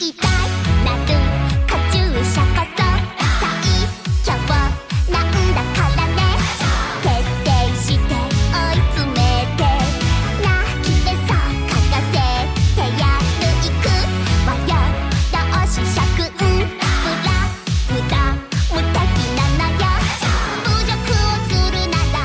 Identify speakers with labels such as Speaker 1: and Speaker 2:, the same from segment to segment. Speaker 1: 이달 나도 갓줄 샤가서 사이 겨워 나으라 카라네 대대 시대 어이쯤에 대나 기대서 가까세 대야 누이쿠 와요 나 어시 샤쿠은 뿌라 무다 무타기 나나야 부족후 수르나다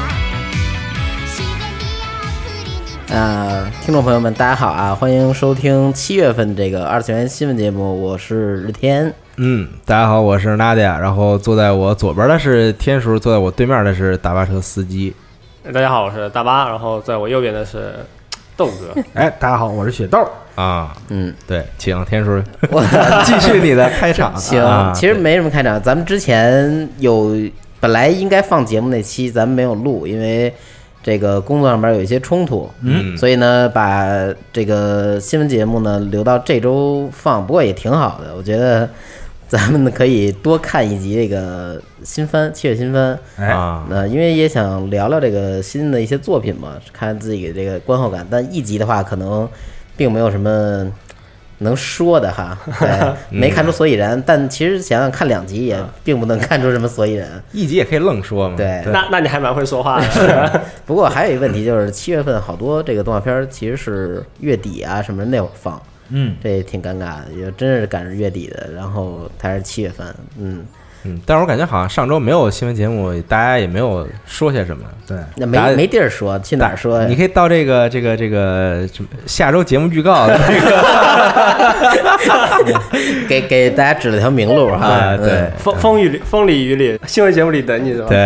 Speaker 1: 시간이야 흐리니
Speaker 2: 呃，听众朋友们，大家好啊！欢迎收听七月份这个二次元新闻节目，我是日天。
Speaker 3: 嗯，大家好，我是 Nadia，然后坐在我左边的是天叔，坐在我对面的是大巴车司机。
Speaker 4: 大家好，我是大巴，然后在我右边的是豆 哥，
Speaker 3: 哎，大家好，我是雪豆啊。
Speaker 2: 嗯，
Speaker 3: 对，请 天叔继续你的开场。
Speaker 2: 行，
Speaker 3: 啊
Speaker 2: 其实没什么开场，咱们之前有本来应该放节目那期，咱们没有录，因为这个工作上面有一些冲突，嗯，所以呢，把这个新闻节目呢留到这周放，不过也挺好的，我觉得咱们呢可以多看一集这个新番，七月新番，
Speaker 3: 对啊，
Speaker 2: 那因为也想聊聊这个新的一些作品嘛，看自己的这个观后感。但一集的话，可能并没有什么能说的 哈，对，没看出所以然。但其实想想看两集也并不能看出什么所以然。
Speaker 3: 一集也可以愣说嘛。
Speaker 2: 对
Speaker 4: 那那你还蛮会说话的，
Speaker 2: 不过还有一个问题就是，七月份好多这个动画片儿其实是月底啊什么那会儿放，
Speaker 3: 嗯
Speaker 2: 这也挺尴尬的，也真是赶上月底的，然后还是七月份，嗯，
Speaker 3: 嗯，但是我感觉好像上周没有新闻节目，大家也没有说些什么。对，
Speaker 2: 那没没地儿说，去哪儿说呀
Speaker 3: 你？可以到这个这个这个什么下周节目预告那个
Speaker 2: 给给大家指了条明路哈，
Speaker 3: 啊，
Speaker 2: 嗯
Speaker 3: 对
Speaker 4: 风风雨里风里雨里，新闻节目里等你是吧？
Speaker 2: 对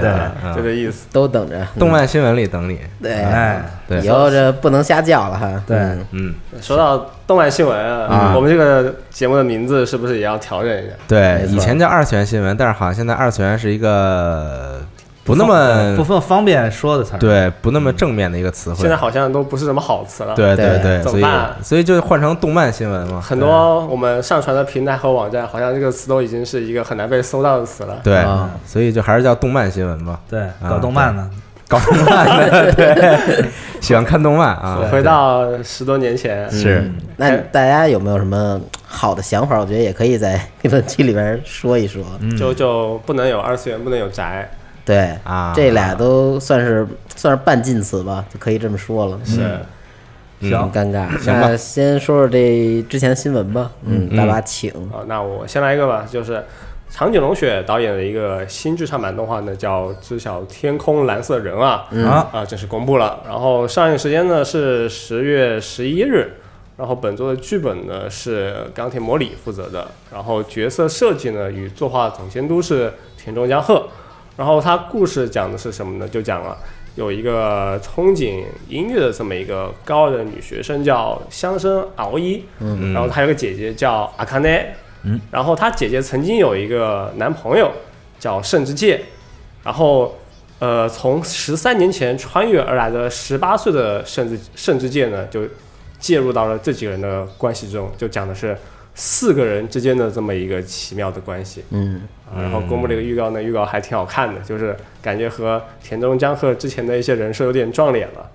Speaker 2: 对
Speaker 4: 就
Speaker 3: 啊
Speaker 4: 这意思。
Speaker 2: 都等着。
Speaker 3: 动漫新闻里等你。
Speaker 2: 对，
Speaker 5: 哎，
Speaker 3: 对
Speaker 2: 以后这不能瞎叫了哈。
Speaker 5: 对
Speaker 2: 嗯
Speaker 3: 嗯，
Speaker 4: 说到动漫新闻啊，我们这个节目的名字是不是也要调整一下？
Speaker 3: 对
Speaker 2: 没，错
Speaker 3: 以前叫二次元新闻，但是好像现在二次元是一个不那
Speaker 4: 呃
Speaker 5: 不
Speaker 3: 么
Speaker 5: 方方便说的词儿。，
Speaker 3: 对不那么正面的一个词汇
Speaker 4: 嗯现在。好像都不是什么好词了。
Speaker 3: 对对
Speaker 2: 对
Speaker 3: 对，
Speaker 4: 怎
Speaker 3: 所
Speaker 4: 么
Speaker 3: 以
Speaker 4: 办
Speaker 3: 所以就换成动漫新闻嘛，
Speaker 4: 很多我们上传的平台和网站，好像这个词都已经是一个很难被搜到的词了。
Speaker 3: 对
Speaker 2: 啊，
Speaker 3: 所以就还是叫动漫新闻吧。
Speaker 5: 对，
Speaker 3: 啊
Speaker 5: 搞动漫呢，
Speaker 3: 搞动漫 的，对，喜欢看动漫啊。
Speaker 4: 回到十多年前，
Speaker 3: 是
Speaker 2: 那大家有没有什么好的想法？我觉得也可以在评论区里边说一说。
Speaker 4: 就就不能有二次元，不能有宅，
Speaker 2: 对
Speaker 3: 啊
Speaker 2: 这俩都算是算是半禁词吧，就可以这么说了。
Speaker 4: 是
Speaker 3: 嗯
Speaker 2: 很尴尬。
Speaker 3: 行吧
Speaker 2: 那先说说这之前的新闻吧。嗯，大巴请。
Speaker 4: 啊，那我先来一个吧，就是长井龙雪导演的一个新剧场版动画呢，叫《知晓天空蓝色人》啊，
Speaker 5: 啊
Speaker 4: 啊，正式公布了。然后上映时间呢是十月十一日。然后本作的剧本呢是钢铁魔里负责的，然后角色设计呢与作画总监督是田中江鹤。然后他故事讲的是什么呢？就讲了有一个憧憬音乐的这么一个高二的女学生叫香生熬一，嗯，然后她有个姐姐叫阿卡内，嗯，然后她姐姐曾经有一个男朋友叫盛之介，然后呃，从十三年前穿越而来的十八岁的圣之圣之界呢，就介入到了这几个人的关系中，就讲的是四个人之间的这么一个奇妙的关系。
Speaker 2: 嗯，
Speaker 4: 啊然后公布这个预告呢，预告还挺好看的，就是感觉和田中江鹤之前的一些人设有点撞脸了。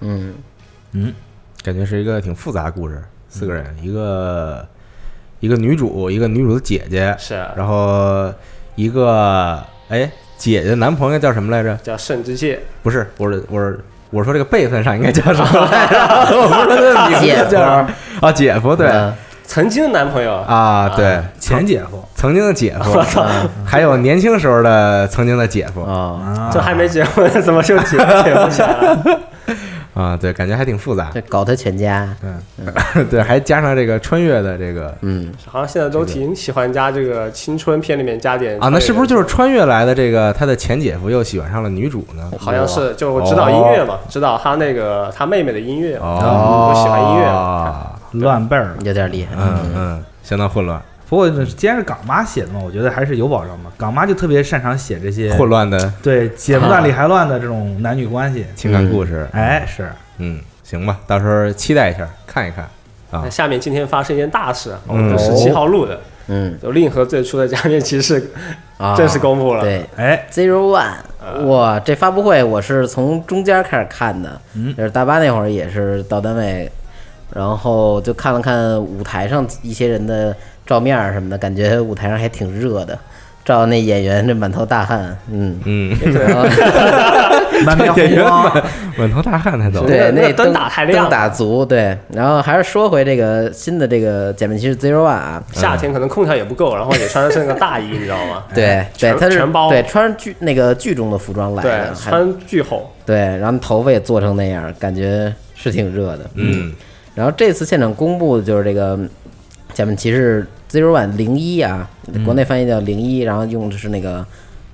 Speaker 2: 嗯
Speaker 3: 感觉是一个挺复杂的故事，四个
Speaker 4: 嗯
Speaker 3: 人，一个一个女主，一个女主的姐姐，
Speaker 4: 是啊
Speaker 3: 然后一个哎姐姐男朋友叫什么来着？
Speaker 4: 叫圣之界，
Speaker 3: 不是，我是我是我说这个辈分上应该叫什 么来着？我不是名字叫什么啊，姐夫对
Speaker 2: 嗯
Speaker 4: 曾经的男朋友啊，
Speaker 3: 啊对，
Speaker 5: 前姐夫
Speaker 3: 曾经的姐夫，嗯还有年轻时候的曾经的姐夫
Speaker 2: 哦，
Speaker 5: 啊，
Speaker 4: 这还没结婚，怎么就结结婚起来了？
Speaker 3: 啊，对，感觉还挺复杂
Speaker 2: 这，搞他全家。
Speaker 3: 对，还加上这个穿越的这个
Speaker 2: 嗯，
Speaker 4: 好像现在都挺喜欢加这个青春片里面加点
Speaker 3: 啊，那是不是
Speaker 4: 就
Speaker 3: 就是穿越来的这个他的前姐夫又喜欢上了女主呢？
Speaker 4: 好像是就我指导音乐嘛，指导他那个他妹妹的音乐嘛，
Speaker 3: 哦，
Speaker 4: 我喜欢音乐嘛。
Speaker 3: 啊，
Speaker 5: 乱辈儿了。
Speaker 2: 有点厉害。
Speaker 3: 嗯嗯，相当混乱，
Speaker 5: 不过既然是港妈写的嘛，我觉得还是有保障吧。港妈就特别擅长写这些
Speaker 3: 混乱的
Speaker 5: 对姐夫乱理还乱的这种男女关系。
Speaker 3: 情感故事，
Speaker 5: 哎，是
Speaker 3: 嗯，行吧，到时候期待一下，看一看啊
Speaker 4: 那，下面今天发生一件大事，啊我
Speaker 3: 嗯
Speaker 4: 们十七号录的，
Speaker 2: 嗯
Speaker 4: 就令和最初的假面骑士
Speaker 2: 啊，
Speaker 4: 正式公布了。
Speaker 2: 对，
Speaker 5: 哎，
Speaker 2: Zero
Speaker 4: 啊
Speaker 2: One，哇，这发
Speaker 4: 嗯
Speaker 2: 布会我是从中间开始看的，就是大巴那会儿也是到单位然后就看了看舞台上一些人的照面儿什么的，感觉舞台上还挺热的。照那演员这满头大汗，嗯
Speaker 3: 嗯，
Speaker 2: 然后
Speaker 5: 满面
Speaker 3: 演员
Speaker 5: 红啊光。
Speaker 3: 满 满头大汗才走。
Speaker 2: 对，
Speaker 4: 那
Speaker 2: 那
Speaker 4: 那灯打太亮
Speaker 2: 灯打足，对。然后还是说回这个新的这个假面骑士 Zero One 啊，
Speaker 4: 夏天可能空调也不够，然后也穿的是那个大衣，你知道吗？
Speaker 2: 对对，
Speaker 4: 哎全
Speaker 2: 他是
Speaker 4: 全包
Speaker 2: 对穿着剧那个剧中的服装来
Speaker 4: 对
Speaker 2: 的，，还
Speaker 4: 穿巨厚，
Speaker 2: 对，然后头发也做成那样，感觉是挺热的。
Speaker 3: 嗯
Speaker 2: 然后这次现场公布的就是这个假面骑士 Zero One 零一啊，国内翻译叫零一，然后用的是那个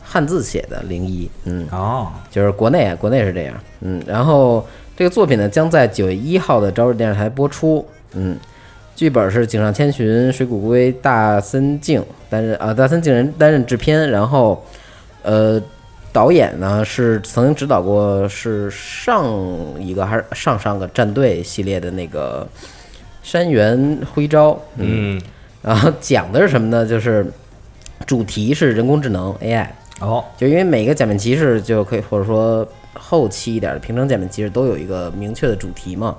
Speaker 2: 汉字写的零一，嗯，
Speaker 5: 哦，
Speaker 2: 就是国内啊，国内是这样，嗯，然后这个作品呢将在九月一号的朝日电视台播出，嗯，剧本是井上千寻、水谷龟、大森静担任啊，大森静人担任制片，然后呃，导演呢是曾经指导过是上一个还是上上个战队系列的那个山原辉昭，嗯，
Speaker 3: 嗯
Speaker 2: 然后讲的是什么呢？就是主题是人工智能 AI。
Speaker 5: 哦，
Speaker 2: 就因为每个假面骑士就可以，或者说后期一点的平成假面骑士都有一个明确的主题嘛。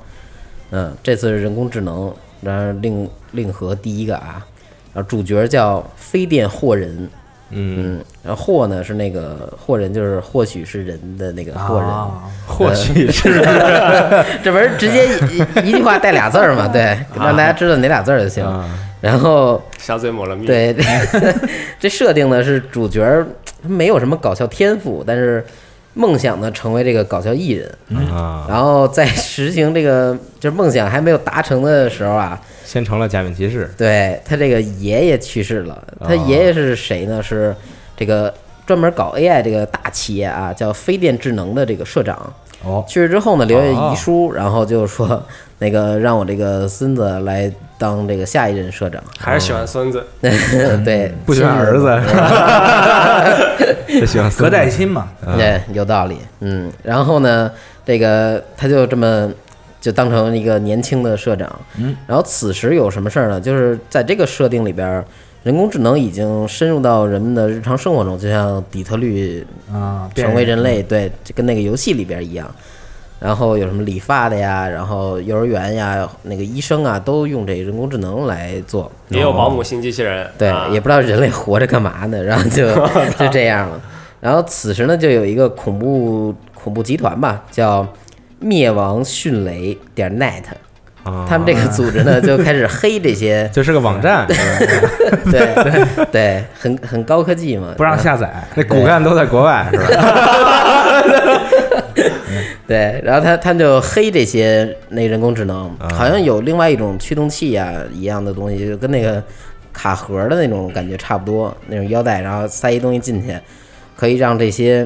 Speaker 2: 嗯，这次是人工智能，然后令令和第一个啊，然后主角叫飞电祸人，
Speaker 3: 嗯，
Speaker 2: 嗯，然后祸呢是那个祸人，就是或许是人的那个祸人，
Speaker 5: 啊
Speaker 3: 或许是
Speaker 2: 这不是直接一一句话带俩字儿嘛？对，让大家知道哪俩字儿就行。然后
Speaker 4: 小嘴抹了蜜。，
Speaker 2: 对， 这设定呢是主角儿他没有什么搞笑天赋，但是梦想呢成为这个搞笑艺人。
Speaker 3: 啊，
Speaker 2: 然后在实行这个就是梦想还没有达成的时候啊，
Speaker 3: 先成了假面骑士。
Speaker 2: 对他这个爷爷去世了。
Speaker 3: 啊
Speaker 2: 他爷爷是谁呢？是这个专门搞 AI 这个大企业啊，叫飞电智能的这个社长。
Speaker 5: 哦，
Speaker 2: 去世之后呢，留下
Speaker 3: 哦
Speaker 2: 遗书，然后就说那个让我这个孙子来当这个下一任社长。
Speaker 4: 还是喜欢孙
Speaker 2: 哦
Speaker 4: 子。
Speaker 2: 对，
Speaker 3: 不喜欢
Speaker 2: 亲
Speaker 3: 儿子， 不喜欢孙子
Speaker 5: 隔代亲嘛，
Speaker 2: 对，有道理。嗯，然后呢，这个他就这么就当成一个年轻的社长。嗯，然后此时有什么事儿呢？就是在这个设定里边儿，人工智能已经深入到人们的日常生活中，就像底特律
Speaker 5: 啊，变
Speaker 2: 成为人类，对，就跟那个游戏里边一样。然后有什么理发的呀，然后幼儿园呀，那个医生啊，都用这人工智能来做。
Speaker 4: 也有保姆型机器人，
Speaker 2: 对，
Speaker 4: 啊
Speaker 2: 也不知道人类活着干嘛呢，然后就就这样了。然后此时呢，就有一个恐怖恐怖集团吧，叫灭亡迅雷点 net，
Speaker 3: 啊，
Speaker 2: 他们这个组织呢就开始黑这些
Speaker 3: 就是个网站，
Speaker 2: 对对对，很很高科技嘛，
Speaker 5: 不让
Speaker 2: 然后
Speaker 5: 下载，
Speaker 3: 那骨干都在国外是吧？
Speaker 2: 对，然后他他们就黑这些那人工智能，
Speaker 3: 啊
Speaker 2: 好像有另外一种驱动器啊一样的东西，就跟那个卡盒的那种感觉差不多，那种腰带，然后塞一东西进去，可以让这些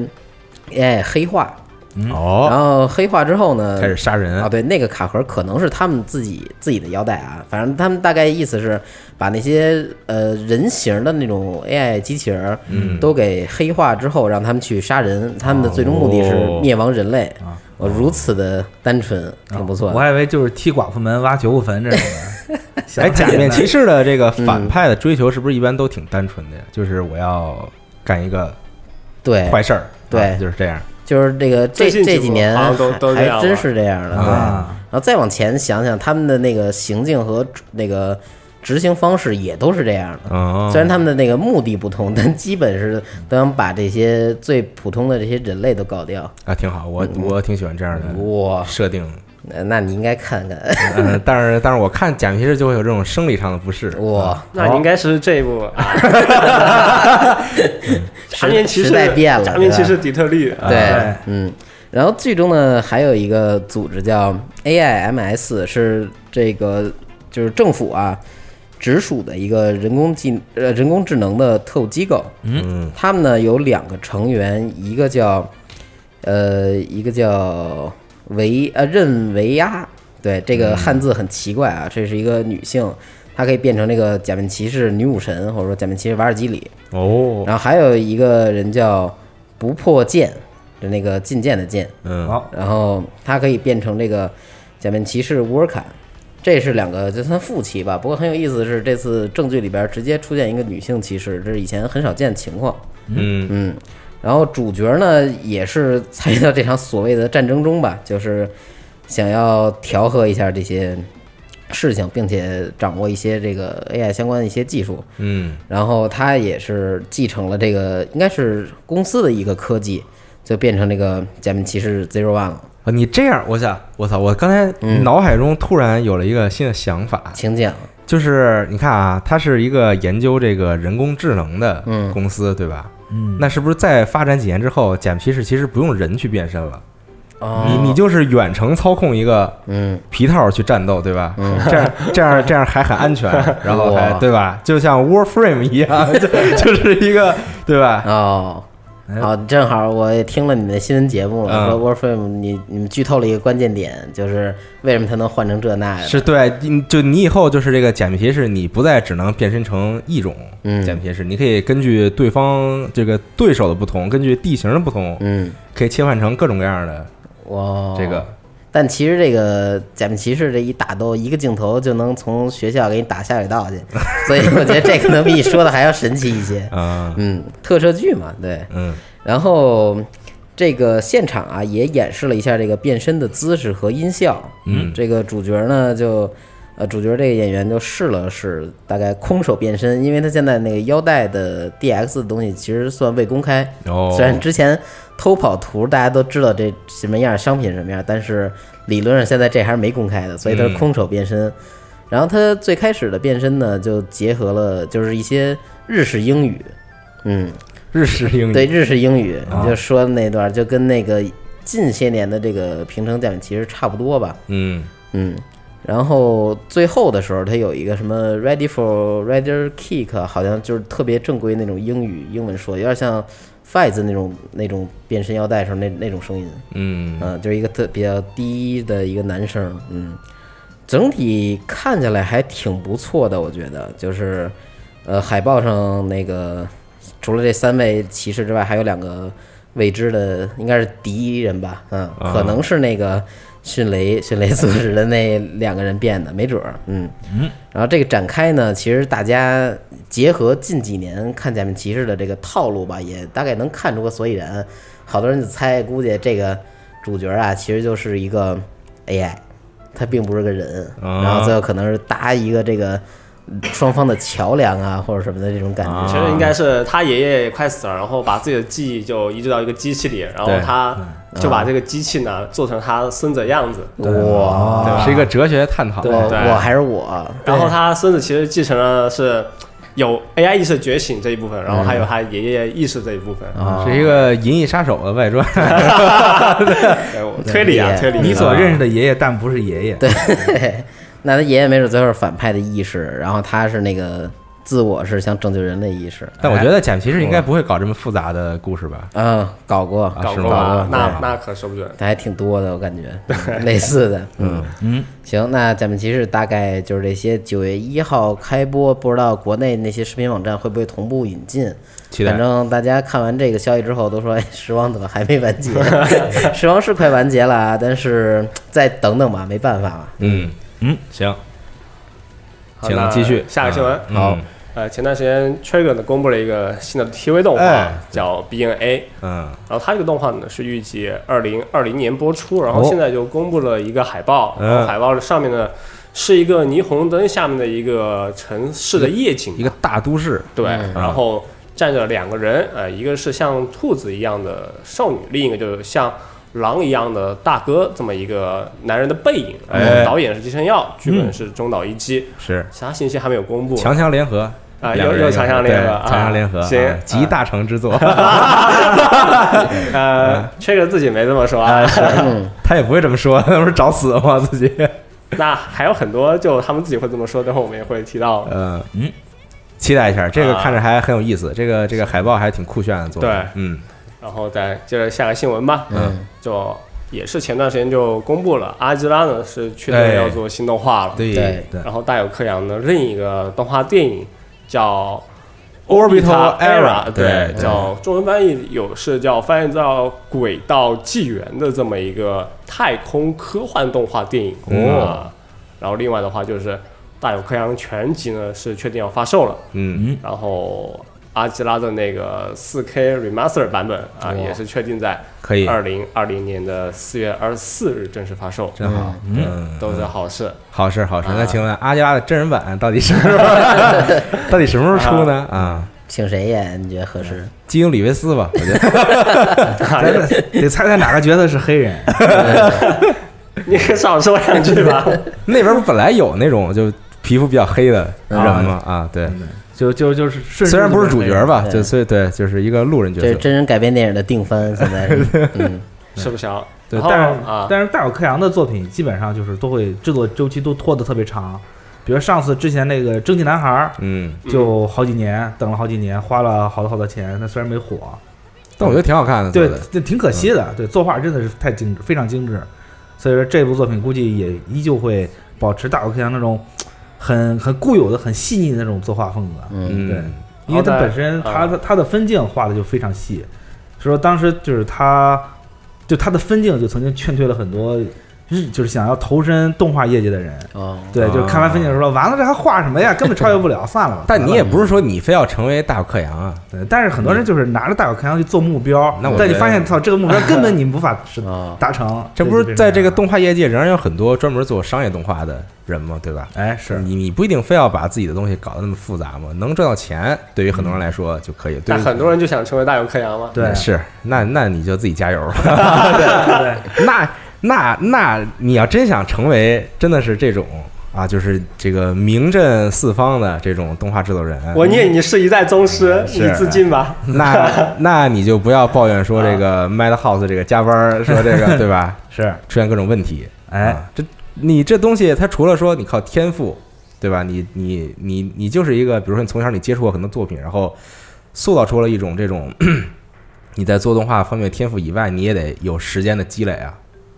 Speaker 2: AI 黑化。然
Speaker 3: 哦，
Speaker 2: 后黑化之后呢，
Speaker 3: 开始杀人
Speaker 2: 啊，对，那个卡盒可能是他们自己自己的腰带啊，反正他们大概意思是把那些呃人形的那种 AI 机器人，嗯，都给黑化之后，让他们去杀人，他们的最终目的是灭亡人类。我如此的单纯，挺不错
Speaker 5: 啊我
Speaker 2: 的。
Speaker 5: 还以为就是踢寡妇门、挖九部坟这种 的。
Speaker 3: 哎，假面骑
Speaker 5: 士
Speaker 3: 士的这个反派的追求是不是一般都挺单纯的呀？就是我要干一个
Speaker 2: 对，
Speaker 3: 坏事儿，
Speaker 2: 哎对
Speaker 3: 啊就是这样。
Speaker 2: 就是这个这
Speaker 4: 最近
Speaker 2: 这
Speaker 4: 几
Speaker 2: 几
Speaker 4: 部
Speaker 2: 年
Speaker 4: 好像都都
Speaker 2: 还
Speaker 4: 这样
Speaker 2: 真
Speaker 4: 了
Speaker 2: 是这样的，对。
Speaker 5: 啊
Speaker 2: 然后再往前想想，他们的那个行径和那个执行方式也都是这样的。
Speaker 3: 哦，
Speaker 2: 嗯虽然他们的那个目的不同，但基本是都想把这些最普通的这些人类都搞掉。
Speaker 3: 啊挺好，我我挺喜欢这样的
Speaker 2: 哇，
Speaker 3: 设定。
Speaker 2: 呃那那你应该看看，
Speaker 3: 嗯，但是但是我看假面骑士就会有这种生理上的不适。
Speaker 2: 哇，
Speaker 4: 那你应该是这 一部啊， 假面骑
Speaker 2: 嗯时
Speaker 4: 士
Speaker 2: 时代变了，
Speaker 4: 假面骑
Speaker 2: 对
Speaker 4: 士
Speaker 2: 吧
Speaker 4: 底特律，啊
Speaker 2: 对，嗯。然后剧中呢，还有一个组织叫 AIMS，是这个就是政府啊直属的一个人工技呃人工智能的特务机构。
Speaker 3: 嗯，
Speaker 2: 他们呢有两个成员，一个叫呃，一个叫维呃任维亚，对这个汉字很奇怪啊，这是一个女性，她可以变成这个假面骑士女武神，或者说假面骑士瓦尔基里。
Speaker 3: 哦，
Speaker 2: 然后还有一个人叫不破剑，就那个进剑的剑，
Speaker 3: 嗯，
Speaker 5: 好，
Speaker 2: 然后他可以变成这个假面骑士乌尔坎，这是两个就算副骑吧。不过很有意思的是，这次正剧里边直接出现一个女性骑士，这是以前很少见的情况。
Speaker 3: 嗯，
Speaker 2: 嗯，然后主角呢也是参与到这场所谓的战争中吧，就是想要调和一下这些事情，并且掌握一些这个 AI 相关的一些技术。
Speaker 3: 嗯
Speaker 2: 然后他也是继承了这个，应该是公司的一个科技，就变成这个假面骑士 Zero One 了。
Speaker 3: 啊，你这样，我想，我操，我刚才
Speaker 2: 嗯
Speaker 3: 脑海中突然有了一个新的想法，
Speaker 2: 请讲，
Speaker 3: 就是你看啊，它是一个研究这个人工智能的公司，对吧？
Speaker 5: 嗯，
Speaker 3: 那是不是再发展几年之后，假面骑士其实不用人去变身了，
Speaker 2: 哦
Speaker 3: 你你就是远程操控一个
Speaker 2: 嗯，
Speaker 3: 皮套去战斗，对吧？这样这样这样还很安全， 然后还
Speaker 2: 哇
Speaker 3: 对吧？就像 Warframe 一样， 就就是一个对吧？
Speaker 2: 哦。好，正好我也听了你的新闻节目了，
Speaker 3: 哎嗯
Speaker 2: 说 Warframe，你你们剧透了一个关键点，就是为什么它能换成这那的
Speaker 3: 是对，你就你以后就是这个假面骑士，你不再只能变身成一种
Speaker 2: 嗯
Speaker 3: 假面骑士，你可以根据对方这个对手的不同，根据地形的不同，
Speaker 2: 嗯，哦
Speaker 3: 可以切换成各种各样的
Speaker 2: 哇，
Speaker 3: 这个。
Speaker 2: 但其实这个假面骑士这一打斗，一个镜头就能从学校给你打下水道 去，所以我觉得这可能比你说的还要神奇一些。
Speaker 3: 啊，
Speaker 2: 嗯，特摄剧嘛，对。
Speaker 3: 嗯
Speaker 2: 然后这个现场啊，也演示了一下这个变身的姿势和音效。
Speaker 3: 嗯
Speaker 2: 这个主角呢就。呃，主角这个演员就试了试，大概空手变身，因为他现在那个腰带的 DX 的东西其实算未公开，
Speaker 3: 哦
Speaker 2: 虽然之前偷跑图大家都知道这什么样商品什么样，但是理论上现在这还是没公开的，所以
Speaker 3: 嗯
Speaker 2: 它是空手变身。然后它最开始的变身呢，就结合了就是一些日式英语，嗯，
Speaker 3: 日式英语
Speaker 2: 对日式英语，
Speaker 3: 嗯啊
Speaker 2: 你就说的那段就跟那个近些年的这个平成假面骑士差不多吧，
Speaker 3: 嗯
Speaker 2: 嗯。然后最后的时候，它有一个什么 “ready for rider kick”，好像就是特别正规那种英语英文说，有点像 f i g h t 那种那种变身腰带时候那那种声音，
Speaker 3: 嗯
Speaker 2: 嗯、就是一个特比较低的一个男声，嗯，整体看起来还挺不错的，我觉得就是，呃，海报上那个除了这三位骑士之外，还有两个未知的，应该是敌人吧，嗯，
Speaker 3: 啊
Speaker 2: 可能是那个迅雷 迅雷组织的那两个人变的，没准儿，嗯嗯。然后这个展开呢，其实大家结合近几年看假面骑士的这个套路吧，也大概能看出个所以然。好多人就猜，估计这个主角啊，其实就是一个 AI，他并不是个人，
Speaker 3: 啊
Speaker 2: 然后最后可能是搭一个这个双方的桥梁啊，或者什么的这种感觉。
Speaker 4: 其实应该是他爷爷快死了，然后把自己的记忆就移植到一个机器里，然后
Speaker 3: 对嗯
Speaker 4: 他就把这个机器呢做成他孙子的样子。
Speaker 2: 哇，
Speaker 3: 是一个哲学探讨。
Speaker 2: 我
Speaker 4: 对
Speaker 2: 我还是我，
Speaker 4: 然后他孙子其实继承了是有 AI 意识觉醒这一部分，然后还
Speaker 3: 嗯
Speaker 4: 有他爷爷意识这一部分。
Speaker 2: 啊
Speaker 3: 是一个《银翼杀手》的外传，
Speaker 4: 对我推理啊，
Speaker 2: 对
Speaker 4: 推理。
Speaker 5: 你所认识的爷爷，但不是爷爷。对，
Speaker 2: 那他爷爷没准最后是反派的意识，然后他是那个自我是想拯救人类意识。
Speaker 3: 但我觉得假面骑士应该不会搞这么复杂的故事吧？
Speaker 2: 嗯，搞过，
Speaker 4: 搞
Speaker 3: 是
Speaker 4: 过
Speaker 3: 吗
Speaker 4: 啊
Speaker 2: 搞过，
Speaker 4: 那
Speaker 2: 对
Speaker 4: 那可说不准。
Speaker 2: 还挺多的，我感觉类似的。嗯嗯，行，那假面骑士大概就是这些。九月一号开播，不知道国内那些视频网站会不会同步引进。
Speaker 3: 期待
Speaker 2: 反正大家看完这个消息之后都说，哎，时王怎么还没完 结？ 时王是快完结了啊，但是再等等吧，没办法了。
Speaker 3: 嗯嗯，行，
Speaker 4: 好
Speaker 3: 请
Speaker 4: 那
Speaker 3: 继续
Speaker 4: 下个新闻。
Speaker 3: 嗯好，
Speaker 4: 呃，前段时间 Trigger 呢公布了一个新的 TV 动画
Speaker 3: 哎，
Speaker 4: 叫 BNA。
Speaker 3: 嗯
Speaker 4: 然后它这个动画呢是预计二零二零年播出，然后
Speaker 3: 哦
Speaker 4: 现在就公布了一个海报，
Speaker 3: 嗯
Speaker 4: 然后海报上面呢是一个霓虹灯下面的一个城市的夜景吧，
Speaker 3: 一个嗯大都市，
Speaker 4: 对，然后站着两个人，呃，一个是像兔子一样的少女，另一个就是像狼一样的大哥，这么一个男人的背影。然后
Speaker 3: 哎
Speaker 4: 导演是金生耀，剧本是中岛一基，
Speaker 3: 是
Speaker 4: 其他信息还没有公布。
Speaker 3: 强强联合
Speaker 4: 啊
Speaker 3: 两个
Speaker 4: 又
Speaker 3: 人
Speaker 4: 又强强联合
Speaker 3: 对
Speaker 4: 啊
Speaker 3: 强强联合，啊
Speaker 4: 行
Speaker 3: 集大成之 作，嗯
Speaker 4: 呃，这个自己没这么说啊。
Speaker 3: 哎他也不会这么说，他不是找死吗？自己，
Speaker 4: 那还有很多，就他们自己会这么说，等会儿我们也会提到。
Speaker 3: 嗯嗯，期待一下，这个
Speaker 4: 啊
Speaker 3: 看着还很有意思，这个这个海报还挺酷炫的做的，
Speaker 4: 对
Speaker 3: 嗯
Speaker 4: 然后再接着下个新闻吧。嗯，就也是前段时间就公布了，阿基拉呢是确定
Speaker 3: 哎
Speaker 4: 要做新动画了。
Speaker 3: 对
Speaker 2: 对
Speaker 3: 对
Speaker 4: 然后大有克洋的另一个动画电影叫
Speaker 3: Orbital Era，
Speaker 4: 对，
Speaker 3: 对
Speaker 4: 叫中文翻译有是叫翻译到轨道纪元的这么一个太空科幻动画电影
Speaker 3: 哦
Speaker 4: 啊然后另外的话就是大有克洋全集呢是确定要发售了，
Speaker 3: 嗯
Speaker 4: 然后阿基拉的那个四 K remaster 版本啊，也是确定在
Speaker 3: 可以
Speaker 4: 二零二零年的四月二十四日正式发售，
Speaker 3: 真好，嗯，
Speaker 4: 都是好事。
Speaker 3: 好事好事。
Speaker 4: 啊
Speaker 3: 那请问阿基拉的真人版到底什么时 候？到底什么时候出呢？啊，
Speaker 2: 请谁演？你觉得合适？
Speaker 3: 基因里维斯吧，我觉得
Speaker 2: 啊
Speaker 5: 咱们 得猜猜哪个角色是黑人。
Speaker 4: 你可少说两句 吧。
Speaker 3: 那边不本来有那种就皮肤比较黑的人吗？啊，对，
Speaker 5: 就就就是顺，
Speaker 3: 虽然不是主角吧，
Speaker 2: 对
Speaker 3: 就所以对，就是一个路人角
Speaker 2: 这是
Speaker 3: 色。
Speaker 2: 真人改编电影的定番，现在 是嗯，
Speaker 4: 是不详。
Speaker 3: 对
Speaker 4: 然后
Speaker 5: 但是、
Speaker 4: 啊，
Speaker 5: 哦但是大有克洋的作品基本上就是都会制作周期都拖得特别长，比如上次之前那个《蒸汽男孩儿
Speaker 3: 嗯，》
Speaker 5: 就好几年、等了好几年，花了好多好多钱，那虽然没火，
Speaker 3: 但我觉得挺好看的。
Speaker 5: 对
Speaker 3: 啊做的，嗯
Speaker 5: 这挺可惜的。对，作画真的是太精致，非常精致，所以说这部作品估计也依旧会保持大有克洋那种很很固有的、很细腻的那种作画风格。
Speaker 2: 嗯，
Speaker 5: 对
Speaker 3: 嗯，
Speaker 5: 因为它
Speaker 4: 好歹
Speaker 5: 本身它
Speaker 4: 啊
Speaker 5: 的它的分镜画的就非常细，所以说当时就是它，就它的分镜就曾经劝退了很多日就是想要投身动画业界的人。
Speaker 2: 哦，
Speaker 5: 对，就
Speaker 3: 啊
Speaker 5: 看完分镜说完了，这还画什么呀？根本超越不了， 算了吧。
Speaker 3: 但你也不是说你非要成为大有克洋啊，
Speaker 5: 对，但是很多人就是拿着大有开洋去做目标，
Speaker 3: 那我
Speaker 5: 但你
Speaker 3: 觉
Speaker 5: 发
Speaker 3: 得
Speaker 5: 现操这个目标根本你无法实
Speaker 2: 啊
Speaker 5: 达成，
Speaker 3: 这
Speaker 5: 对
Speaker 3: 不
Speaker 5: 就是变
Speaker 3: 在
Speaker 5: 成
Speaker 3: 这个
Speaker 5: 样了
Speaker 3: 动画业界仍然有很多专门做商业动画的人嘛，对吧？
Speaker 5: 哎是
Speaker 3: 你你不一定非要把自己的东西搞得那么复杂嘛，能挣到钱，对于很多人来说就可以。对
Speaker 4: 但
Speaker 3: 于
Speaker 4: 很多人就想成为大有克洋嘛。
Speaker 5: 对
Speaker 3: 是，那那你就自己加油。
Speaker 5: 对
Speaker 3: 那那那你要真想成为真的是这种啊，就是这个名震四方的这种动画制作人，
Speaker 4: 我念你是一代宗师，
Speaker 3: 嗯是
Speaker 4: 你自尽吧。
Speaker 3: 那那你就不要抱怨说这个 Madhouse 这个加班儿，说这 个对吧，
Speaker 5: 啊是
Speaker 3: 出现各种问题。
Speaker 5: 哎
Speaker 3: 啊，这你这东西，它除了说你靠天赋，对吧？你你你你就是一个，比如说你从小你接触过很多作品，然后塑造出了一种这种 你在做动画方面的天赋以外，你也得有时间的积累啊，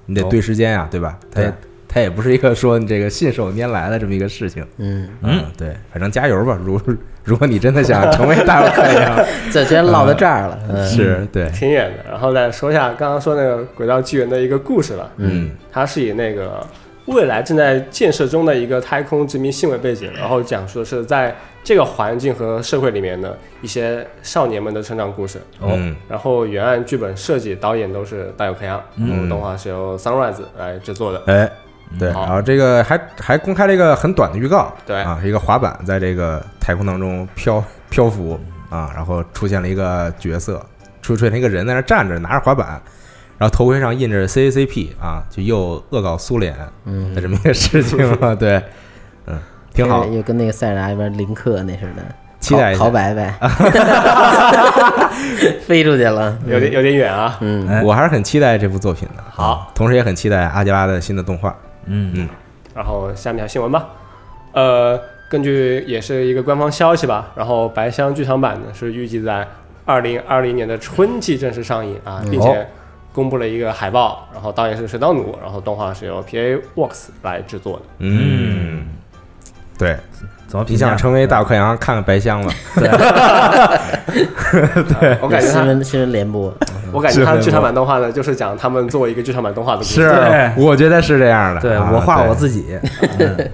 Speaker 3: 你得
Speaker 5: 哦
Speaker 3: 对时间啊，对吧？它也
Speaker 5: 对
Speaker 3: 它也不是一个说你这个信手拈来的这么一个事情。
Speaker 2: 嗯，
Speaker 3: 嗯，对，反正加油吧。如如果你真的想成为 大有一样，
Speaker 2: 这居然落到这儿了，嗯，
Speaker 3: 是对，
Speaker 4: 挺远的，然后再说一下刚刚说那个《轨道纪元》的一个故事吧。
Speaker 3: 嗯，
Speaker 4: 它是以那个未来正在建设中的一个太空殖民性为背景，然后讲述的是在这个环境和社会里面的一些少年们的成长故事。
Speaker 3: 嗯
Speaker 4: 然后原案、剧本设计、导演都是大有开洋，然后动画是由 Sunrise 来制作的。
Speaker 3: 哎，对，
Speaker 4: 好
Speaker 3: 然后这个还还公开了一个很短的预告，
Speaker 4: 对
Speaker 3: 啊，一个滑板在这个太空当中漂漂浮啊，然后出现了一个角色，出出现了一个人在那站着拿着滑板，然后头盔上印着 CACP 啊，就又恶搞苏联的这么一个事情了，对，嗯，挺好
Speaker 2: 这，又跟那个塞尔达里边林克那似的，
Speaker 3: 期待一下
Speaker 2: 陶陶白 白，飞出去了，
Speaker 4: 有点有点远啊，
Speaker 2: 嗯，
Speaker 5: 哎
Speaker 3: 我还是很期待这部作品的，啊
Speaker 4: 好，
Speaker 3: 同时也很期待阿基拉的新的动画，
Speaker 5: 嗯
Speaker 4: 然后下面一条新闻吧，呃，根据也是一个官方消息吧，然后白箱剧场版呢是预计在二零二零年的春季正式上映
Speaker 3: 嗯
Speaker 4: 啊，并且公布了一个海报，然后导演是水岛努，然后动画是由 PA Works 来制作的。
Speaker 3: 嗯，对，
Speaker 5: 怎么
Speaker 3: 你
Speaker 5: 评价
Speaker 3: 想成为大快羊，看看白箱吧，
Speaker 4: 我感觉
Speaker 2: 新
Speaker 4: 他，
Speaker 2: 闻新闻联播，
Speaker 4: 我感觉他剧场版动画呢，就是讲他们作为一个剧场版动画的故事，
Speaker 5: 对
Speaker 3: 我觉得是这样的，
Speaker 5: 对
Speaker 3: 啊
Speaker 5: 我画
Speaker 3: 对
Speaker 5: 我自己，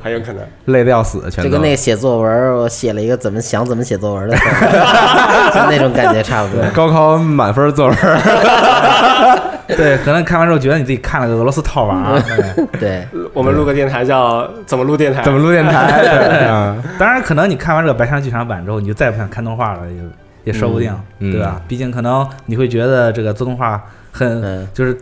Speaker 4: 很有可能。
Speaker 3: 累得要死，
Speaker 2: 就
Speaker 3: 全都
Speaker 2: 跟那个写作文儿，我写了一个怎么想怎么写作文的，就那种感觉差不多。
Speaker 3: 高考满分作文儿，
Speaker 5: 对，可能看完之后觉得你自己看了个俄罗斯套娃， 对
Speaker 2: 对，
Speaker 4: 我们录个电台叫怎么录电台？
Speaker 3: 怎么录电 台？对啊
Speaker 5: 当然，可能你看完这个白山剧场版之后，你就再也不想看动画了，也也说不定，
Speaker 3: 嗯
Speaker 5: 对吧？毕竟可能你会觉得这个做动画很、
Speaker 2: 嗯
Speaker 5: 就是。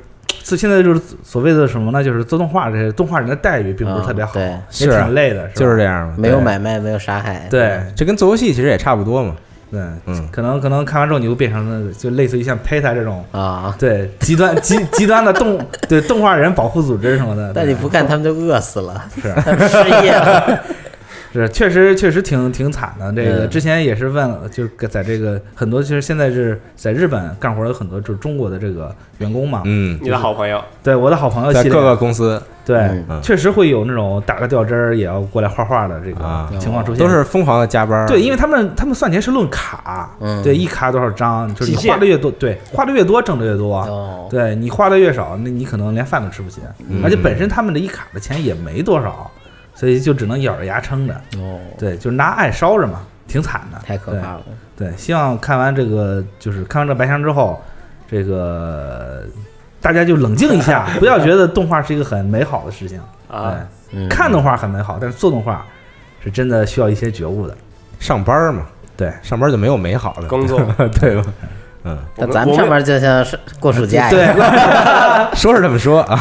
Speaker 5: 所以现在就是所谓的什么呢？就是做动画这些动画人的待遇并不是特别好，
Speaker 2: 嗯对
Speaker 5: 也
Speaker 3: 是啊
Speaker 5: 挺累的，吧
Speaker 3: 就是这样嘛，
Speaker 2: 没有买卖，没有杀害，
Speaker 5: 对
Speaker 3: 对，这跟做游戏其实也差不多嘛。
Speaker 5: 对，
Speaker 3: 嗯
Speaker 5: 可能可能看完之后你就变成了就类似于像 PETA 这种
Speaker 2: 啊，
Speaker 5: 对极端极极端的动对动画人保护组织什么的，
Speaker 2: 但
Speaker 5: 对
Speaker 2: 你不干，他们就饿死了，
Speaker 5: 是
Speaker 2: 他们 失业 了。
Speaker 5: 是，确实确实挺挺惨的。这个
Speaker 2: 嗯
Speaker 5: 之前也是问了，就是在这个很多，其实现在是在日本干活有很多就是中国的这个员工嘛。
Speaker 3: 嗯，
Speaker 4: 你的好朋友，
Speaker 5: 对，我的好朋友
Speaker 3: 在
Speaker 5: 系列，
Speaker 3: 各个公司
Speaker 5: 对
Speaker 2: 嗯，
Speaker 3: 嗯
Speaker 5: 确实会有那种打个吊针儿也要过来画画的这
Speaker 3: 啊
Speaker 5: 个情况出现。
Speaker 3: 都是疯狂的加班儿。
Speaker 5: 嗯对，因为他们他们算钱是论卡，
Speaker 2: 嗯
Speaker 5: 对，一卡多少张，就是你
Speaker 4: 计件
Speaker 5: 画的越多，对，画的越多挣的越多。
Speaker 2: 哦，
Speaker 5: 对你花的越少，那你可能连饭都吃不起，
Speaker 3: 嗯
Speaker 5: 而且本身他们这一卡的钱也没多少，所以就只能咬着牙撑着。
Speaker 2: 哦，
Speaker 5: 对，就是拿爱烧着嘛。挺惨的，
Speaker 2: 太可
Speaker 5: 对
Speaker 2: 怕了。
Speaker 5: 对，希望看完这个，就是看完这白箱之后，这个大家就冷静一 下，不要觉得动画是一个很美好的事情。
Speaker 4: 啊，
Speaker 2: 嗯
Speaker 5: 对，，看动画很美好，但是做动画是真的需要一些觉悟的。
Speaker 3: 上班儿嘛，
Speaker 5: 对，
Speaker 3: 上班就没有美好的，
Speaker 4: 工作
Speaker 3: 对吧？嗯，
Speaker 4: 我
Speaker 2: 那咱们
Speaker 4: 我
Speaker 2: 上班就像是过暑假一
Speaker 5: 对
Speaker 2: 样，，
Speaker 3: 说是这么说啊，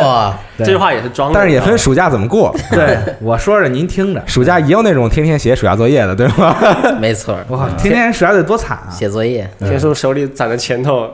Speaker 2: 哇，
Speaker 5: 对
Speaker 4: 这句话也是装的，啊
Speaker 3: 但是也分暑假怎么过。
Speaker 5: 对，我说着您 听着。
Speaker 3: 暑假也有那种天天写暑假作业的，对吗？
Speaker 2: 没错儿，
Speaker 5: 我靠，天天暑假得多惨啊！
Speaker 2: 写作业，
Speaker 3: 嗯
Speaker 4: 天叔手里攒着钱头，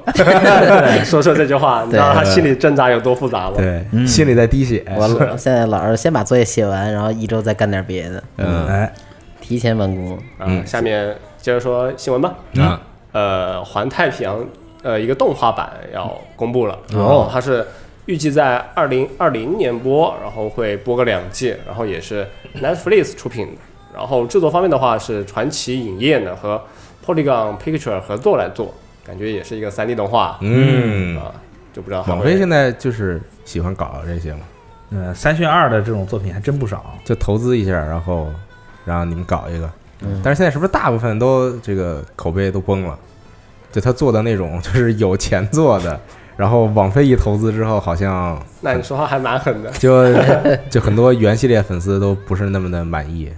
Speaker 4: 说出这句话，你知道他心里挣扎有多复杂吗？
Speaker 3: 对，
Speaker 5: 嗯
Speaker 3: 心里在滴血。
Speaker 2: 我我现在老是先把作业写完，然后一周再干点别的，
Speaker 3: 嗯
Speaker 5: 哎，
Speaker 2: 提前完工。
Speaker 4: 嗯，下面接着说新闻吧。
Speaker 3: 啊，
Speaker 4: 呃，《环太平洋》呃一个动画版要公布了，
Speaker 5: 哦
Speaker 4: 然后它是预计在二零二零年播，然后会播个两季，然后也是 Netflix 出品的。然后制作方面的话是传奇影业呢和 Polygon Picture 合作来做，感觉也是一个 3D 动画，
Speaker 3: 嗯，
Speaker 4: 啊，就不知道还
Speaker 3: 网飞
Speaker 4: 会
Speaker 3: 现在就是喜欢搞这些嘛，
Speaker 5: 呃，三选二的这种作品还真不少。
Speaker 3: 就投资一下，然后让你们搞一个。
Speaker 5: 嗯
Speaker 3: 但是现在是不是大部分都这个口碑都崩了？就他做的那种，就是有钱做的，然后网飞一投资之后，好 像
Speaker 4: 那你说话还蛮狠的，
Speaker 3: 就 就很多原系列粉丝都不是那么的满意。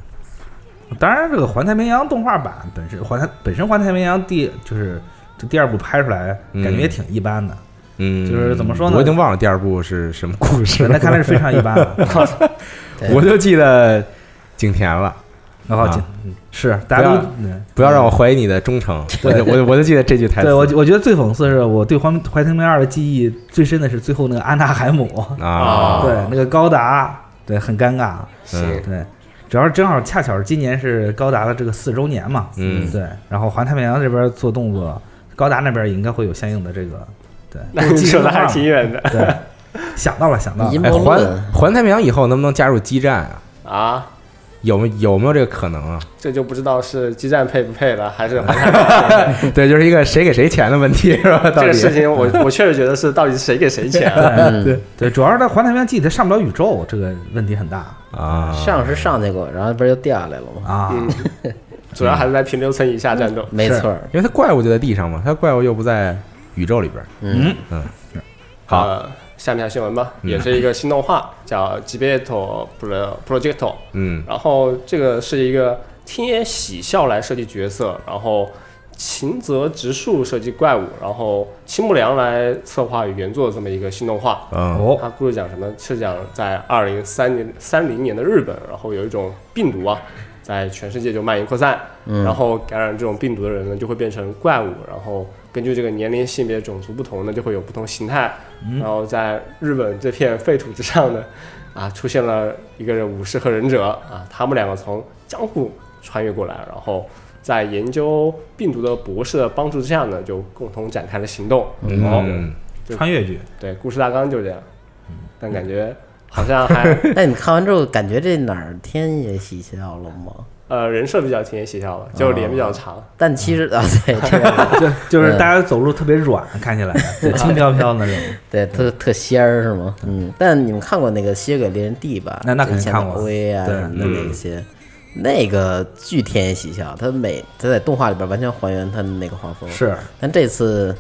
Speaker 5: 当然，这个《环太平洋》动画版本身，环太本身《环太平洋》第就是这第二部拍出来，
Speaker 3: 嗯
Speaker 5: 感觉也挺一般的。
Speaker 3: 嗯，
Speaker 5: 就是怎么说呢
Speaker 3: 我已经忘了第二部是什么故事
Speaker 5: 对
Speaker 3: 了
Speaker 5: 那。看来是非常一般啊了。
Speaker 2: 对
Speaker 3: 我就记得景甜了，
Speaker 5: 然后
Speaker 3: 啊
Speaker 5: 就嗯是大家
Speaker 3: 不
Speaker 5: 都
Speaker 3: 要
Speaker 5: 嗯
Speaker 3: 不要让我怀疑你的忠诚。我就我就我就记得这句台词。
Speaker 5: 对我我觉得最讽刺的是，我对《环环太平洋二》的记忆最深的是最后那个安娜海姆，
Speaker 3: 啊，
Speaker 5: 对那个高达，对很尴尬，
Speaker 3: 嗯
Speaker 4: 行，
Speaker 5: 对，主要是正好恰巧是今年是高达的这个四周年嘛，
Speaker 3: 嗯
Speaker 5: 对，然后环太平洋这边做动作，高达那边也应该会有相应的这个，对，
Speaker 4: 那你
Speaker 5: 记
Speaker 4: 说的
Speaker 5: 动画
Speaker 4: 还
Speaker 5: 嘛
Speaker 4: 挺远的
Speaker 5: 对，想到了想到
Speaker 2: 阴
Speaker 5: 了，
Speaker 3: 哎，
Speaker 2: 谋
Speaker 3: 环
Speaker 5: 啊
Speaker 2: 论，
Speaker 3: 环太平洋以后能不能加入基站啊？
Speaker 4: 啊。
Speaker 3: 有没有没有这个可能啊？
Speaker 4: 这就不知道是基站配不配了，还是环 太
Speaker 3: 对，就是一个谁给谁钱的问题，是 吧？到
Speaker 4: 这
Speaker 3: 底
Speaker 4: 个事情我，我确实觉得是到底是谁给谁钱 啊、
Speaker 2: 嗯，
Speaker 5: 对，主要是它环太平洋记忆它上不了宇宙，这个问题很大
Speaker 3: 啊，
Speaker 2: 上是上去过，然后不是又掉下来了吗？
Speaker 5: 啊，
Speaker 4: 嗯，主要还是在平流层以下战斗。
Speaker 2: 没错儿，
Speaker 3: 因为他怪物就在地上嘛，他怪物又不在宇宙里边。
Speaker 2: 嗯
Speaker 3: 嗯，好，
Speaker 4: 呃，下面条新闻吧，也是一个新动画，叫《g i b e t o Pro Projecto》，
Speaker 3: 嗯
Speaker 4: 然后这个是一个听野喜孝来设计角色，然后秦泽直树设计怪物，然后青木良来策划与原作这么一个新动画。
Speaker 3: 嗯
Speaker 5: 哦，
Speaker 4: 它故事讲什么？是讲在二零三年三零年的日本，然后有一种病毒啊，在全世界就蔓延扩散，然后感染这种病毒的人呢，就会变成怪物，然后根据这个年龄、性别、种族不同呢，就会有不同形态。然后在日本这片废土之上呢，啊，出现了一个人武士和忍者啊，他们两个从江户穿越过来，然后。在研究病毒的博士的帮助之下呢，就共同展开了行动。哦然后
Speaker 3: 嗯，
Speaker 5: 穿越剧，
Speaker 4: 对，故事大纲就这样，
Speaker 5: 嗯
Speaker 4: 但感觉好像还
Speaker 2: 那你们看完之后，感觉这哪儿天也喜笑了吗？
Speaker 4: 呃人设比较挺协调的，就脸
Speaker 5: 哦
Speaker 4: 比较长，
Speaker 2: 但其实
Speaker 5: 嗯
Speaker 2: 啊，对，这 个
Speaker 5: 就就是
Speaker 2: 嗯
Speaker 5: 大家走路特别软，看起来对轻飘飘那种。
Speaker 2: 对特特仙儿是吗？嗯，但你们看过那个《吸血鬼猎人 D》吧？
Speaker 5: 那那肯定
Speaker 2: 之前的
Speaker 5: 看过
Speaker 2: OVA 啊
Speaker 5: 对
Speaker 2: 什么的那些，那个巨天也喜笑，他每他在动画里边完全还原他的那个画风。
Speaker 5: 是，
Speaker 2: 但这次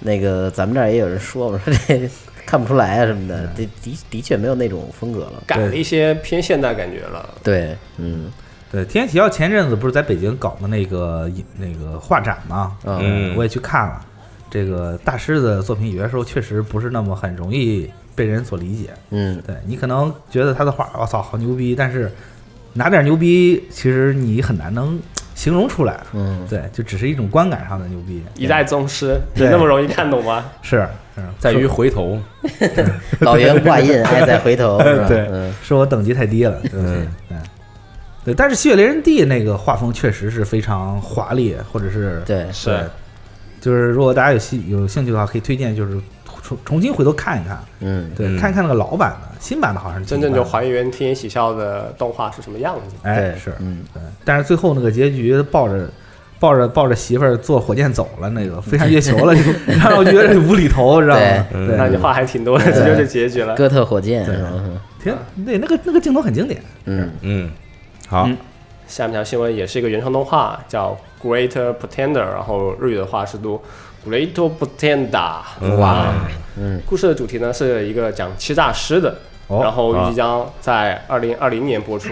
Speaker 2: 那个咱们这儿也有人说嘛，说这 看不出来啊什么的，的的的确没有那种风格了。
Speaker 4: 改了一些偏现代感觉了。
Speaker 2: 对，嗯
Speaker 5: 对，天体要前阵子不是在北京搞的那个影那个画展吗？
Speaker 2: 嗯
Speaker 5: 我也去看了。这个大师的作品，有些时候确实不是那么很容易被人所理解。
Speaker 2: 嗯，
Speaker 5: 对你可能觉得他的画，我操，好牛逼，但是拿点牛逼，其实你很难能形容出来。
Speaker 2: 嗯，
Speaker 5: 对，就只是一种观感上的牛逼。
Speaker 4: 一代宗师，你
Speaker 5: 对
Speaker 4: 那么容易看懂吗？
Speaker 5: 是，嗯，
Speaker 3: 在于回头。
Speaker 2: 老袁挂印，爱在回头，是吧？
Speaker 5: 对
Speaker 2: 嗯
Speaker 5: 是我等级太 低了。对
Speaker 3: 嗯
Speaker 5: 对对，但是《吸血猎人 D》那个画风确实是非常华丽，或者是
Speaker 2: 对，
Speaker 5: 对，就是如果大家有兴有兴趣的话，可以推荐就是重重新回头看一看，
Speaker 2: 嗯，
Speaker 5: 对，
Speaker 3: 嗯
Speaker 5: 看一看那个老版的，新版的好像是
Speaker 4: 真正就
Speaker 5: 还
Speaker 4: 还原天野喜孝的动画是什么样子？
Speaker 5: 哎
Speaker 2: 对
Speaker 5: 是，
Speaker 2: 嗯，
Speaker 5: 对，但是最后那个结局抱着。抱着抱着媳妇儿坐火箭走了，那个飞上月球 了，就让我觉得无厘头，知道吗？
Speaker 3: 对
Speaker 5: 对
Speaker 4: 那你话还挺多的，这就是结局了。
Speaker 2: 嗯哥特火箭，
Speaker 5: 对
Speaker 2: 是吧
Speaker 5: 挺那那个那个镜头很经典，
Speaker 2: 嗯，
Speaker 3: 嗯，好，
Speaker 4: 下面一条新闻也是一个原创动画，叫《Great Pretender》，然后日语的话是读 Great Pretender。啊
Speaker 3: 哇，
Speaker 4: 故事的主题呢是一个讲欺诈师的，
Speaker 5: 哦
Speaker 4: 然后预计将在二零二零年播出。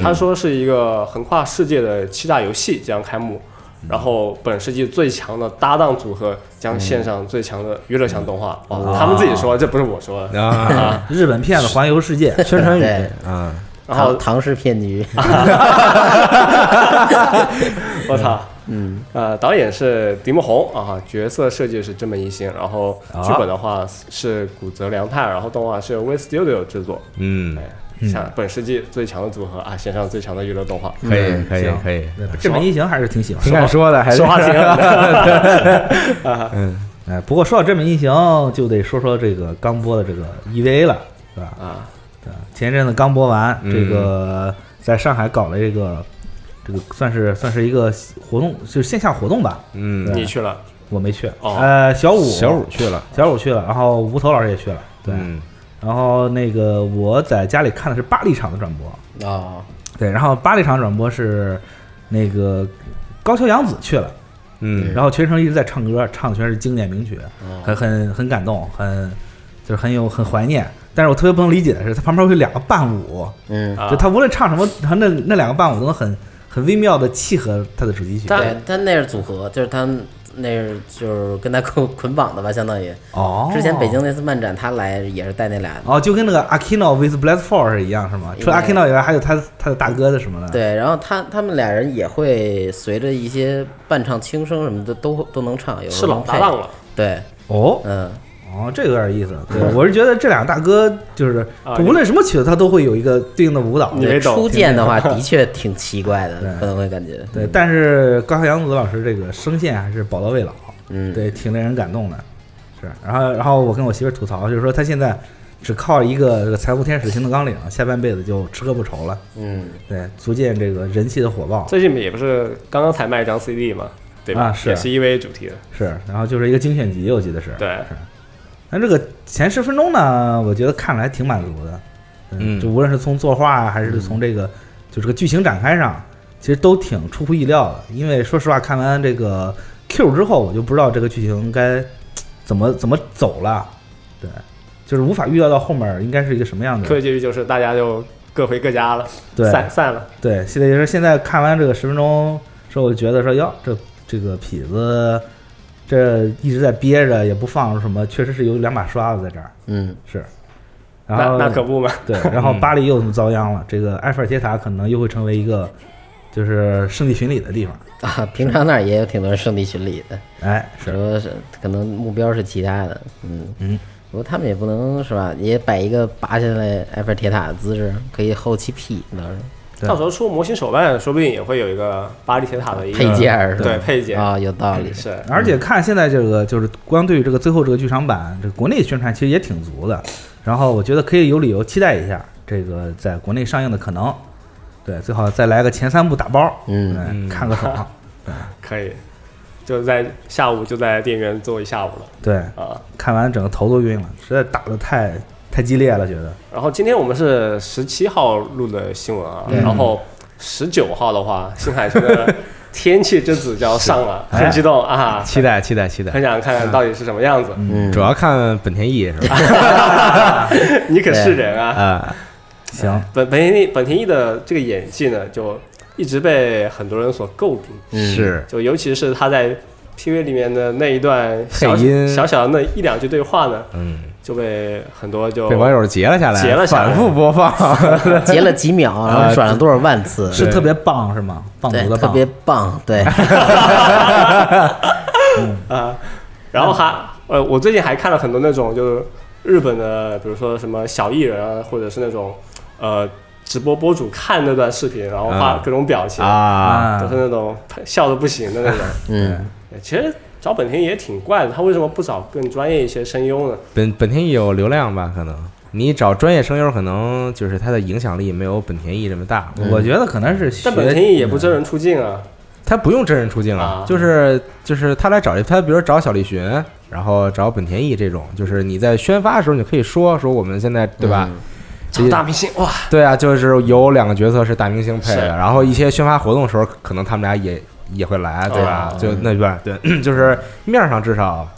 Speaker 4: 他说是一个横跨世界的欺诈游戏将开幕，然后本世纪最强的搭档组合将献上最强的娱乐向动画。哦，他们自己说，这不是我说的。
Speaker 3: 啊，
Speaker 5: 日本骗子环游世界，
Speaker 3: 宣传语
Speaker 2: 对
Speaker 3: 啊，
Speaker 4: 然后
Speaker 2: 唐唐氏骗局，
Speaker 4: 我操，嗯，呃，导演是狄梦红啊，角色设计是真本一星，然后
Speaker 5: 啊
Speaker 4: 剧本的话是古泽良太，然后动画是 We Studio 制作，
Speaker 3: 嗯，
Speaker 4: 哎，像本世纪最强的组合啊，线上最强的娱乐动画，
Speaker 3: 可以可以
Speaker 5: 嗯行
Speaker 3: 可以，
Speaker 5: 这本一行还是挺喜欢
Speaker 3: 挺
Speaker 5: 的。
Speaker 3: 敢说的，还是
Speaker 4: 说话挺狠的，
Speaker 5: 哎，不过说到这本一行，就得说说这个刚播的这个 EVA 了，是吧？
Speaker 4: 啊，
Speaker 5: 对吧前一阵子刚播完，
Speaker 3: 嗯
Speaker 5: 这个在上海搞了一个，这个算是算是一个活动，就是线下活动吧。
Speaker 3: 嗯，
Speaker 4: 你去了，
Speaker 5: 我没去，
Speaker 4: 哦
Speaker 5: 呃，小五，
Speaker 3: 小五去了，
Speaker 5: 小五去了，然后吴头老师也去了，对。
Speaker 3: 嗯
Speaker 5: 然后那个我在家里看的是巴黎场的转播，
Speaker 2: 哦，
Speaker 5: 对，然后巴黎场转播是那个高桥洋子去了，
Speaker 3: 嗯，
Speaker 5: 然后全程一直在唱歌，唱的全是经典名曲，
Speaker 2: 哦
Speaker 5: 很很很感动，很就是很有很怀念。但是我特别不能理解的是，他旁边会有两个伴舞，
Speaker 2: 嗯，
Speaker 4: 啊
Speaker 5: 就他无论唱什么，他那那两个伴舞都能很很微妙的契合他的主题曲。
Speaker 2: 对，他那是组合，就是他们那是就是跟他捆捆绑的吧，相当于。
Speaker 5: 哦，
Speaker 2: 之前北京那次漫展，他来也是带那俩，
Speaker 5: 哦，就跟那个 Akino with Blast Four 是一样是吗？除了
Speaker 2: 应该
Speaker 5: Akino 以外，还有他他的大哥的什么的。，
Speaker 2: 对，然后他他们俩人也会随着一些伴唱轻声什么的都都能唱，有时
Speaker 4: 是
Speaker 2: 候
Speaker 4: 老
Speaker 2: 能
Speaker 4: 搭
Speaker 2: 配
Speaker 4: 档了，
Speaker 2: 对，
Speaker 5: 哦
Speaker 2: 嗯，
Speaker 5: 哦，这有点 意思。对，我是觉得这两个大哥就是
Speaker 4: 啊
Speaker 5: 无论什么曲子，他都会有一个对应的舞蹈。
Speaker 4: 你没
Speaker 2: 对，
Speaker 4: 懂
Speaker 2: 初见的话的确挺奇怪的
Speaker 5: 对，
Speaker 2: 可能会感觉，
Speaker 5: 对，但是高桥洋子老师这个声线还是宝刀未老，
Speaker 2: 嗯，
Speaker 5: 对，挺令人感动的。是，然后然后我跟我媳妇儿吐槽，就是说他现在只靠一个这个财富天使行动纲领，下半辈子就吃喝不愁了。
Speaker 2: 嗯，
Speaker 5: 对，足见这个人气的火爆。
Speaker 4: 最近也不是刚刚才卖一张 CD 嘛，对吧？
Speaker 5: 啊是
Speaker 4: 也是 EVA 主题的，
Speaker 5: 是，然后就是一个精选集，我记得是。
Speaker 4: 对
Speaker 5: 是。但这个前十分钟呢，我觉得看了还挺满足的。
Speaker 3: 嗯
Speaker 5: 就无论是从作画啊还是从这
Speaker 4: 嗯
Speaker 5: 个，就这个剧情展开上，其实都挺出乎意料的。因为说实话，看完这个 Q 之后，我就不知道这个剧情该怎么怎么走了。对，就是无法预料到后面应该是一个什么样
Speaker 4: 科
Speaker 5: 的。
Speaker 4: 学结局就是大家就各回各家了，
Speaker 5: 对
Speaker 4: 散散了，
Speaker 5: 对，现在就是现在看完这个十分钟之后，我就觉得说，哟，这这个痞子这一直在憋着也不放什么，确实是有两把刷子在这儿。
Speaker 2: 嗯，
Speaker 5: 是，然
Speaker 4: 那
Speaker 5: 后
Speaker 4: 那可不嘛，
Speaker 5: 对，然后
Speaker 3: 嗯
Speaker 5: 巴黎又遭殃了，这个埃菲尔铁塔可能又会成为一个就是圣地巡礼的地方。
Speaker 2: 啊，平常那儿也有挺多人圣地巡礼的，
Speaker 5: 哎，
Speaker 2: 只
Speaker 5: 是
Speaker 2: 不过是可能目标是其他的，嗯
Speaker 5: 嗯，
Speaker 2: 不过他们也不能是吧，也摆一个拔下来埃菲尔铁塔的姿势，可以后期 P 到时候
Speaker 5: 对
Speaker 4: 到时候出模型手办，说不定也会有一个巴黎铁塔的一个
Speaker 2: 配件儿是吧？
Speaker 4: 对配件
Speaker 2: 啊，有道理，
Speaker 4: 是
Speaker 5: 而且看现在这个，就是光对于这个最后这个剧场版，这个国内宣传其实也挺足的。然后我觉得可以有理由期待一下这个在国内上映的可能。对，最好再来个前三部打包，
Speaker 2: 嗯
Speaker 5: 哎
Speaker 3: 嗯
Speaker 5: 看个爽。
Speaker 4: 可以，就在下午就在电影院坐一下午
Speaker 5: 对，
Speaker 4: 了啊。
Speaker 5: 看完整个头都晕了，实在打的太太激烈了，觉得。
Speaker 4: 然后今天我们是十七号录的新闻啊，然后十九号的话，新海诚的《天气之子》就要上 了，
Speaker 5: 是
Speaker 4: 很激动
Speaker 2: 哎
Speaker 4: 啊，
Speaker 3: 期待期待期
Speaker 4: 很
Speaker 3: 待，
Speaker 4: 想看看到底是什么样子。
Speaker 2: 嗯
Speaker 3: 主，要看本田翼是吧？
Speaker 4: 你可是人啊！
Speaker 3: 啊，
Speaker 5: 行，
Speaker 4: 本本田翼本田翼的这个演技呢，就一直被很多人所诟病，
Speaker 3: 是，
Speaker 4: 就尤其是他在 PV 里面的那一段小
Speaker 3: 配音
Speaker 4: 小小的那一两句对话呢，
Speaker 3: 嗯，
Speaker 4: 就被很多就
Speaker 3: 被网友截了下来，
Speaker 4: 截了下来
Speaker 3: 反复播放，啊
Speaker 2: 截了几 秒，然
Speaker 5: 啊
Speaker 2: 后转了多少万次，
Speaker 5: 是特别棒是吗？棒
Speaker 2: 对
Speaker 5: 读的，
Speaker 2: 特
Speaker 5: 棒，
Speaker 2: 别棒， 对，
Speaker 4: 然后还呃，我最近还看了很多那种就是日本的，比如说什么小艺人啊，或者是那种呃直播博主看那段视频，然后发
Speaker 3: 嗯
Speaker 4: 各种表情，
Speaker 3: 啊，
Speaker 4: 都是那种笑的不行 的那种。
Speaker 2: 嗯，
Speaker 4: 对其实找本田也挺怪的，他为什么不找更专业一些声优呢？
Speaker 3: 本本田翼有流量吧？可能你找专业声优，可能就是它的影响力没有本田翼这么大。
Speaker 5: 我
Speaker 2: 嗯
Speaker 5: 觉得可能是学
Speaker 4: 但本田
Speaker 3: 嗯
Speaker 4: 也不真人出镜啊，
Speaker 3: 他不用真人出镜啊
Speaker 4: 啊，
Speaker 3: 就是就是他来找他，比如找小栗旬，
Speaker 4: 嗯
Speaker 3: 然后找本田翼这种，就是你在宣发的时候，你可以说说我们现在对吧？
Speaker 4: 找大明星哇，
Speaker 3: 对啊，就是有两个角色是大明星配的，
Speaker 4: 是
Speaker 3: 然后一些宣发活动的时候，可能他们俩也也会来，啊对吧？
Speaker 4: 哦
Speaker 3: 就那边对， 就是面上至少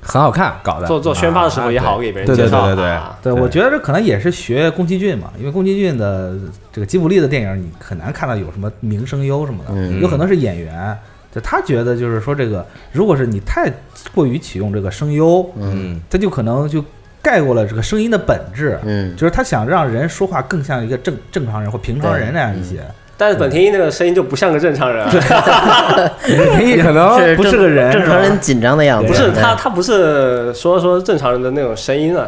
Speaker 3: 很好看，搞的啊
Speaker 4: 做做宣发的时候也好给别人
Speaker 3: 对
Speaker 4: 介
Speaker 3: 对对
Speaker 4: 绍
Speaker 3: 对对
Speaker 4: 啊，
Speaker 5: 对，我觉得这可能也是学宫崎骏嘛，因为宫崎骏的这个吉卜力的电影，你很难看到有什么名声优什么的，
Speaker 2: 嗯
Speaker 5: 有可能是演员，就他觉得就是说这个，如果是你太过于启用这个声优，
Speaker 3: 嗯
Speaker 5: 他就可能就盖过了这个声音的本质，
Speaker 2: 嗯，
Speaker 5: 就是他想让人说话更像一个正正常人或平常人那样一些，
Speaker 4: 但是本田一那个声音就不像个正常人啊，
Speaker 3: 你可能
Speaker 2: 是
Speaker 5: 不是
Speaker 2: 正
Speaker 5: 个人
Speaker 2: 正
Speaker 5: 是吧
Speaker 2: 常人紧张的样子，
Speaker 4: 不是
Speaker 2: 对
Speaker 4: 他，他不是说说正常人的那种声音啊，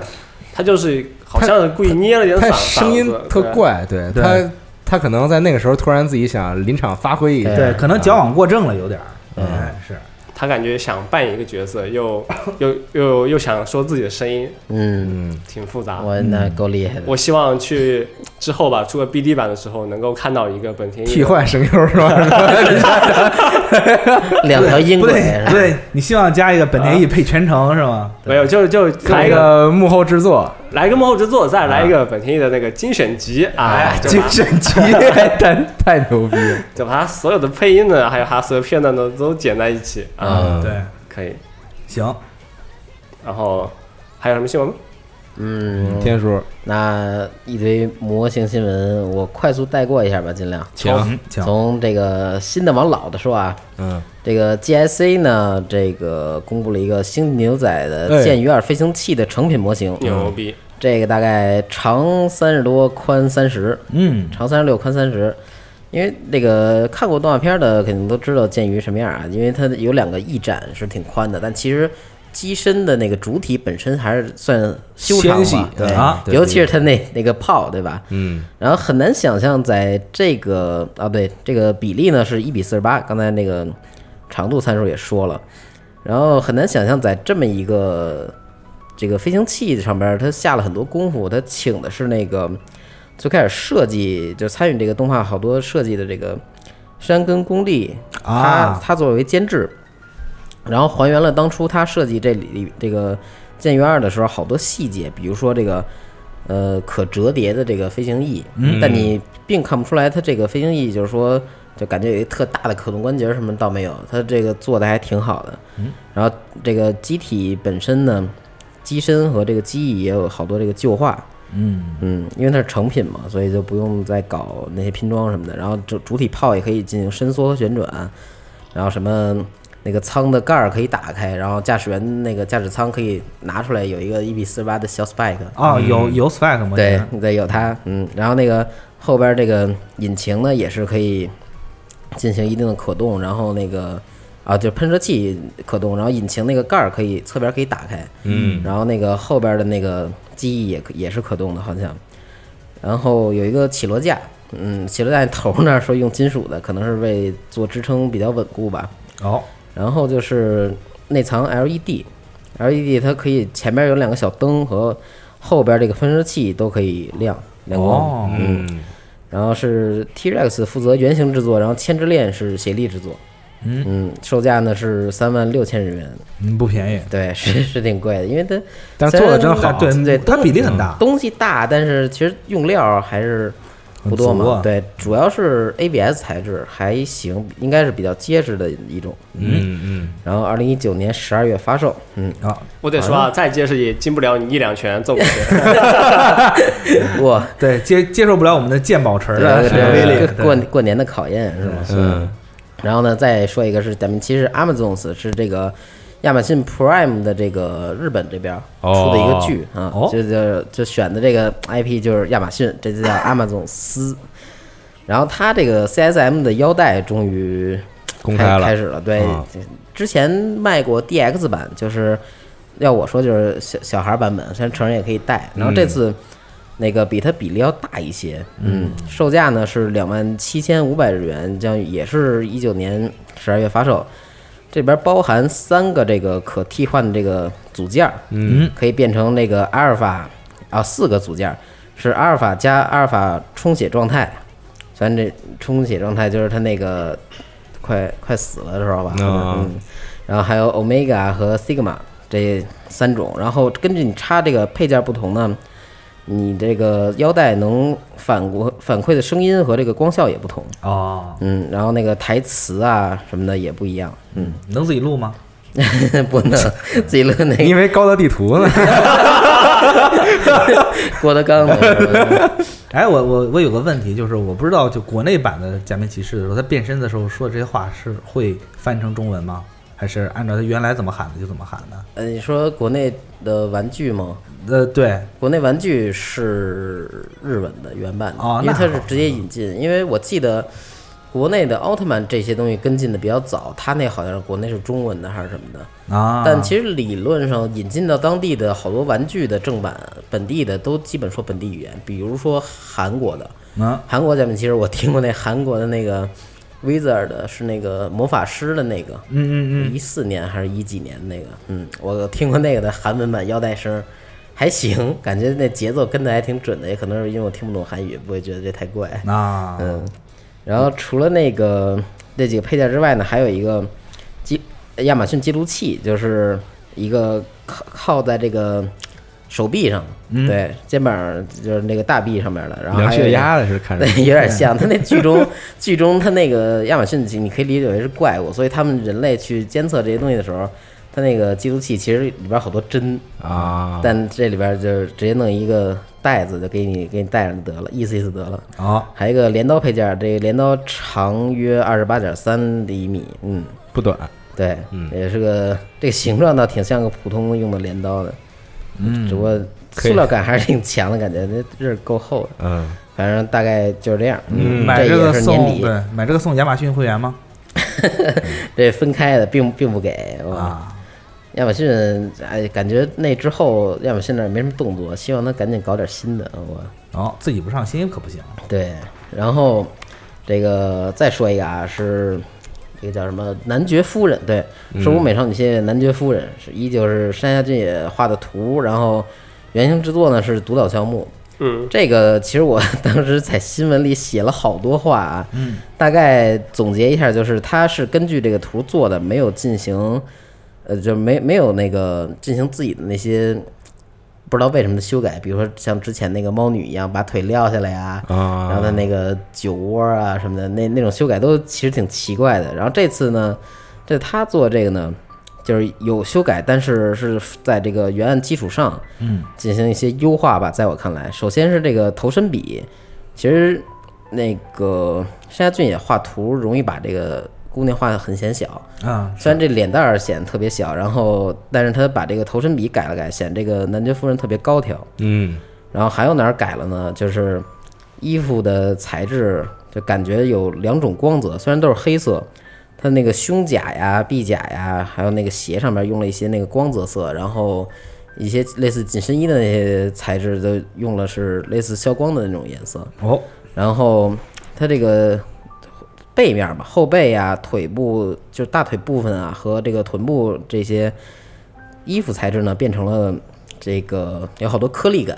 Speaker 4: 他就是好像是故意捏了点嗓
Speaker 3: 他
Speaker 4: 嗓
Speaker 3: 声音
Speaker 4: 子
Speaker 3: 特
Speaker 4: 对
Speaker 3: 怪，对
Speaker 5: 对
Speaker 3: 他他可能在那个时候突然自己想临场发挥一下，
Speaker 5: 对，可能矫枉过正了有点儿，
Speaker 3: 嗯
Speaker 5: 哎是，
Speaker 4: 他感觉想扮演一个角色，又又又又想说自己的声音，
Speaker 2: 嗯，
Speaker 3: 嗯，
Speaker 4: 挺复杂。
Speaker 2: 我那够厉害的，
Speaker 4: 我希望去之后吧，出个 BD 版的时候，能够看到一个本田翼
Speaker 3: 替换声优是吧？
Speaker 2: 两条音
Speaker 5: 不
Speaker 2: 轨，
Speaker 5: 对，不对，你希望加一个本田翼配全程是吗？
Speaker 4: 没有，就就来
Speaker 3: 来
Speaker 4: 一
Speaker 3: 一
Speaker 4: 个
Speaker 3: 个啊幕后制作，
Speaker 4: 来一个幕后制作，再来一个本田翼的那个精选集啊，就
Speaker 3: 精
Speaker 4: 把
Speaker 3: 神级，太太牛逼了，
Speaker 4: 就把它所有的配音呢，还有它所有片段呢都剪在一起啊，
Speaker 3: 嗯
Speaker 5: 对，
Speaker 4: 可以。
Speaker 5: 行，
Speaker 4: 然后还有什么新闻吗？
Speaker 2: 嗯，
Speaker 3: 天叔，
Speaker 2: 那一堆魔性新闻，我快速带过一下吧，尽量。
Speaker 5: 行行，
Speaker 2: 从这个新的往老的说啊，
Speaker 3: 嗯，
Speaker 2: 这个 GIC 呢，这个公布了一个《星际牛仔》的
Speaker 3: 哎
Speaker 2: 剑鱼二飞行器的成品模型，
Speaker 3: 嗯
Speaker 4: 牛逼！
Speaker 2: 这个大概长三十多，宽三十，
Speaker 5: 嗯，
Speaker 2: 长三十六，宽三十。因为那个看过动画片的肯定都知道剑鱼什么样啊，因为它有两个翼展是挺宽的，但其实机身的那个主体本身还是算修长
Speaker 3: 纤细
Speaker 2: 嘛，对，
Speaker 5: 啊
Speaker 3: 对
Speaker 2: 尤其是它那那个炮，对吧？
Speaker 3: 嗯，
Speaker 2: 然后很难想象在这个啊，对，这个比例呢是一比四十八，刚才那个长度参数也说了，然后很难想象在这么一个这个飞行器上边儿，他下了很多功夫，他请的是那个最开始设计就参与这个动画好多设计的这个山根功利，
Speaker 5: 啊
Speaker 2: 他他作为监制，然后还原了当初他设计这里这个《剑鱼二》的时候好多细节，比如说这个呃可折叠的这个飞行翼，但你并看不出来它这个飞行翼就是说就感觉有一特大的可动关节什么倒没有，它这个做的还挺好的。然后这个机体本身呢，机身和这个机翼也有好多这个旧化。
Speaker 5: 嗯，
Speaker 2: 嗯，因为它是成品嘛，所以就不用再搞那些拼装什么的。然后主主体炮也可以进行伸缩和旋转，然后什么那个舱的盖儿可以打开，然后驾驶员那个驾驶舱可以拿出来，有一个一比四十八的小 spike，
Speaker 5: 哦，有有 spec 模
Speaker 2: 对
Speaker 5: 型，
Speaker 2: 你得有它，嗯，然后那个后边这个引擎呢也是可以进行一定的可动，然后那个啊就喷射器可动，然后引擎那个盖儿可以侧边可以打开，
Speaker 3: 嗯，
Speaker 2: 然后那个后边的那个机翼也可也是可动的，好像，然后有一个起落架，嗯，起落架头那儿说用金属的，可能是为做支撑比较稳固吧，
Speaker 5: 哦，
Speaker 2: 然后就是内藏 E LED，LED E 它可以前面有两个小灯和后边这个喷射器都可以亮亮光。
Speaker 5: 哦
Speaker 3: 嗯，
Speaker 2: 然后是 T-Rex 负责原型制作，然后牵制链是协力制作。
Speaker 5: 嗯
Speaker 2: 售价呢是三万六千日元，
Speaker 5: 嗯，不便宜，
Speaker 2: 对，是是挺贵的，因为它
Speaker 3: 但是做
Speaker 2: 虽
Speaker 3: 的
Speaker 2: 然
Speaker 3: 真好
Speaker 5: 啊对
Speaker 2: 对，
Speaker 5: 它比例很大，
Speaker 2: 东西大，但是其实用料还是不多
Speaker 5: 很足
Speaker 2: 嘛。
Speaker 5: 啊
Speaker 2: 对，主要是 ABS 材质还行，应该是比较结实的一种。
Speaker 3: 嗯嗯，
Speaker 2: 然后二零一九年十二月发售，嗯，
Speaker 5: 啊，
Speaker 4: 我得说啊，再结实也经不了你一两拳揍过去。
Speaker 2: 哇，
Speaker 5: 对，接接受不了我们的鉴宝池
Speaker 2: 对
Speaker 5: 的
Speaker 2: 对
Speaker 5: 威
Speaker 2: 对
Speaker 5: 力，
Speaker 2: 过过过年的考验是吗？
Speaker 3: 嗯，
Speaker 2: 然后呢，再说一个是咱们其实 Amazon 是这个亚马逊 Prime 的这个日本这边出的一个剧、
Speaker 5: 哦
Speaker 2: 啊，就就就选的这个 IP 就是亚马逊，这就叫 Amazon 丝。然后它这个 CSM 的腰带终于
Speaker 3: 公开了
Speaker 2: 开始了，对
Speaker 3: 啊，
Speaker 2: 之前卖过 DX 版，就是要我说就是小小孩版本，虽然成人也可以带。然后这次那个比它比例要大一些，嗯，售价呢是两万七千五百日元，将也是一九年十二月发售。这边包含三个这个可替换的这个组件，嗯，可以变成那个阿尔法啊，四个组件儿是阿尔法加阿尔法充血状态，咱这充血状态就是它那个快快死了的时候吧，
Speaker 3: 啊
Speaker 2: 嗯，然后还有 omega 和 sigma 这三种，然后根据你插这个配件不同呢，你这个腰带能反过反馈的声音和这个光效也不同，
Speaker 5: 哦，
Speaker 2: 嗯，然后那个台词啊什么的也不一样，嗯，
Speaker 5: 能自己录吗？
Speaker 2: 不能自己乐那个
Speaker 3: 嗯因为高德地图呢，
Speaker 2: 郭德纲 的时候，
Speaker 5: 哎，我我我有个问题，就是我不知道，就国内版的《假面骑士》的时候，他变身的时候说这些话是会翻译成中文吗？还是按照他原来怎么喊的就怎么喊的？
Speaker 2: 呃，你说国内的玩具吗？
Speaker 5: 呃，对，
Speaker 2: 国内玩具是日本的原版的，
Speaker 5: 哦
Speaker 2: 因为
Speaker 5: 那
Speaker 2: 它
Speaker 5: 好
Speaker 2: 是直接引进。因为我记得国内的奥特曼这些东西跟进的比较早，它那好像国内是中文的还是什么的。
Speaker 5: 啊，
Speaker 2: 但其实理论上引进到当地的好多玩具的正版，本地的都基本说本地语言，比如说韩国的，
Speaker 5: 嗯，
Speaker 2: 韩国假面骑士我听过那韩国的那个 Wizard 的是那个魔法师的那个，
Speaker 5: 嗯嗯
Speaker 2: 一四年还是一几年那个，嗯，我听过那个的韩文版腰带声，还行，感觉那节奏跟的还挺准的，也可能是因为我听不懂韩语，不会觉得这太怪。
Speaker 5: 嗯，啊，
Speaker 2: 嗯，然后除了那个那几个配件之外呢，还有一个记亚马逊记录器，就是一个靠靠在这个手臂上，对，肩膀就是那个大臂上面的，然后
Speaker 3: 嗯量
Speaker 2: 还有
Speaker 3: 血
Speaker 2: 一个
Speaker 3: 压的是看着嗯
Speaker 2: 对，，有点像他那剧中 剧中他那个亚马逊，你可以理解为是怪物，所以他们人类去监测这些东西的时候，他那个记录器其实里边好多针，
Speaker 3: 啊，
Speaker 2: 但这里边就是直接弄一个袋子就给你给你带上就得了，意思意思得了。
Speaker 5: 哦，
Speaker 2: 还有一个镰刀配件儿，这个镰刀长约二十八点三厘米，嗯，
Speaker 3: 不短，
Speaker 2: 对，也是个这个形状倒挺像个普通用的镰刀的，嗯，只不过
Speaker 3: 可以
Speaker 2: 塑料感还是挺强的感觉，那刃儿够厚的。
Speaker 3: 嗯，
Speaker 2: 反正大概就是这样。嗯
Speaker 5: 买
Speaker 2: 这
Speaker 5: 这
Speaker 2: 也
Speaker 5: 个
Speaker 2: 是年
Speaker 5: 送
Speaker 2: 底，
Speaker 5: 对，买这个送亚马逊会员吗？
Speaker 2: 这分开的，并并不给。哇，
Speaker 5: 啊，
Speaker 2: 亚马逊，哎，感觉那之后亚马逊那儿没什么动作，希望他赶紧搞点新的。我，
Speaker 5: 哦，自己不上心可不行。啊
Speaker 2: 对，然后这个再说一个啊，是这个叫什么男爵夫人，对，是我美少女系列男爵夫人，是依旧是山下俊也画的图，然后原型制作呢是独岛孝木，
Speaker 4: 嗯，
Speaker 2: 这个其实我当时在新闻里写了好多话啊，嗯，大概总结一下，就是它是根据这个图做的，没有进行，呃，就没没有那个进行自己的那些不知道为什么的修改，比如说像之前那个猫女一样把腿撂下来呀、
Speaker 3: 啊
Speaker 2: 然后它那个酒窝啊什么的，那那种修改都其实挺奇怪的。然后这次呢，这他做这个呢，就是有修改，但是是在这个原案基础上，嗯，进行一些优化吧。在我看来，首先是这个头身比，其实那个山下俊也画图容易把这个姑娘画的很显小，
Speaker 5: 啊，
Speaker 2: 虽然这脸蛋儿显得特别小，然后但是他把这个头身比改了改，显这个男爵夫人特别高挑。
Speaker 3: 嗯，
Speaker 2: 然后还有哪儿改了呢？就是衣服的材质，就感觉有两种光泽，虽然都是黑色，它那个胸甲呀、臂甲呀，还有那个鞋上面用了一些那个光泽色，然后一些类似紧身衣的那些材质都用了是类似消光的那种颜色。
Speaker 5: 哦，
Speaker 2: 然后它这个背面吧，后背啊、腿部就是大腿部分啊和这个臀部这些衣服材质呢，变成了这个有好多颗粒感。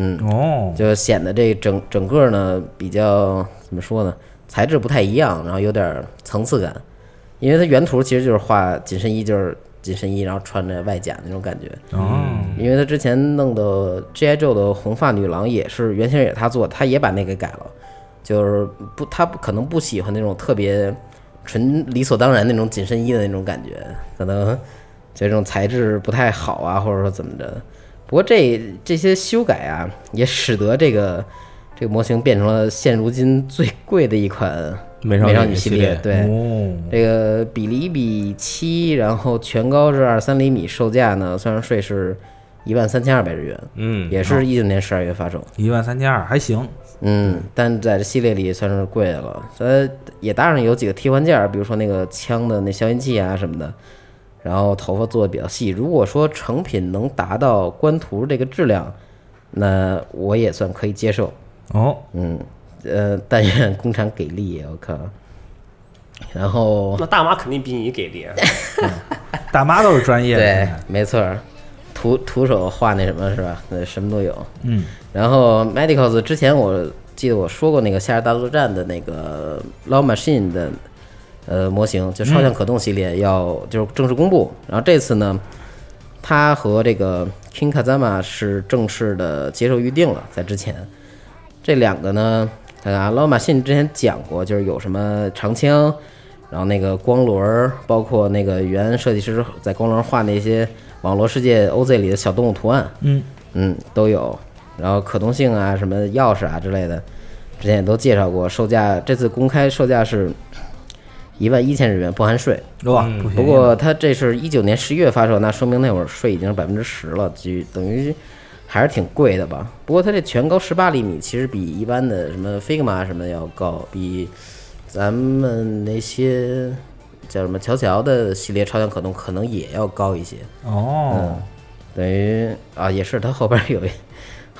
Speaker 4: 嗯
Speaker 5: 哦，
Speaker 2: 就显得这整整个呢比较怎么说呢，材质不太一样，然后有点儿层次感。因为它原图其实就是画紧身衣，就是紧身衣，然后穿着外甲那种感觉。
Speaker 5: 哦，
Speaker 4: 嗯
Speaker 3: 嗯
Speaker 2: 因为他之前弄的 G.I. Joe 的红发女郎也是原型也是他做的，他也把那个改了，就是不他不可能不喜欢那种特别纯理所当然那种紧身衣的那种感觉，可能就这种材质不太好啊，或者说怎么着。不过这这些修改啊，也使得这个这个模型变成了现如今最贵的一款
Speaker 3: 美
Speaker 2: 美
Speaker 3: 少女
Speaker 2: 少女系
Speaker 3: 系列
Speaker 2: 对，
Speaker 5: 哦，
Speaker 2: 这个比例一比七，然后全高是二三厘米，售价呢算上税是一万三千二百日元，
Speaker 3: 嗯，
Speaker 2: 也是一九年十二月发售，
Speaker 5: 一万三千二还行。
Speaker 2: 嗯，但在这系列里算是贵的了，呃，也搭上有几个替换件儿，比如说那个枪的那消音器啊什么的，然后头发做的比较细。如果说成品能达到官图这个质量，那我也算可以接受，
Speaker 5: 哦，
Speaker 2: 嗯，呃，但愿工厂给力，我靠。然后
Speaker 4: 那大妈肯定比你给力啊，
Speaker 5: 大妈都是专业的。
Speaker 2: 对，没错儿，徒徒手画那什么是吧？那什么都有。
Speaker 5: 嗯，
Speaker 2: 然后 Medicals 之前我记得我说过那个《夏日大作战》的那个 Law Machine 的呃模型，
Speaker 5: 嗯
Speaker 2: 就超强可动系列要、就是正式公布。然后这次呢，它和这个 King Kazama 是正式的接受预定了，在之前这两个呢，看看啊，老马信之前讲过，就是有什么长枪，然后那个光轮儿，包括那个原设计师在光轮儿画那些网络世界 OZ 里的小动物图案，
Speaker 5: 嗯
Speaker 2: 嗯，都有。然后可动性啊，什么钥匙啊之类的，之前也都介绍过。售价这次公开售价是一万一千日元，不含税。
Speaker 5: 哇，
Speaker 3: 嗯
Speaker 5: 不便宜
Speaker 2: 不过它这是一九年十一月发售，那说明那会儿税已经是百分之十了，就等于还是挺贵的吧。不过它这全高十八厘米，其实比一般的什么 Figma 什么的要高，比咱们那些叫什么乔乔的系列超强可动可能也要高一些。
Speaker 4: 嗯
Speaker 5: 哦，
Speaker 2: 等于啊，也是它后边有一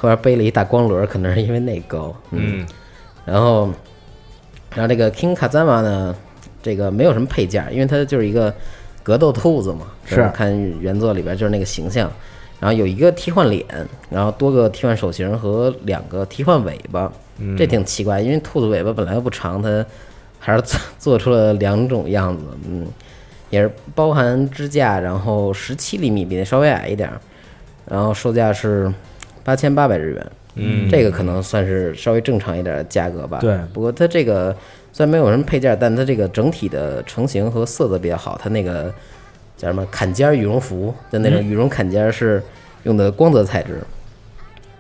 Speaker 2: 后边背了一大光轮，可能是因为那高。
Speaker 3: 嗯
Speaker 2: 然后，然后这个 King Kazama 呢，这个没有什么配件儿，因为它就是一个格斗兔子嘛。
Speaker 5: 是
Speaker 2: 就是看原作里边就是那个形象，然后有一个替换脸，然后多个替换手型和两个替换尾巴，这挺奇怪，因为兔子尾巴本来又不长，它还是做做出了两种样子，嗯，也是包含支架，然后十七厘米，比那稍微矮一点儿，然后售价是八千八百日元。
Speaker 3: 嗯
Speaker 2: 这个可能算是稍微正常一点的价格吧。
Speaker 5: 对
Speaker 2: 不过它这个虽然没有什么配件，但它这个整体的成型和色泽比较好。它那个叫什么坎肩儿羽绒服的那种羽绒坎肩儿是用的光泽材质，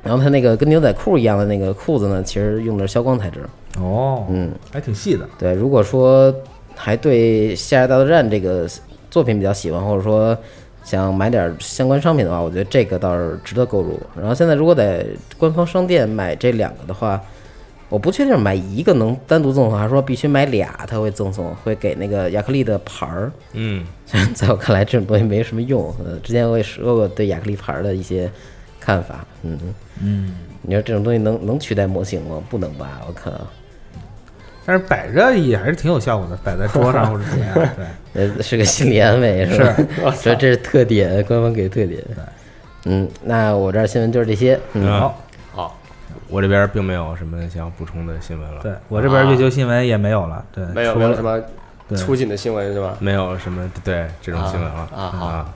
Speaker 2: 然后它那个跟牛仔裤一样的那个裤子呢，其实用的是消光材质。
Speaker 5: 哦，
Speaker 2: 嗯，
Speaker 5: 还挺细的，
Speaker 2: 对，如果说还对《夏日大作战》这个作品比较喜欢，或者说想买点相关商品的话，我觉得这个倒是值得购入。然后现在如果在官方商店买这两个的话，我不确定买一个能单独赠送，还是说必须买俩，它会赠送，会给那个亚克力的牌儿。
Speaker 3: 嗯
Speaker 2: 虽然在我看来这种东西没什么用，呃，之前我也说过对亚克力牌儿的一些看法，嗯
Speaker 5: 嗯，
Speaker 2: 你说这种东西能能取代模型吗？不能吧，我靠。
Speaker 5: 但是摆着也还是挺有效果的，摆在桌上或 者怎么样，对，
Speaker 2: 呃，是个心理安慰，是吧？ 所以这是特点，官方给特点。嗯，那我这儿新闻就是这些。嗯，
Speaker 3: 啊，
Speaker 5: 好，
Speaker 4: 好，
Speaker 3: 我这边并没有什么想补充的新闻了，
Speaker 5: 对我这边月球新闻也没有了，对，
Speaker 4: 没有
Speaker 5: 除
Speaker 4: 没有
Speaker 5: 了
Speaker 4: 什么
Speaker 5: 对
Speaker 4: 出警的新闻是吧？
Speaker 3: 没有什么对这种新闻了
Speaker 4: 啊啊好
Speaker 3: 啊，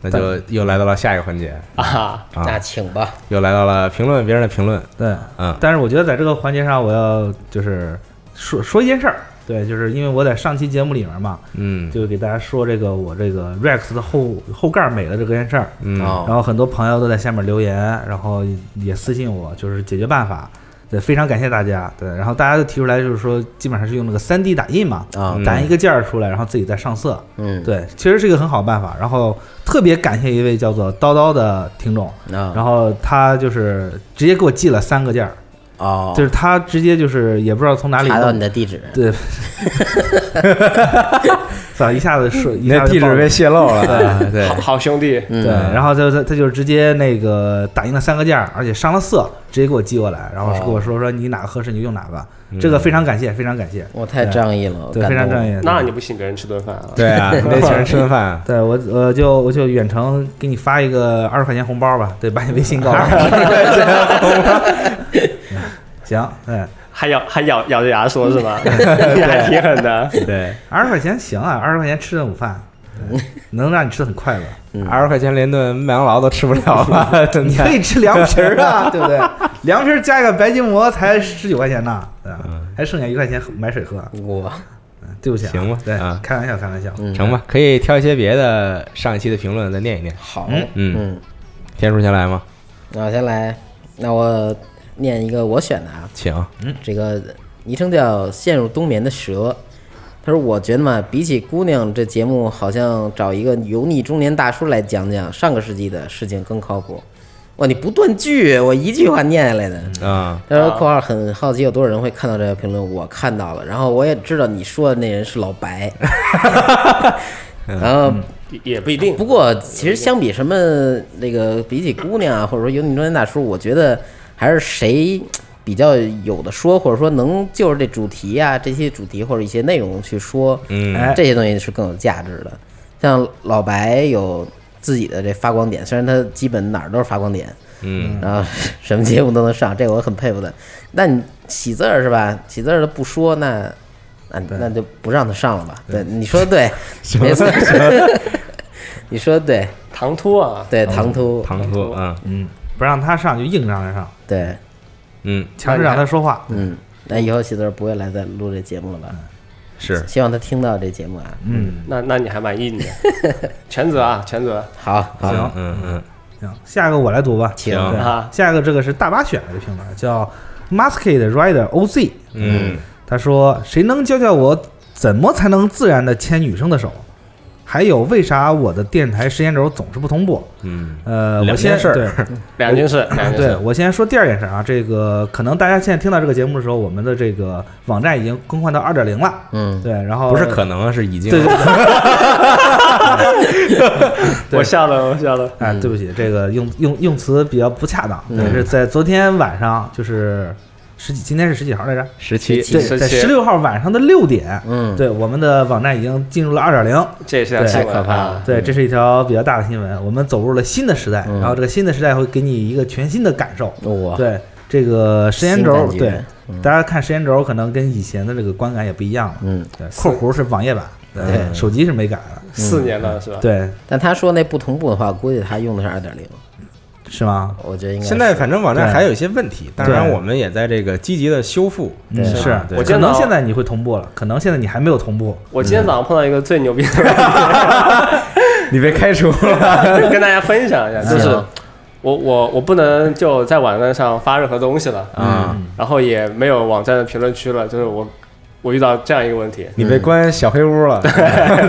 Speaker 3: 那就又来到了下一个环节，
Speaker 4: 啊，
Speaker 3: 啊
Speaker 2: 那请吧。
Speaker 3: 又来到了评论别人的评论，
Speaker 5: 对，
Speaker 3: 嗯
Speaker 5: 但是我觉得在这个环节上，我要就是说说一件事儿，对，就是因为我在上期节目里面嘛，
Speaker 3: 嗯
Speaker 5: 就给大家说这个我这个 Rex 的后后盖没了这个件事儿，
Speaker 3: 嗯
Speaker 5: 然
Speaker 2: 哦，
Speaker 5: 后很多朋友都在下面留言，然后也私信我，就是解决办法。对，非常感谢大家。对，然后大家都提出来，就是说基本上是用那个3 D 打印嘛，
Speaker 2: 啊
Speaker 3: 嗯
Speaker 5: 打印一个件儿出来，然后自己再上色。
Speaker 2: 嗯，
Speaker 5: 对，其实是一个很好办法。然后特别感谢一位叫做叨叨的听众，
Speaker 2: 啊，
Speaker 5: 然后他就是直接给我寄了三个件儿，
Speaker 2: 哦，
Speaker 5: 就是他直接就是也不知道从哪里
Speaker 2: 查到你的地址。
Speaker 5: 对， 咋一下子说一
Speaker 3: 你的
Speaker 5: 下子
Speaker 3: 地
Speaker 5: 暴
Speaker 3: 址
Speaker 5: 露
Speaker 3: 被泄露 了，啊 对
Speaker 4: 好好兄弟，
Speaker 2: 嗯
Speaker 5: 对，然后就他他就直接那个打印了三个件儿，而且上了色，直接给我寄过来，然后是
Speaker 2: 哦
Speaker 5: 跟我说说你哪个合适你就用哪个，这个非常感谢，非常感谢，
Speaker 2: 嗯我太仗义了，我
Speaker 5: 对，
Speaker 2: 感
Speaker 5: 非常
Speaker 2: 动
Speaker 5: 仗。义。
Speaker 4: 那
Speaker 5: 对
Speaker 4: 你不请别人吃顿饭啊？
Speaker 3: 对啊，你得请人吃顿饭啊，
Speaker 5: 对我我就我就远程给你发一个二十块钱红包吧，对，把你微信告诉我。 行，对，
Speaker 4: 还咬还咬咬着牙说是吗？你 还挺狠的。
Speaker 3: 对，
Speaker 5: 二十块钱行啊，二十块钱吃顿午饭，对能让你吃的 很快乐。
Speaker 3: 二十块钱连顿麦当劳都吃不了了，真
Speaker 5: 你可
Speaker 3: 的。
Speaker 5: 以吃凉皮儿啊，对不对？凉皮儿加一个白吉馍才十九块钱呢，对吧？
Speaker 2: 嗯
Speaker 5: 还剩下一块钱买水喝，
Speaker 2: 我
Speaker 5: 嗯对不起啊，
Speaker 3: 行吧
Speaker 5: 对
Speaker 3: 啊，
Speaker 5: 开玩笑，开玩笑。
Speaker 3: 成吧，可以挑一些别的上一期的评论再念一念。
Speaker 2: 好，
Speaker 5: 嗯
Speaker 3: 嗯
Speaker 2: 嗯，
Speaker 3: 天叔先来吗？
Speaker 2: 那我先来，那我念一个我选的啊。
Speaker 3: 请。
Speaker 2: 这个昵称叫“陷入冬眠的蛇”。他说：“我觉得嘛，比起姑娘这节目，好像找一个油腻中年大叔来讲讲上个世纪的事情更靠谱。”哇，你不断句，我一句话念下来的。
Speaker 3: 啊，
Speaker 2: 他说：“括号很好奇有多少人会看到这个评论，我看到了，然后我也知道你说的那人是老白。然后，
Speaker 4: 也也不一定
Speaker 2: 不。过其实相比什么那个，比起姑娘啊，或者说油腻中年大叔，我觉得还是谁比较有的说，或者说能就是这主题啊，这些主题或者一些内容去说，
Speaker 3: 嗯
Speaker 5: 哎
Speaker 2: 这些东西是更有价值的。像老白有自己的这发光点，虽然他基本哪儿都是发光点，
Speaker 3: 嗯
Speaker 2: 然后什么节目都能上，这个我很佩服他。那你喜字儿是吧？喜字儿他不说，那那那就 不让他上了吧？对，你说的对，没错，你说的对。
Speaker 4: 他唐突啊，
Speaker 2: 对唐突，
Speaker 3: 唐突，嗯
Speaker 5: 嗯，不让他上就硬让他上，
Speaker 2: 对，
Speaker 3: 嗯，
Speaker 5: 强制让他说话。
Speaker 2: 嗯，那以后喜子不会来再录这节目了吧？
Speaker 3: 是
Speaker 2: 希望他听到这节目啊。
Speaker 5: 嗯，
Speaker 4: 那那你还满意你？全责啊，全责
Speaker 2: 好，好，
Speaker 5: 行
Speaker 3: 嗯嗯
Speaker 5: 行，下一个我来读吧。
Speaker 2: 请
Speaker 3: 行
Speaker 5: 对
Speaker 4: 啊，
Speaker 5: 下一个这个是大巴选来的评论，叫 Masked Rider OZ。
Speaker 3: 嗯
Speaker 5: 他说：“谁能教教我怎么才能自然的牵女生的手？还有为啥我的电台时间轴总是不同步？
Speaker 3: 嗯
Speaker 5: 呃，我
Speaker 3: 两
Speaker 5: 先
Speaker 3: 件事儿
Speaker 5: 对
Speaker 4: 两件事，两件
Speaker 5: 对
Speaker 4: 事，
Speaker 5: 我先说第二件事啊，这个可能大家现在听到这个节目的时候，我们的这个网站已经更换到二点零了。
Speaker 2: 嗯，
Speaker 5: 对，然后
Speaker 3: 不是可能啊是已经
Speaker 5: 对对对对
Speaker 4: 我笑了，我笑了，
Speaker 5: 啊，对不起，这个用用用词比较不恰当，
Speaker 2: 嗯
Speaker 5: 但是在昨天晚上就是十几，今天是十几号来着？
Speaker 3: 十七
Speaker 5: 对，
Speaker 4: 17
Speaker 5: 在十六号晚上的六点，
Speaker 2: 嗯
Speaker 5: 对，我们的网站已经进入了二点零。
Speaker 4: 这也是条
Speaker 5: 对
Speaker 4: 新
Speaker 2: 太
Speaker 4: 闻
Speaker 2: 可怕
Speaker 4: 啊
Speaker 2: 了，
Speaker 5: 对，这是一条比较大的新闻。我们走入了新的时代，
Speaker 2: 嗯
Speaker 5: 然后这个新的时代会给你一个全新的感受。
Speaker 2: 我
Speaker 5: 对这个时间
Speaker 2: 新
Speaker 5: 轴
Speaker 2: 感，觉
Speaker 5: 对大家看时间轴，可能跟以前的这个观感也不一样了。
Speaker 2: 嗯，
Speaker 5: 对，括弧是网页版，
Speaker 2: 对
Speaker 5: 手机是没改的。
Speaker 4: 四年了是吧？
Speaker 5: 对，
Speaker 2: 但他说那不同步的话，估计他用的是二点零，
Speaker 5: 是吗？
Speaker 2: 我觉得应该是
Speaker 3: 现在反正网站
Speaker 5: 对
Speaker 3: 还有一些问题，当然
Speaker 5: 对
Speaker 3: 我们也在这个积极的修复。
Speaker 5: 嗯，
Speaker 2: 对
Speaker 5: 是
Speaker 3: 吧对
Speaker 4: 我
Speaker 5: 可
Speaker 4: 见
Speaker 5: 能
Speaker 4: 到
Speaker 5: 现在你会同步了，可能现在你还没有同步。
Speaker 4: 我今天早上碰到一个最牛逼的问题，
Speaker 3: 你被开除了，
Speaker 4: 跟大家分享一下，就是
Speaker 2: 行
Speaker 4: 我我我不能就在网站上发任何东西了，
Speaker 3: 啊！
Speaker 4: 然后也没有网站的评论区了，就是我我遇到这样一个问题，
Speaker 3: 你被关小黑屋 了，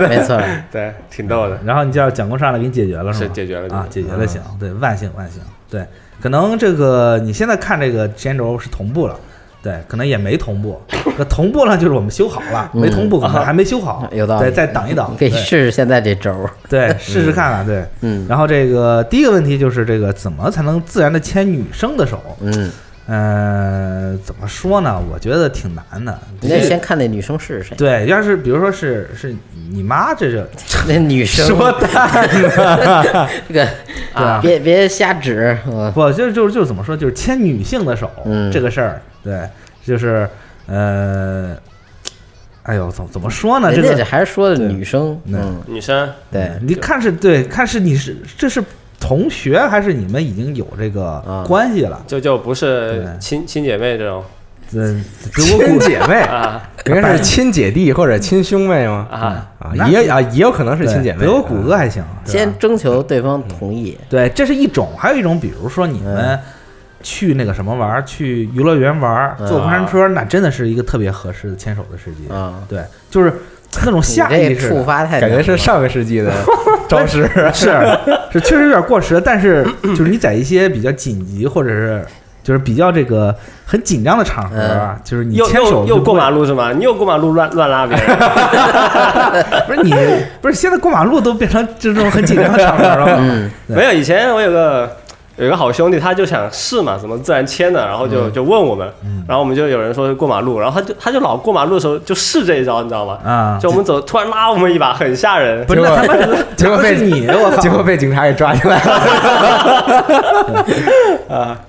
Speaker 2: 没错，
Speaker 4: 对，挺逗的，
Speaker 5: 然后你叫蒋工上来给你解决了，
Speaker 4: 是
Speaker 5: 吗？
Speaker 4: 解决了
Speaker 5: 啊，解决了，行，对，万幸万幸，对，可能这个你现在看这个时间轴是同步了，对，可能也没同步，那同步呢就是我们修好了，没同步可能还没修好，
Speaker 2: 有道理
Speaker 5: 对，再等一等，
Speaker 2: 你可以
Speaker 5: 对
Speaker 2: 试试现在这轴。
Speaker 5: 对，试试看看，对，
Speaker 2: 嗯
Speaker 5: 然后这个第一个问题就是这个怎么才能自然的牵女生的手？
Speaker 2: 嗯，
Speaker 5: 嗯，怎么说呢？我觉得挺难的，
Speaker 2: 你得先看那女生是谁，
Speaker 5: 对，要是比如说是是你妈，这是
Speaker 2: 那女生
Speaker 5: 说淡了，
Speaker 2: 这个
Speaker 5: 对啊
Speaker 2: 别别瞎指，嗯
Speaker 5: 不，就是就是就是怎么说，就是牵女性的手、
Speaker 2: 嗯
Speaker 5: 这个事儿，对，就是呃，哎呦，怎么怎么说呢？这
Speaker 2: 人家这
Speaker 5: 个
Speaker 2: 还是说的女生，
Speaker 5: 对
Speaker 2: 嗯，
Speaker 4: 女生
Speaker 2: 对，
Speaker 5: 你看是对，看是你是这是同学还是你们已经有这个
Speaker 2: 啊
Speaker 5: 关系了？
Speaker 4: 就就不是
Speaker 5: 对
Speaker 4: 亲亲姐妹这种
Speaker 5: 嗯，如果
Speaker 3: 亲 姐妹，
Speaker 4: 啊
Speaker 3: 应该是亲姐弟或者亲兄妹吗？
Speaker 4: 啊，
Speaker 3: 啊，
Speaker 5: 那
Speaker 3: 也啊也有可能是
Speaker 5: 对
Speaker 3: 亲姐妹。啊嗯
Speaker 5: 德国骨骼还行，对吧
Speaker 2: 先征求对方同意，
Speaker 5: 对，这是一种，还有一种，比如说你
Speaker 3: 嗯
Speaker 5: 们。去那个什么玩儿，去游乐园玩儿，
Speaker 3: 嗯
Speaker 5: 坐
Speaker 3: 啊
Speaker 5: 过山车，那真的是一个特别合适的牵手的时机。
Speaker 2: 啊，
Speaker 5: 对，就是那种
Speaker 2: 你
Speaker 5: 下意
Speaker 2: 这
Speaker 5: 识的
Speaker 2: 触发太
Speaker 3: 感觉
Speaker 2: 难
Speaker 3: 是
Speaker 2: 了
Speaker 3: 上个世纪的招式。
Speaker 5: 是是，确实有点过时了。但是就是你在一些比较紧急或者是就是比较这个很紧张的场合
Speaker 2: 嗯
Speaker 5: 啊，就是你
Speaker 4: 又
Speaker 5: 牵手
Speaker 4: 又又
Speaker 5: 就不
Speaker 4: 过
Speaker 5: 会
Speaker 4: 马，路是吗？你又过马路乱乱拉别 人，
Speaker 5: 不 是你不是现在过马路都变成这种很紧张的场合了吗。
Speaker 2: 嗯，
Speaker 5: 对
Speaker 4: 没有，以前我有个有一个好兄弟，他就想试嘛，怎么自然牵的，然后
Speaker 5: 嗯
Speaker 4: 就、就问我们，然后我们就有人说是过马路，然后他就他就老过马路的时候就试这一招，你知道吗？
Speaker 5: 啊
Speaker 4: 就我们走，突然拉我们一把，很吓人。
Speaker 5: 不是
Speaker 3: 结
Speaker 5: 那
Speaker 3: 果
Speaker 5: 他妈是
Speaker 3: 结果被
Speaker 5: 是你，我
Speaker 3: 结
Speaker 5: 靠！
Speaker 3: 果被警察给抓起来了。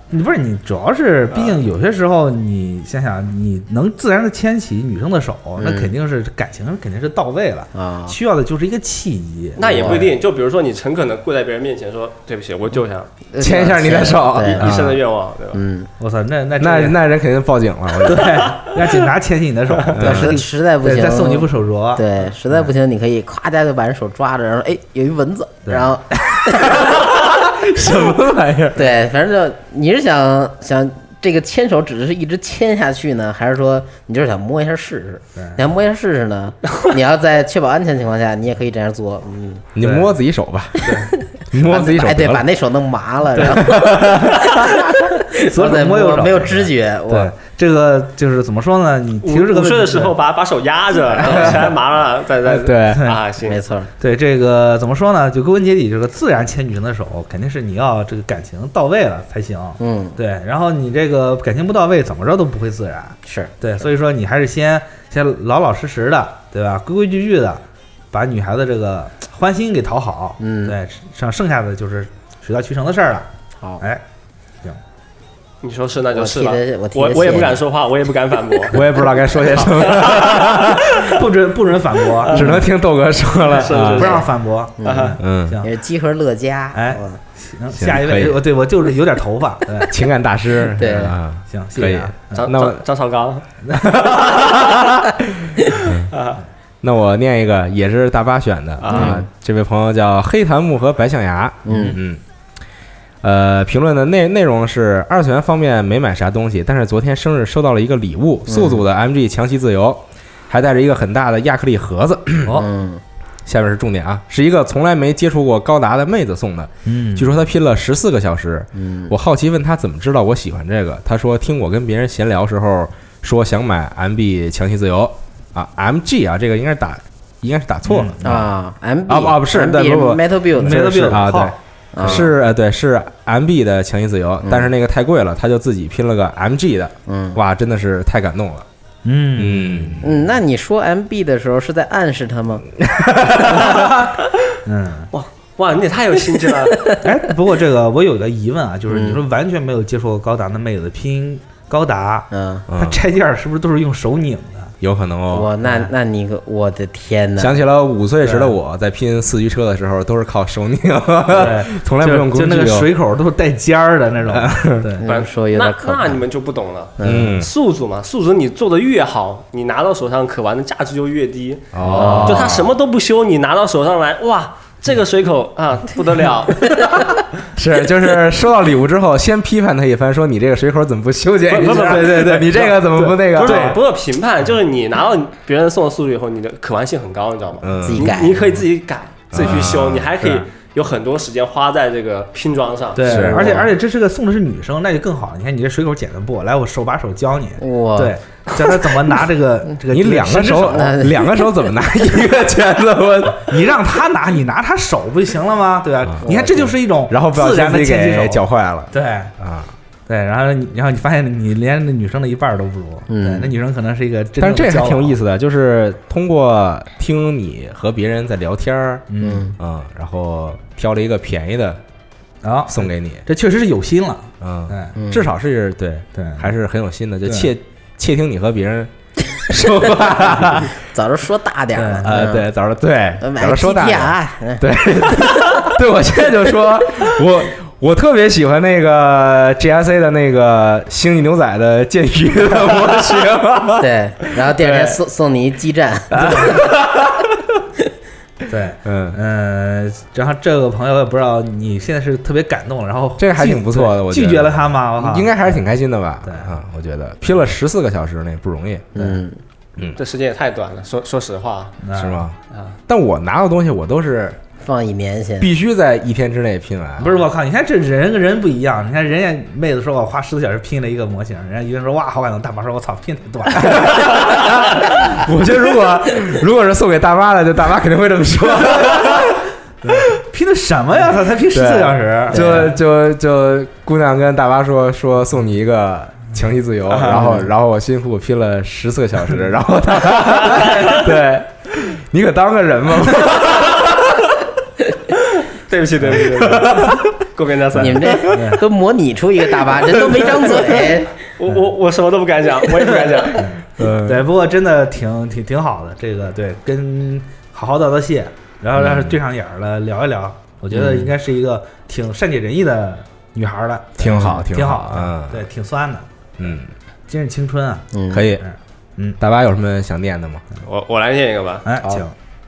Speaker 5: 你不是你，主要
Speaker 2: 啊
Speaker 5: 是毕竟有些时候你想想，你能自然的牵起女生的手，那
Speaker 2: 嗯
Speaker 5: 肯定是感情肯定是到位了，
Speaker 2: 啊，
Speaker 5: 需要的就是一个契机。
Speaker 4: 那也不一定，就比如说你诚恳的跪在别人面前说：“对不起，我就想
Speaker 3: 牵一下你的手
Speaker 2: 对
Speaker 4: 一生的愿望，对吧？”
Speaker 2: 嗯，
Speaker 5: 我操，那那
Speaker 3: 那
Speaker 5: 这个
Speaker 3: 那人肯定报警了。 我觉得
Speaker 5: 对，让警察牵起你的手，嗯对
Speaker 2: 要是实在不
Speaker 5: 对，
Speaker 2: 行，
Speaker 5: 再送你一副手镯。
Speaker 2: 对，实在不行，你可以夸家就把人手抓着，然后哎，有一蚊子，
Speaker 5: 对
Speaker 2: 然后
Speaker 3: 什么玩意儿？
Speaker 2: 对，反正就你是想想这个牵手只是一直牵下去呢，还是说你就是想摸一下试试？
Speaker 5: 对
Speaker 2: 你要摸一下试试呢， 你要在确保安全情况下，你也可以这样做，嗯，
Speaker 3: 你就摸自己手吧，摸自己手
Speaker 2: 哎，对，
Speaker 3: 得
Speaker 2: 把
Speaker 3: 了。
Speaker 2: 那手弄麻了，然后
Speaker 5: 左手
Speaker 2: 再
Speaker 5: 摸
Speaker 2: 摸
Speaker 5: 右手
Speaker 2: 没有知觉，
Speaker 5: 对
Speaker 2: 我，
Speaker 5: 这个就是怎么说呢？你提
Speaker 4: 午
Speaker 5: 出这个
Speaker 4: 午
Speaker 5: 问
Speaker 4: 睡的
Speaker 5: 题
Speaker 4: 时候，把把手压着，然后起来麻了，再再
Speaker 3: 对
Speaker 4: 啊，行
Speaker 2: 没，错，
Speaker 5: 对这个怎么说呢？就归根结底，这个自然牵女生的手，肯定是你要这个感情到位了才行。
Speaker 2: 嗯，
Speaker 5: 对，然后你这个感情不到位，怎么着都不会自然。
Speaker 2: 是，
Speaker 5: 对，所以说你还是先先老老实实的，对吧？规规矩矩的，把女孩子这个欢心给讨好。
Speaker 2: 嗯
Speaker 5: 哎对，剩剩下的就是水到渠成的事儿了。
Speaker 2: 好，
Speaker 5: 哎，
Speaker 4: 你说是那就是吧
Speaker 2: 我替他我，替他
Speaker 4: 我我也
Speaker 2: 谢
Speaker 4: 不敢
Speaker 2: 谢
Speaker 4: 说话，我也不敢反驳。
Speaker 3: 我也不知道该说些什么，
Speaker 5: 不准不准反驳，
Speaker 3: 只能听豆哥说了。
Speaker 4: 是
Speaker 3: 啊
Speaker 4: 是
Speaker 5: 不让反驳。
Speaker 2: 嗯，
Speaker 3: 嗯，
Speaker 5: 行
Speaker 2: 也是集合乐嘉，
Speaker 5: 哎
Speaker 2: 哇
Speaker 5: 行，
Speaker 3: 行
Speaker 5: 下一
Speaker 3: 可以
Speaker 5: 位，呃我对我就是有点头发， 对，
Speaker 3: 情感大师。
Speaker 2: 对
Speaker 3: 啊，
Speaker 5: 行，谢
Speaker 3: 可以
Speaker 5: 谢啊。。
Speaker 4: 张
Speaker 3: 那我
Speaker 4: 张张绍刚，
Speaker 3: 那我念一个，也是大巴选的啊。这位朋友叫黑檀木和白象牙，
Speaker 2: 嗯
Speaker 3: 嗯。呃，评论的内内容是二次元方面没买啥东西，但是昨天生日收到了一个礼物，
Speaker 2: 嗯
Speaker 3: 素组的 MG 强袭自由，还带着一个很大的亚克力盒子。
Speaker 5: 哦，
Speaker 2: 嗯，
Speaker 3: 下面是重点啊，是一个从来没接触过高达的妹子送的，
Speaker 5: 嗯
Speaker 3: 据说她拼了十四个小时。
Speaker 2: 嗯
Speaker 3: 我好奇问她怎么知道我喜欢这个，她说听我跟别人闲聊时候说想买 MB 强袭自由啊，MG 啊，这个应该是打应该是打错了。
Speaker 2: 啊，M B
Speaker 3: 啊不啊不是
Speaker 2: M
Speaker 3: 对
Speaker 2: B
Speaker 3: 不不
Speaker 2: Metal Build
Speaker 3: 这
Speaker 5: 没
Speaker 3: 个
Speaker 5: 得
Speaker 3: 是
Speaker 5: 病
Speaker 3: 啊，
Speaker 5: 好
Speaker 3: 对，
Speaker 2: 啊
Speaker 3: 是呃，对，是 MB 的强袭自由，但是那个太贵了，他就自己拼了个 MG 的，
Speaker 2: 嗯
Speaker 3: 哇，真的是太感动了，
Speaker 5: 嗯，
Speaker 3: 嗯，
Speaker 2: 嗯，那你说 M B 的时候是在暗示他吗？
Speaker 5: 嗯，
Speaker 4: 哇哇，你也太有心机了，
Speaker 5: 哎，不过这个我有个疑问啊，就是
Speaker 2: 嗯
Speaker 5: 你说完全没有接触过高达的妹子拼高达，
Speaker 2: 嗯，
Speaker 5: 它
Speaker 3: 嗯
Speaker 5: 拆件儿是不是都是用手拧 的？
Speaker 3: 有可能哦。
Speaker 2: 我那那你个我的天哪！
Speaker 3: 想起了五岁时的我在拼四驱车的时候，都是靠手拧， 从来不
Speaker 5: 就
Speaker 3: 用工具
Speaker 5: 就
Speaker 3: 哦。
Speaker 5: 那个水口都是带尖儿的那种，对，
Speaker 4: 嗯
Speaker 2: 你这么说有
Speaker 4: 那
Speaker 2: 点可怕
Speaker 4: 那你们就不懂了。
Speaker 3: 嗯，
Speaker 4: 宿主嘛，宿主你做的越好，你拿到手上可玩的价值就越低。
Speaker 3: 哦，
Speaker 4: 就他什么都不修，你拿到手上来，哇，这个水口啊不得 了，
Speaker 3: 是就是收到礼物之后，先批判他一番，说你这个水口怎么不修剪一
Speaker 4: 不不
Speaker 3: 下？
Speaker 4: 不
Speaker 3: 对对对，你这个怎么不那个？
Speaker 4: 不是不是评判，就是你拿到别人送的宿主以后，你的可玩性很高，你知道吗？
Speaker 3: 嗯
Speaker 2: 自己
Speaker 4: 你
Speaker 2: 改
Speaker 4: 你可以自己改，自己去修，
Speaker 3: 啊
Speaker 4: 你还可以
Speaker 3: 是
Speaker 4: 有很多时间花在这个拼装上。
Speaker 5: 对
Speaker 3: 是，
Speaker 5: 而且
Speaker 3: 我
Speaker 5: 而且这是个送的是女生，那就更好。你看你这水口剪的不，来我手把手教你，
Speaker 2: 哇
Speaker 5: 对，教他怎么拿这个这个。
Speaker 3: 你两个手
Speaker 2: 那
Speaker 3: 两个手怎么拿一个钳子？我
Speaker 5: 你让他拿，你拿他手不就行了吗？对吧、你看这就是一种
Speaker 3: 啊然后不小
Speaker 5: 自然的
Speaker 3: 心
Speaker 5: 牵
Speaker 3: 给
Speaker 5: 起手，
Speaker 3: 搅坏了
Speaker 5: 对
Speaker 3: 啊！
Speaker 5: 对，然后你然后你发现你连那女生的一半都不如，对，
Speaker 2: 嗯
Speaker 5: 那女生可能是一个真
Speaker 3: 但
Speaker 5: 正
Speaker 3: 是这
Speaker 5: 的骄
Speaker 3: 还
Speaker 5: 傲，
Speaker 3: 挺有意思的，就是通过听你和别人在聊天儿，
Speaker 5: 嗯，
Speaker 3: 嗯，然后挑了一个便宜的
Speaker 5: 然后
Speaker 3: 送给你，
Speaker 5: 这确实是有心了，
Speaker 3: 嗯，
Speaker 5: 对
Speaker 2: 嗯
Speaker 3: 至少是对，
Speaker 5: 哎对，
Speaker 3: 还是很有心的，就
Speaker 5: 对
Speaker 3: 窃窃听你和别 人说话，
Speaker 2: 早就说大点儿了
Speaker 5: 哎
Speaker 3: 呃，，对，早上对，
Speaker 2: 嗯
Speaker 3: 早
Speaker 2: 买
Speaker 3: 上
Speaker 2: 个
Speaker 3: 说
Speaker 2: T
Speaker 3: 大
Speaker 2: T
Speaker 3: 点，
Speaker 2: R，嗯
Speaker 3: 对，对 我现在就说，我我特别喜欢那个 G S A 的那个星际牛仔的剑鱼的模型，
Speaker 2: 对，然后第二天
Speaker 3: 对啊
Speaker 2: 送送你一基站，
Speaker 5: 对，
Speaker 3: 嗯，
Speaker 5: 呃，然后这个朋友也不知道你现在是特别感动了，然后
Speaker 3: 这个还
Speaker 5: 拒
Speaker 3: 挺不错的我觉
Speaker 5: 拒
Speaker 3: 得
Speaker 5: 绝了他吗？我靠，
Speaker 3: 应该还是挺开心的吧？
Speaker 5: 对
Speaker 3: 啊，我觉得拼了十四个小时那不容易，
Speaker 2: 嗯，
Speaker 4: 这时间也太短了，说说实话，
Speaker 5: 嗯
Speaker 3: 是？吗？
Speaker 4: 啊，
Speaker 3: 但我拿到东西，我都是
Speaker 2: 放一年先，
Speaker 3: 必须在一天之内拼完。
Speaker 5: 不 是，我靠！你看这人跟人不一样，你看人家妹子说我花十个小时拼了一个模型，人家一个人说哇好感动，大妈说我操拼太短了，
Speaker 3: 我觉得如果如果是送给大妈的，就大妈肯定会这么说。
Speaker 5: 拼的什么呀？他才拼十四 小时，
Speaker 3: 就就就姑娘跟大妈说说送你一个强袭自由，然 后然后我辛苦拼了十四个小时，然后 大妈对。你可当个人 吗？
Speaker 4: 对不起对不起，对不 起够跟大三
Speaker 2: 你，们这都模拟出一个大巴，人都没张 嘴，
Speaker 4: 我我我什么都不敢讲，我也不 敢讲。
Speaker 3: 嗯，
Speaker 5: 对，不过真的挺挺挺好的，这个对，跟好好道道谢，然后要是对上眼儿了，聊一聊，我觉得应该是一个挺善解人意的女孩儿了，
Speaker 3: 挺好
Speaker 5: 挺
Speaker 3: 挺好
Speaker 5: 好，
Speaker 3: 嗯
Speaker 5: 对，挺酸的，
Speaker 3: 嗯，
Speaker 5: 今日青春啊，
Speaker 2: 嗯，
Speaker 3: 可以。
Speaker 5: 嗯，
Speaker 3: 大巴有什么想念的吗？
Speaker 4: 我我来念一个吧，
Speaker 5: 哎，
Speaker 2: 好
Speaker 5: 请，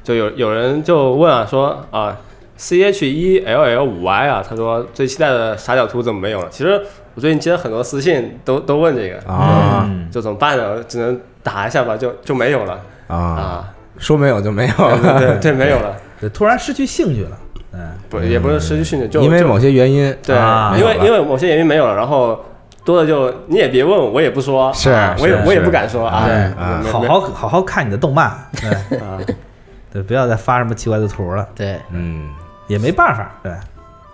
Speaker 4: 就有有人就问啊说啊，C H E L L 五 Y 啊，他说最期待的傻屌图怎么没有了？其实我最近接了很多私信，都都问这个，
Speaker 3: 啊
Speaker 5: 嗯
Speaker 4: 就怎么办呢？只能打一下吧，就就没 有了
Speaker 3: 啊，
Speaker 4: 啊，
Speaker 3: 说没有就没有
Speaker 4: 对
Speaker 3: 了，
Speaker 4: 对对，没有了，
Speaker 5: 对，突然失去兴趣了，嗯，
Speaker 4: 不也不是失去兴趣，就
Speaker 3: 因为
Speaker 4: 就
Speaker 3: 某些原因，
Speaker 4: 对
Speaker 5: 啊，
Speaker 4: 因
Speaker 3: 没有了
Speaker 4: 为因为某些原因没有了，然后多的就你也别问我，我也不说，
Speaker 3: 是
Speaker 4: 啊我也
Speaker 3: 是
Speaker 4: 我也
Speaker 3: 是
Speaker 4: 不敢说啊，
Speaker 5: 对
Speaker 4: 啊没
Speaker 5: 好好好好看你的动漫， 对
Speaker 4: 啊，
Speaker 5: 对，不要再发什么奇怪的图了，
Speaker 2: 对，
Speaker 3: 嗯，
Speaker 5: 也没办法，对，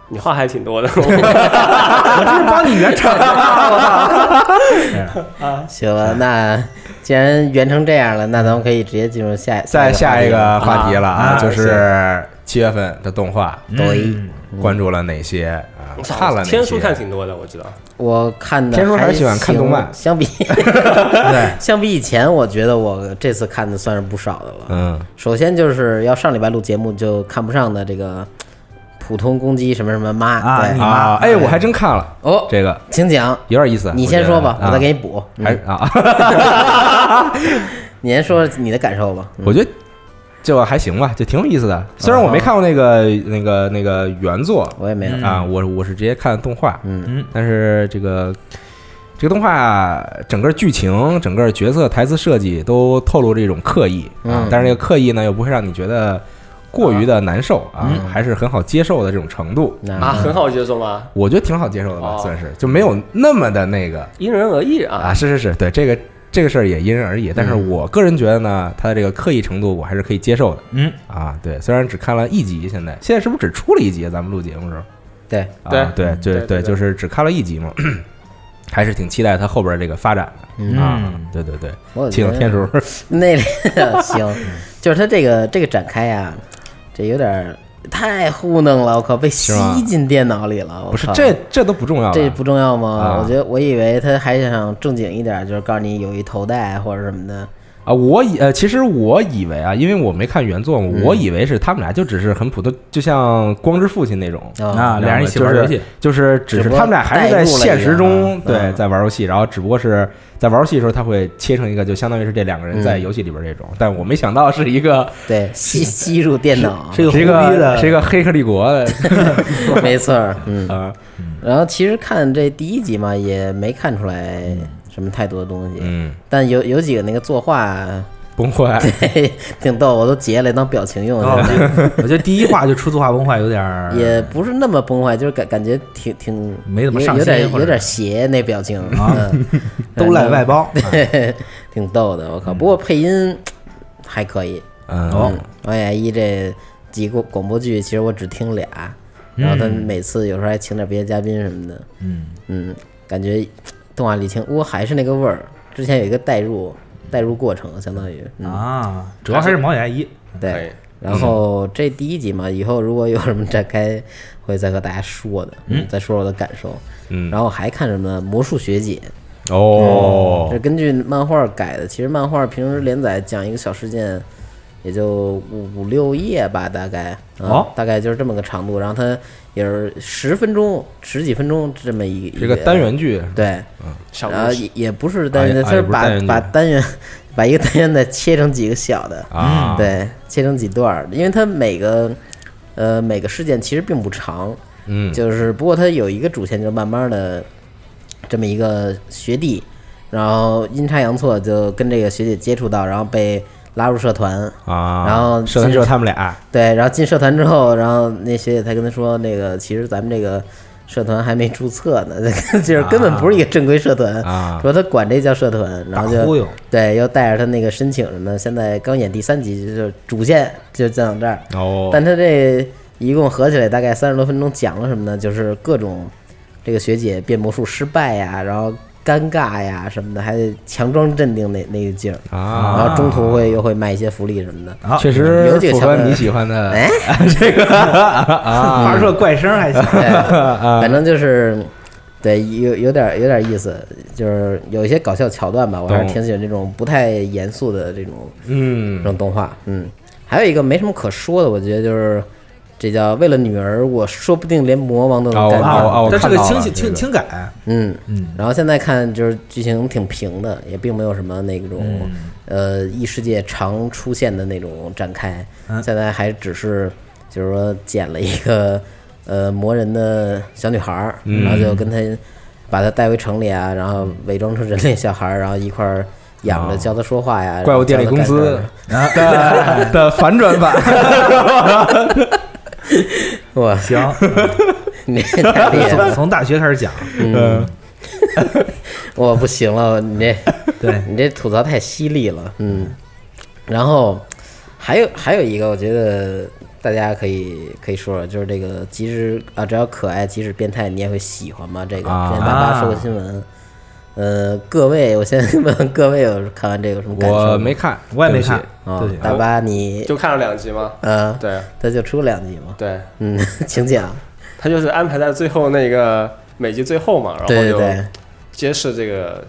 Speaker 4: 你话还挺 多的，
Speaker 5: 我这是帮你圆场的，我操，
Speaker 2: 行了，那既然圆成这样了，那咱们可以直接进入下
Speaker 3: 再下一
Speaker 2: 一
Speaker 3: 个
Speaker 2: 个话
Speaker 3: 话题了啊，
Speaker 5: 啊
Speaker 3: 就是七月份的动画
Speaker 2: 对，
Speaker 3: 关注了哪些啊？看了哪些
Speaker 4: 天书看挺多的，我知道。
Speaker 2: 我看的
Speaker 3: 天叔还
Speaker 2: 还
Speaker 3: 是喜欢看动漫
Speaker 2: 行相比
Speaker 3: 对，
Speaker 2: 相比以前，我觉得我这次看的算是不少的了。
Speaker 3: 嗯
Speaker 2: 首先就是要上礼拜录节目就看不上的这个普通攻击什么什么妈
Speaker 5: 啊
Speaker 2: 对
Speaker 5: 你妈
Speaker 3: 啊，哎，我还真看了
Speaker 2: 哦
Speaker 3: 这个
Speaker 2: 请讲，
Speaker 3: 有点意思。
Speaker 2: 你先
Speaker 3: 觉得
Speaker 2: 说吧，我再给你补。
Speaker 3: 啊还
Speaker 2: 嗯，
Speaker 3: 啊，
Speaker 2: 你先说你的感受吧。嗯
Speaker 3: 我觉得就还行吧，就挺有意思的。虽然我没看过那个那个那个原作
Speaker 2: 我也没有。
Speaker 3: 啊，我我是直接看动画，
Speaker 2: 嗯
Speaker 5: 嗯，
Speaker 3: 但是这个这个动画整个剧情、整个角色台词设计都透露着一种刻意啊
Speaker 2: 嗯，
Speaker 3: 但是这个刻意呢又不会让你觉得过于的难受啊，还是很好接受的这种程度。
Speaker 2: 那嗯
Speaker 4: 啊，很好接受吗？
Speaker 3: 我觉得挺好接受的吧，
Speaker 4: 哦
Speaker 3: 算是就没有那么的那个
Speaker 4: 因人而异啊。
Speaker 3: 啊，是是是，对这个这个事儿也因人而异，但是我个人觉得呢，它的这个刻意程度我还是可以接受的
Speaker 5: 嗯，
Speaker 3: 啊。对，虽然只看了一集，现在现在是不是只出了一集啊？咱们录节目的时候，
Speaker 2: 对，
Speaker 3: 啊、对
Speaker 4: 对对
Speaker 3: 对，
Speaker 4: 对
Speaker 3: 就是只看了一集嘛，还是挺期待它后边这个发展的啊
Speaker 5: 嗯。
Speaker 3: 对对对，
Speaker 2: 我觉
Speaker 3: 请
Speaker 2: 得
Speaker 3: 天叔，
Speaker 2: 那里 行，就是他这个这个展开呀，这有点儿太糊弄了，我靠，被吸
Speaker 3: 是吗
Speaker 2: 进电脑里了。我
Speaker 3: 不是
Speaker 2: 靠
Speaker 3: 这这都不重要
Speaker 2: 这
Speaker 3: 了
Speaker 2: 不重要吗？
Speaker 3: 啊
Speaker 2: 我觉得我以为他还想正经一点，就是告诉你有一头戴或者什么的。
Speaker 3: 啊。我以呃，其实我以为啊，因为我没看原作嘛，
Speaker 2: 嗯
Speaker 3: 我以为是他们俩就只是很普通，就像光之父亲那种
Speaker 2: 啊
Speaker 5: 那俩人一起玩游戏，
Speaker 3: 就是只
Speaker 2: 只不
Speaker 3: 是
Speaker 2: 过
Speaker 3: 他们俩还是在现实中
Speaker 2: 带入了一个
Speaker 3: 对
Speaker 2: 嗯
Speaker 3: 在玩游戏，然后只不过是在玩游戏的时候，他会切成一个，就相当于是这两个人在
Speaker 2: 嗯
Speaker 3: 游戏里边这种。但我没想到是一个
Speaker 2: 对，吸吸入电脑，
Speaker 5: 是一个
Speaker 3: 是一
Speaker 5: 胡逼
Speaker 3: 个
Speaker 5: 的
Speaker 3: 是一个黑客帝国 的
Speaker 2: 没错儿。嗯，
Speaker 3: 啊，
Speaker 2: 然后其实看这第一集嘛，也没看出来什么太多的东西，
Speaker 3: 嗯，
Speaker 2: 但有有几个那个作画
Speaker 3: 崩坏，
Speaker 2: 挺逗，我都截下来当表情用。
Speaker 5: 哦我觉得我觉得第一话就出字画崩坏有点儿
Speaker 2: 也不是那么崩坏，就是感感觉挺挺
Speaker 5: 没怎么
Speaker 2: 有
Speaker 5: 上
Speaker 2: 有
Speaker 5: 心
Speaker 2: 点
Speaker 5: 或者
Speaker 2: 有点邪那表情
Speaker 5: 啊，
Speaker 2: 嗯
Speaker 5: 都赖外包，
Speaker 3: 嗯
Speaker 2: 挺逗的，我
Speaker 5: 嗯
Speaker 2: 靠！不过配音还可以，
Speaker 5: 哦
Speaker 3: 嗯，
Speaker 2: 王雅一这几个广播剧，其实我只听俩，然后他每次有时候还请点别的嘉宾什么的，
Speaker 5: 嗯
Speaker 2: 嗯，感觉动画里听，我还是那个味儿。之前有一个代入代入过程，相当于，嗯，
Speaker 5: 啊，主要还是毛雅一，
Speaker 4: 可以
Speaker 2: 对。然后这第一集嘛，以后如果有什么展开，会再和大家说的，嗯，再说我的感受。
Speaker 3: 嗯
Speaker 2: 然后还看什么呢？魔术学姐，这
Speaker 3: 哦
Speaker 2: 是，根据漫画改的。其实漫画平时连载讲一个小事件，也就五五六页吧，大概啊、
Speaker 5: 哦
Speaker 2: 大概就是这么个长度。然后它也是十分钟、十几分钟这么一
Speaker 3: 是一个单，元剧
Speaker 2: 一对，
Speaker 4: 小
Speaker 2: 然后
Speaker 4: 故事
Speaker 2: 也也不是单
Speaker 3: 啊
Speaker 2: 元，
Speaker 3: 也
Speaker 2: 它是把
Speaker 3: 啊也不
Speaker 2: 把
Speaker 3: 是单元剧
Speaker 2: 单元把一个单元再切成几个小的，
Speaker 3: 啊，，
Speaker 2: 嗯对，切成几段儿，因为它每个呃每个事件其实并不长，
Speaker 3: 嗯，
Speaker 2: 就是不过它有一个主线，就是慢慢的这么一个学弟，然后阴差阳错就跟这个学姐接触到，然后被拉入社团，
Speaker 3: 啊，
Speaker 2: 然后
Speaker 3: 社团只有他们俩，
Speaker 2: 对，然后进社团之后，然后那学姐才跟他说，那个其实咱们这个社团还没注册呢， 就是根本不是一个正规社团
Speaker 3: 啊
Speaker 2: 说他管这叫社团，然后
Speaker 5: 打忽
Speaker 2: 就
Speaker 5: 悠
Speaker 2: 对，又带着他那个申请什么的，现在刚演第三集，就是主线就讲到这儿，
Speaker 3: 哦，
Speaker 2: 但他这一共合起来大概三十多分钟，讲了什么呢？就是各种这个学姐变魔术失败呀，然后尴尬呀什么的，还得强装镇定那那个劲儿。
Speaker 3: 啊
Speaker 2: 然后中途会又会卖一些福利什么的。
Speaker 5: 啊，
Speaker 3: 确实
Speaker 2: 嗯有几个
Speaker 3: 符
Speaker 2: 桥
Speaker 3: 合
Speaker 2: 段
Speaker 3: 你喜欢的，
Speaker 2: 哎，啊
Speaker 5: 发出了怪声还行，
Speaker 2: 哎 对，反正就是。对，有有点有点意思，就是有一些搞笑桥段吧，我还是
Speaker 3: 懂
Speaker 2: 挺喜欢这种不太严肃的这种这
Speaker 3: 嗯，
Speaker 2: 种动画。嗯，还有一个没什么可说的，我觉得就是这叫为了女儿，我说不定连魔王都能
Speaker 3: 哦
Speaker 2: 干
Speaker 3: 哦
Speaker 2: 掉。
Speaker 3: 哦我
Speaker 5: 但是
Speaker 3: 看
Speaker 5: 个
Speaker 3: 到
Speaker 5: 轻
Speaker 3: 了
Speaker 5: 轻
Speaker 3: 这个
Speaker 5: 轻 轻改，
Speaker 2: 嗯，
Speaker 5: 嗯
Speaker 2: 然后现在看就是剧情挺平的，也并没有什么那
Speaker 3: 嗯
Speaker 2: 种、呃异世界常出现的那种展开，
Speaker 5: 嗯
Speaker 2: 现在还只是就是说捡了一个 呃魔人的小女孩儿，
Speaker 3: 嗯
Speaker 2: 然后就跟她把她带回城里啊，然后伪装成人类小孩儿，然后一块儿养着，
Speaker 3: 哦
Speaker 2: 教她说话呀，
Speaker 3: 怪物店里公
Speaker 2: 然后教
Speaker 3: 司
Speaker 2: 她干事儿
Speaker 3: 的的反转版，
Speaker 2: 哇，
Speaker 5: 行，
Speaker 2: 你这太厉害
Speaker 5: 从
Speaker 2: 了，
Speaker 5: 从大学开始讲，
Speaker 3: 嗯，
Speaker 2: 我不行了，你这。
Speaker 5: 对，
Speaker 2: 你这吐槽太犀利了，嗯。然后还有还有一个，我觉得大家可以可以说了，就是这个即使啊，只要可爱，即使变态，你也会喜欢吗？这个
Speaker 3: 啊
Speaker 2: 之前大家说过新闻。呃，各位，我先问问各位有看完这个有什么感受？
Speaker 3: 我没看，
Speaker 5: 我也没
Speaker 3: 对不起
Speaker 5: 看，
Speaker 2: 啊
Speaker 5: 对，
Speaker 2: 大巴你
Speaker 4: 就看了两集嘛。
Speaker 2: 呃，
Speaker 4: 对
Speaker 2: 他就出两集嘛，
Speaker 4: 对，
Speaker 2: 嗯， 请讲，
Speaker 4: 他就是安排在最后那个每集最后嘛，然后
Speaker 2: 对对
Speaker 4: 就
Speaker 2: 对，
Speaker 4: 揭示这个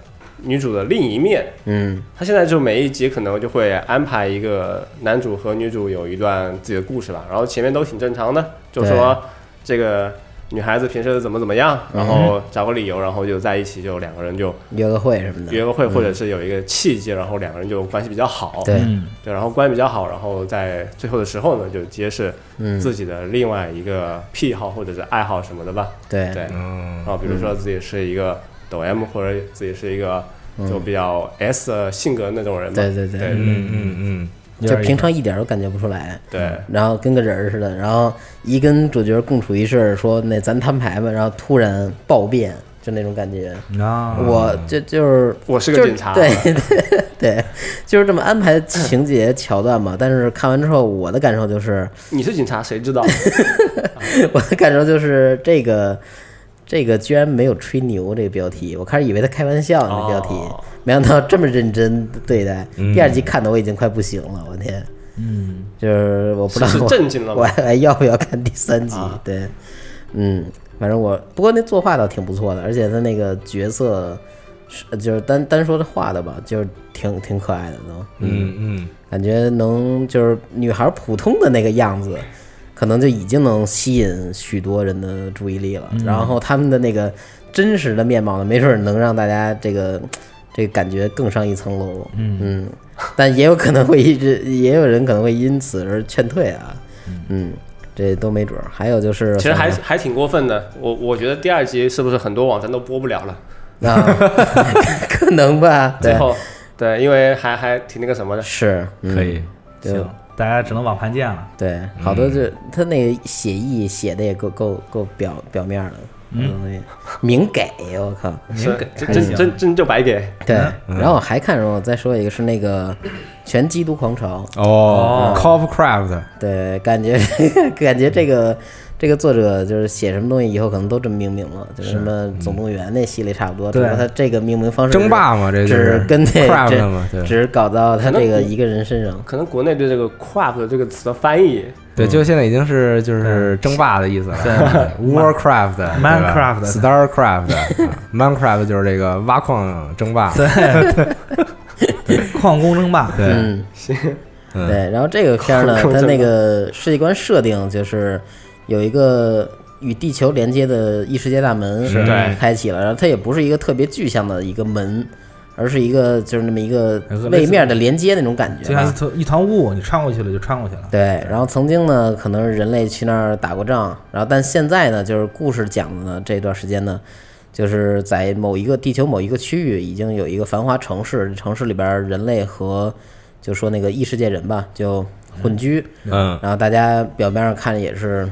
Speaker 4: 女主的另一面。
Speaker 2: 嗯
Speaker 4: 他现在就每一集可能就会安排一个男主和女主有一段自己的故事吧，然后前面都挺正常的，就说这个女孩子平时怎么怎么样，
Speaker 2: 嗯
Speaker 4: 然后找个理由，然后就在一起，就两个人就
Speaker 2: 约个会什么的，
Speaker 4: 约个会，或者是有一个契机，然后两个人就关系比较好，
Speaker 2: 嗯对
Speaker 5: 嗯，
Speaker 4: 对，然后关系比较好，然后在最后的时候呢，就揭示
Speaker 2: 嗯
Speaker 4: 自己的另外一个癖好或者是爱好什么的吧，
Speaker 2: 对
Speaker 4: 对，
Speaker 3: 嗯
Speaker 4: 然，后比如说自己是一个抖 M 或者自己是一个就比较 S 的性格那种人
Speaker 2: 嗯
Speaker 4: 嘛，
Speaker 2: 对对对
Speaker 4: 对
Speaker 3: 嗯嗯
Speaker 5: 有
Speaker 2: 就
Speaker 5: 点
Speaker 2: 平常一点儿都感觉不出来，
Speaker 4: 对
Speaker 2: 然后跟个人儿似的，然后一跟主角共处一室，说那咱摊牌吧，然后突然暴变，就那种感觉。
Speaker 3: 嗯
Speaker 5: 啊，
Speaker 2: 我这就是
Speaker 4: 我是个
Speaker 2: 就是
Speaker 4: 警察
Speaker 2: 对 对，就是这么安排情节桥段嘛。但是看完之后，我的感受就是，
Speaker 4: 你是警察，谁知道？
Speaker 2: 我的感受就是这个这个居然没有吹牛这个标题，我开始以为他开玩笑呢，这标题，
Speaker 4: 哦
Speaker 2: 没想到这么认真对待。第二集看的我已经快不行了，我天，嗯，就是我不知道
Speaker 4: 是
Speaker 2: 我
Speaker 4: 震惊了吗啊
Speaker 2: 我还要不要看第三集？对，嗯，反正我不过那作画倒挺不错的，而且他那个角色是呃就是单单说这画的吧，就是挺挺可爱的都，
Speaker 3: 嗯嗯
Speaker 2: 感觉能就是女孩普通的那个样子，可能就已经能吸引许多人的注意力了。然后他们的那个真实的面貌呢，没准儿能让大家这个这个感觉更上一层楼。嗯但也有可能会一直，也有人可能会因此而劝退啊。嗯，这都没准儿。还有就是，
Speaker 4: 其实还还挺过分的。我我觉得第二集是不是很多网站都播不了了？
Speaker 2: 啊， 可能吧。
Speaker 4: 最
Speaker 2: 对，
Speaker 4: 后对，因为还还挺那个什么的。
Speaker 2: 是、嗯
Speaker 5: 可以，
Speaker 2: 对
Speaker 5: 行，大家只能网盘见了。
Speaker 2: 对，好多就、
Speaker 3: 嗯
Speaker 2: 他那个写意写的也够够够表表面儿了，嗯，明给我靠，
Speaker 3: 嗯
Speaker 4: 是
Speaker 5: 给
Speaker 4: 真
Speaker 5: 还
Speaker 4: 真
Speaker 5: 行
Speaker 4: 真真就白给，
Speaker 2: 对。然后我还看着我再说一个是那个《全基督狂潮》，
Speaker 3: 哦 c o p Craft，
Speaker 2: 对，感觉 感觉这
Speaker 3: 嗯
Speaker 2: 个这个作者就是写什么东西以后可能都这么命名了，就是什么《总动员》那系列差不多，只不过
Speaker 5: 对
Speaker 2: 他这个命名方式
Speaker 3: 嗯争霸嘛这就
Speaker 2: 只
Speaker 3: 是
Speaker 2: 跟那
Speaker 3: Craft
Speaker 2: 只
Speaker 3: 嘛对
Speaker 2: 只搞到他
Speaker 4: 可能
Speaker 2: 这个
Speaker 4: 古
Speaker 2: 一个人身上，
Speaker 4: 可能国内对这个 “craft” 这个词的翻译，
Speaker 2: 嗯
Speaker 3: 对，就现在已经是就是争霸的意思了。对，Warcraft、对吧
Speaker 5: Minecraft
Speaker 3: Starcraft、啊 Minecraft 就是这个挖矿争霸。对，
Speaker 5: 矿工争霸，
Speaker 3: 对，
Speaker 5: 嗯
Speaker 2: 对，然后这个片儿 呢，
Speaker 4: 口口
Speaker 2: 它
Speaker 4: 正
Speaker 2: 那个世界观设定就是有一个与地球连接的异世界大门
Speaker 3: 是对
Speaker 2: 开启了，然后它也不是一个特别具象的一个门，而是一个就是那么一个
Speaker 5: 有个类
Speaker 2: 位
Speaker 5: 似
Speaker 2: 面的连接那种感觉
Speaker 5: 就像一
Speaker 2: 吧。
Speaker 5: 团一团雾，你穿过去了就穿过去了。
Speaker 2: 对，然后曾经呢，可能人类去那儿打过仗，然后但现在呢，就是故事讲的呢，这段时间呢，就是在某一个地球某一个区域已经有一个繁华城市，城市里边儿人类和就说那个异世界人吧，就混居。
Speaker 3: 嗯，
Speaker 2: 然后大家表面上看着也是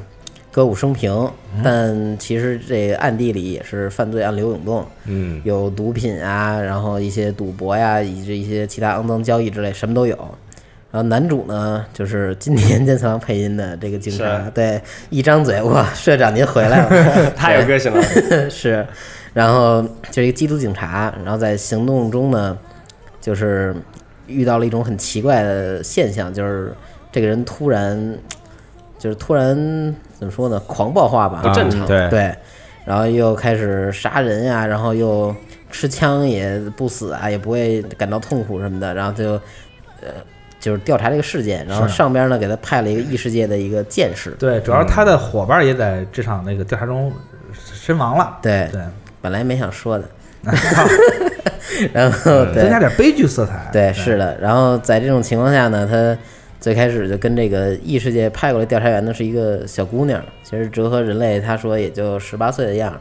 Speaker 2: 歌舞升平，
Speaker 3: 嗯
Speaker 2: 但其实这个暗地里也是犯罪暗流涌动，
Speaker 3: 嗯，
Speaker 2: 有毒品啊，然后一些赌博呀、以及一些其他肮脏交易之类，什么都有。然后男主呢，就是今年健次郎配音的这个警察
Speaker 4: 是，
Speaker 2: 对，一张嘴，哇， 社长您回来了，
Speaker 4: 太有个性了。
Speaker 2: 是，然后就是一个缉毒警察，然后在行动中呢，就是遇到了一种很奇怪的现象，就是这个人突然，就是突然怎么说呢，狂暴化吧，嗯
Speaker 4: 不正常
Speaker 3: 啊对，
Speaker 2: 对，然后又开始杀人呀、然后又吃枪也不死啊，也不会感到痛苦什么的，然后就呃就是调查这个事件，然后上边呢给他派了一个异世界的一个剑士，
Speaker 5: 对，主要是他的伙伴也在这场那个调查中身亡了。
Speaker 2: 对
Speaker 5: 对，
Speaker 2: 本来没想说的， 然后对
Speaker 5: 增加点悲剧色
Speaker 4: 哎
Speaker 5: 彩。
Speaker 2: 对，是的。然后在这种情况下呢，他最开始就跟这个异世界派过来调查员的是一个小姑娘，其实折合人类，她说也就十八岁的样儿。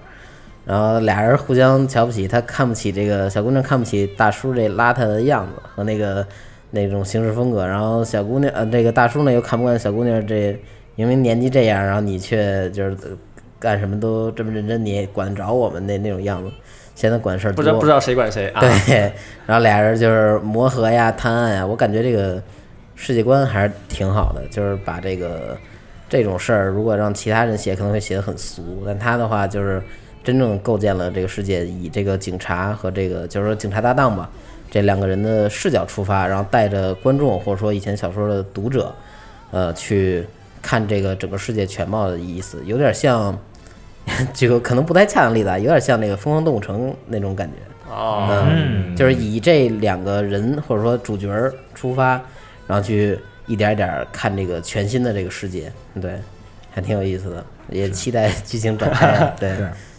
Speaker 2: 然后俩人互相瞧不起，他看不起这个小姑娘，看不起大叔这邋遢的样子和那个那种行事风格。然后小姑娘，呃，这个大叔呢又看不惯小姑娘这，明明年纪这样，然后你却就是呃干什么都这么认真，你也管得着我们那那种样子，嫌他管事儿多。
Speaker 4: 不 知道不知道谁管谁啊？
Speaker 2: 对， 然后俩人就是磨合呀、探案呀，我感觉这个世界观还是挺好的，就是把这个这种事儿，如果让其他人写，可能会写得很俗，但他的话就是真正构建了这个世界，以这个警察和这个就是说警察搭档吧，这两个人的视角出发，然后带着观众或者说以前小说的读者，呃，去看这个整个世界全貌的意思，有点像， 这个可能不太恰当例子啊，有点像那个《疯狂动物城》那种感觉。
Speaker 4: 啊，
Speaker 2: 嗯，就是以这两个人或者说主角儿出发，然后去一点儿一点儿看这个全新的这个世界，对，还挺有意思的，也期待剧情展开啊，对，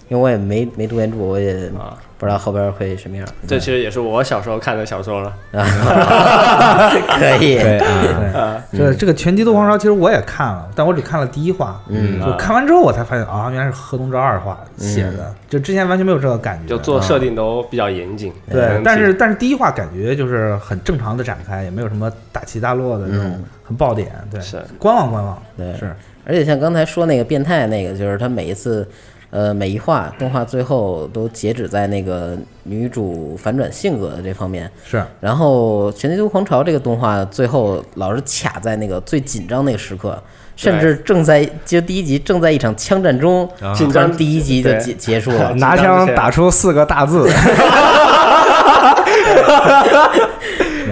Speaker 2: 因为我也没没读原著，我也
Speaker 4: 啊
Speaker 2: 不知道后边儿会什么样
Speaker 4: 这其实也是我小时候看的小说了。
Speaker 2: 啊， 可以，
Speaker 3: 对啊，
Speaker 5: 对，这这个《拳击斗皇烧》其实我也看了，但我只看了第一话。
Speaker 2: 嗯
Speaker 5: 我看完之后我才发现啊，原来是河东照二画写的，就之前完全没有这个感觉。
Speaker 4: 就做设定都比较严谨。
Speaker 5: 对，
Speaker 4: 能
Speaker 5: 但
Speaker 4: 体
Speaker 5: 是但是第一话感觉就是很正常的展开，也没有什么大起大落的那种很爆点。对，
Speaker 4: 是
Speaker 5: 观望观望。
Speaker 2: 对
Speaker 5: 是，
Speaker 2: 而且像刚才说那个变态那个，就是他每一次，呃，每一话动画最后都截止在那个女主反转性格的这方面，
Speaker 5: 是，
Speaker 2: 然后《全击都狂潮》这个动画最后老是卡在那个最紧张那个时刻，甚至正在就第一集正在一场枪战中，
Speaker 5: 啊
Speaker 4: 紧
Speaker 2: 突然
Speaker 4: 张
Speaker 2: 第一集就
Speaker 4: 对。
Speaker 2: 结结束了
Speaker 3: 拿枪打出四个大字，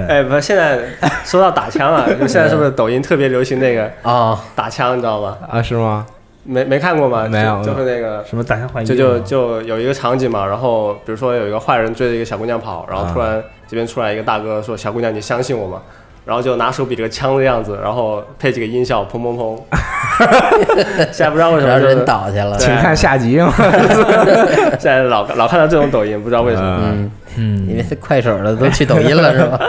Speaker 4: 哎，不，现在说到打枪啊，就现在是不是抖音特别流行那个
Speaker 2: 哦，
Speaker 4: 打枪，你知道吗？
Speaker 3: 啊，是吗？
Speaker 4: 没没看过吗？
Speaker 3: 没有
Speaker 4: 就就是那个，
Speaker 5: 什么打枪换衣
Speaker 4: 就
Speaker 5: 服，
Speaker 4: 就
Speaker 5: 啊
Speaker 4: 就有一个场景嘛，然后比如说有一个坏人追着一个小姑娘跑，然后突
Speaker 5: 啊
Speaker 4: 然这边出来一个大哥说：“小姑娘，你相信我吗？”然后就拿手比这个枪的样子，然后配几个音效，砰砰砰。 现在不知道为什
Speaker 2: 然后
Speaker 4: 么就是
Speaker 2: 人，倒下了。
Speaker 3: 请看下集嘛。
Speaker 4: 现在老老看到这种抖音，不知道为什么。
Speaker 3: 嗯
Speaker 2: 因为快手的都去抖音 了，是吧？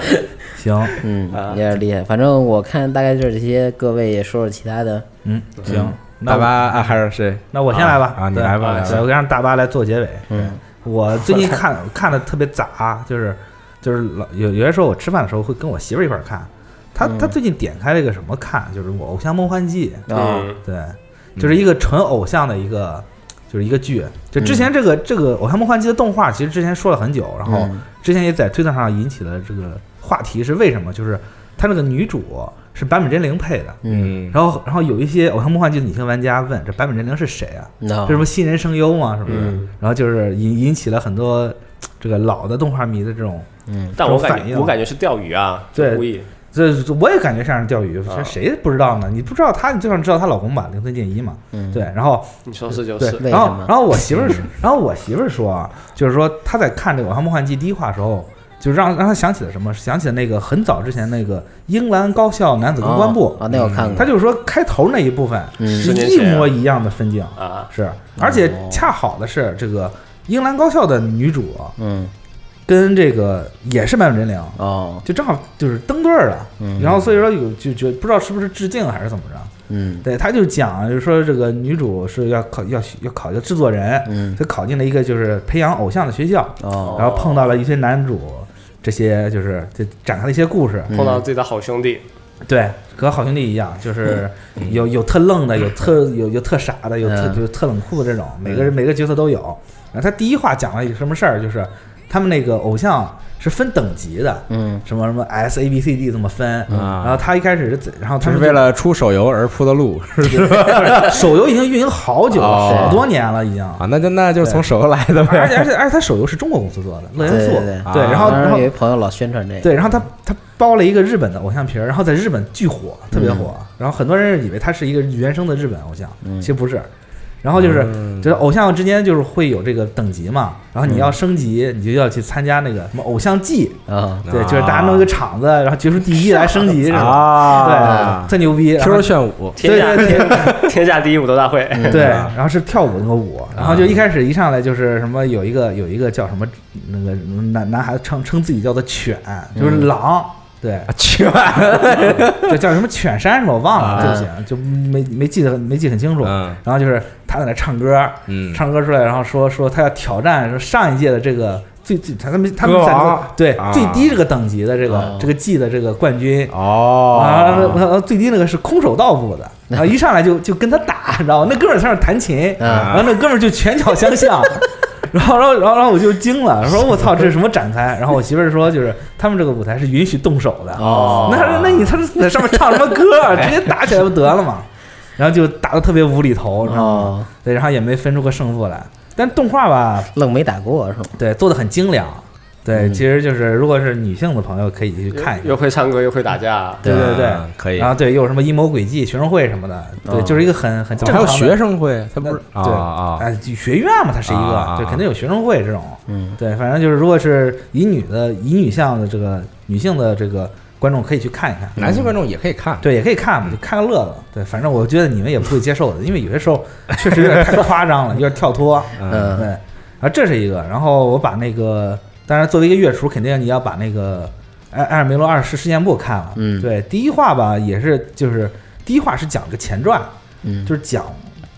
Speaker 5: 行，
Speaker 2: 嗯，
Speaker 5: 啊
Speaker 2: 有点厉害。反正我看大概就是这些，各位也说说其他的。
Speaker 5: 嗯，行，那
Speaker 3: 大
Speaker 5: 我
Speaker 3: 巴啊，还是谁？
Speaker 5: 那我先来吧，
Speaker 3: 啊啊你
Speaker 5: 对
Speaker 3: 来吧
Speaker 5: 对
Speaker 3: 来吧
Speaker 5: 我让大巴来做结尾。嗯，我最近看 看的特别杂，就是就是老有有些时候我吃饭的时候会跟我媳妇儿一块儿看，她她最近点开了一个什么看，就是我《偶像梦幻祭》，
Speaker 2: 啊，
Speaker 4: 嗯，
Speaker 5: 对，就是一个纯偶像的一个。就是一个剧，就之前这个、这个《偶像梦幻祭》的动画，其实之前说了很久，然后
Speaker 2: 嗯
Speaker 5: 之前也在推特上引起了这个话题，是为什么？就是她这个女主是坂本真绫配的，
Speaker 3: 嗯，
Speaker 5: 然后然后有一些《偶像梦幻祭》的女性玩家问，这坂本真绫是谁啊？
Speaker 2: 那
Speaker 5: 这什么新人声优嘛，是不是？
Speaker 4: 嗯
Speaker 5: 然后就是引引起了很多这个老的动画迷的这种，
Speaker 2: 嗯
Speaker 4: 但我
Speaker 5: 这种
Speaker 4: 感
Speaker 5: 反
Speaker 4: 觉
Speaker 5: 应
Speaker 4: 我感觉是钓鱼啊，
Speaker 5: 对
Speaker 4: 故意
Speaker 5: 这这我也感觉像是钓鱼，
Speaker 4: 啊
Speaker 5: 这谁不知道呢？你不知道她，你就算知道她老公吧，铃村健一嘛，
Speaker 2: 嗯
Speaker 5: 对。然后
Speaker 4: 你说是就
Speaker 5: 对
Speaker 4: 是，
Speaker 2: 为
Speaker 5: 然后
Speaker 2: 什么
Speaker 5: 然后我媳妇儿，然后我媳妇儿说啊，就是说她在看这个《偶像梦幻祭》第一话的时候。就让让她想起了什么？想起了那个很早之前那个英格兰高校男子公关部
Speaker 2: 啊，那我嗯看
Speaker 5: 他
Speaker 2: 过。
Speaker 5: 就是说开头那一部分是
Speaker 4: 十年
Speaker 5: 一
Speaker 4: 前
Speaker 5: 模一样的分镜，
Speaker 4: 啊，
Speaker 5: 是，而且
Speaker 2: 哦
Speaker 5: 恰好的是，这个英兰高校的女主啊
Speaker 2: 嗯，
Speaker 5: 跟这个也是坂本真绫，
Speaker 2: 哦，
Speaker 5: 啊就正好就是登对儿了。然后所以说有就觉不知道是不是致敬还是怎么着。
Speaker 2: 嗯
Speaker 5: 对，他就讲就是说这个女主是要考要要考一个制作人，
Speaker 2: 嗯，
Speaker 5: 她考进了一个就是培养偶像的学校，
Speaker 2: 哦，
Speaker 5: 然后碰到了一些男主。这些就是就展开了一些故事，
Speaker 4: 碰到自己的好兄弟，
Speaker 5: 对，和好兄弟一样，就是
Speaker 3: 嗯
Speaker 5: 有有特愣的，有特有有特傻的，有特
Speaker 2: 嗯
Speaker 5: 就是特冷酷的这种，
Speaker 3: 嗯
Speaker 5: 每个人每个角色都有。然后他第一话讲了一个什么事儿，就是他们那个偶像是分等级的，
Speaker 2: 嗯，
Speaker 5: 什么什么 S A B C D 这么分。
Speaker 3: 啊
Speaker 5: 然后他一开始是怎，然后他
Speaker 3: 这是
Speaker 5: 们
Speaker 3: 为了出手游而铺的路
Speaker 5: 手游已经运营好久
Speaker 3: 哦
Speaker 5: 好多年了，已经。
Speaker 3: 啊，那就那就是从手游来的
Speaker 5: 而
Speaker 3: 呗。
Speaker 5: 且而且而且他手游是中国公司做的，乐元素。
Speaker 2: 对对
Speaker 3: 对啊
Speaker 5: 对，然后
Speaker 2: 当
Speaker 5: 然
Speaker 2: 时
Speaker 5: 后
Speaker 2: 有一朋友老宣传这个。
Speaker 5: 对，然后他他包了一个日本的偶像皮儿，然后在日本巨火，特别火。然后很多人以为他是一个原生的日本偶像，其实不是。然后就是、就是偶像之间就是会有这个等级嘛，然后你要升级，你就要去参加那个什么偶像季，
Speaker 2: 啊，
Speaker 5: 对，就是大家弄一个场子，然后决出第一来升级，是吧？
Speaker 3: 啊
Speaker 5: 对，，特牛逼。然后
Speaker 3: ，Q 炫舞，
Speaker 4: 天下
Speaker 5: 对对
Speaker 4: 天天下第一武斗大会，
Speaker 3: 嗯
Speaker 5: 对，然后是跳舞那个
Speaker 3: 啊
Speaker 5: 舞，然后就一开始一上来就是什么有一个有一个叫什么那个男男孩子称称自己叫做犬，
Speaker 3: 嗯
Speaker 5: 就是狼，对，
Speaker 3: 去吧，
Speaker 5: 就叫什么犬山什么我忘了，
Speaker 3: 啊
Speaker 5: 对不起，就没没记得很没记很清楚。
Speaker 3: 嗯
Speaker 5: 然后就是他在那唱歌，
Speaker 3: 嗯
Speaker 5: 唱歌出来，然后说说他要挑战说上一届的这个最最他们他们
Speaker 3: 歌
Speaker 5: 在这个
Speaker 3: 王
Speaker 5: 对
Speaker 3: 啊
Speaker 5: 最低这个等级的这
Speaker 2: 哦
Speaker 5: 个这个季的这个冠军。啊，
Speaker 3: 哦，
Speaker 5: 然后最低那个是空手道部的， 然后一上来就就跟他打，你知道吗？那哥们儿在那儿弹琴，
Speaker 2: 啊
Speaker 3: 啊
Speaker 5: 然后那啊哥们儿就拳脚相向， 然后然后然后然后我就惊 了，说我操，这是什么展开？然后我媳妇儿说，就是他们这个舞台是允许动手的，
Speaker 2: 哦
Speaker 5: 那那你他在上面唱什么歌 啊？直接打起来不得了嘛？然后就打的特别无厘头，然后、
Speaker 2: 哦，
Speaker 5: 对，然后也没分出个胜负来。但动画吧，
Speaker 2: 愣没打过是吗？
Speaker 5: 对，做的很精良，对，
Speaker 2: 嗯
Speaker 5: 其实就是如果是女性的朋友可以去看一
Speaker 4: 又
Speaker 5: 下，
Speaker 4: 会唱歌又会打架，
Speaker 5: 对对对
Speaker 3: 啊，可以。嗯
Speaker 5: 然后对又有什么阴谋诡计、学生会什么的，对，
Speaker 2: 哦
Speaker 5: 就是一个很很
Speaker 3: 怎
Speaker 5: 正
Speaker 3: 么
Speaker 5: 常
Speaker 3: 还
Speaker 5: 的
Speaker 3: 有学生会？他
Speaker 5: 那
Speaker 3: 不是啊
Speaker 5: 对
Speaker 3: 啊啊
Speaker 5: 哎学院嘛，它是一
Speaker 3: 啊啊啊
Speaker 5: 个，对，肯定有学生会这种，
Speaker 2: 嗯，
Speaker 5: 对，反正就是如果是以女的以女向的这个女性的这个观众可以去看一看，
Speaker 3: 男性观众也可以看，
Speaker 5: 对，也可以看嘛，
Speaker 3: 嗯
Speaker 5: 就看个乐子。对，反正我觉得你们也不会接受的，因为有些时候确实有点太夸张了，有点跳脱。
Speaker 3: 嗯，
Speaker 5: 对，啊，这是一个。然后我把那个，当然作为一个月厨，肯定你要把那个《艾艾尔梅罗二世事件簿》看了。
Speaker 2: 嗯
Speaker 5: 对，第一话吧，也是就是第一话是讲个前传，
Speaker 2: 嗯
Speaker 5: 就是讲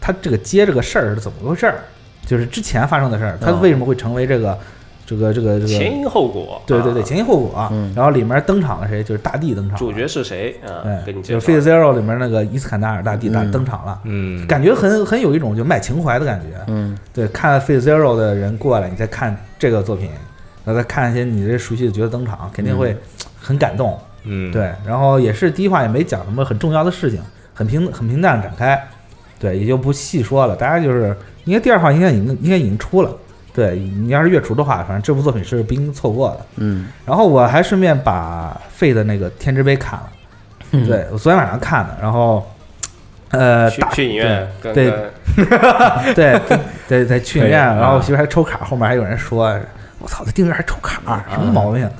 Speaker 5: 他这个接这个事儿是怎么回事儿，就是之前发生的事儿，他
Speaker 2: 哦
Speaker 5: 为什么会成为这个这个这个这
Speaker 4: 前
Speaker 5: 个。
Speaker 4: 因后果。
Speaker 5: 对对对，
Speaker 4: 啊
Speaker 5: 前因后果。
Speaker 2: 嗯
Speaker 5: 然后里面登场了谁？就是大地登场了。
Speaker 4: 主角是谁啊？给
Speaker 5: 对，
Speaker 4: 你介
Speaker 5: 就是《Fate
Speaker 4: 绍。
Speaker 5: Zero》里面那个伊斯坎达尔大帝大
Speaker 2: 嗯
Speaker 5: 登场了，
Speaker 3: 嗯，
Speaker 5: 感觉很很有一种就卖情怀的感觉。
Speaker 2: 嗯
Speaker 5: 对，看《Fate Zero》的人过来，你再看这个作品，然后再看一些你这熟悉的角色登场，肯定
Speaker 4: 嗯
Speaker 5: 会很感动。
Speaker 3: 嗯，
Speaker 5: 对，然后也是第一话也没讲什么很重要的事情，很平很平淡地展开，对，也就不细说了。大家就是应该第二话应该已经应该已经出了，对你要是月厨的话，反正这部作品是不应该错过的。
Speaker 2: 嗯
Speaker 5: 然后我还顺便把费的那个《天之杯》看了，对我昨天晚上看的，然后呃，
Speaker 4: 去
Speaker 5: 打
Speaker 4: 去影院跟
Speaker 5: 对
Speaker 4: 跟
Speaker 5: 对对在去影院，
Speaker 3: 对
Speaker 5: 然后我媳妇还抽卡，后面还有人说。我操，这订阅还抽卡，什么毛病？
Speaker 4: 嗯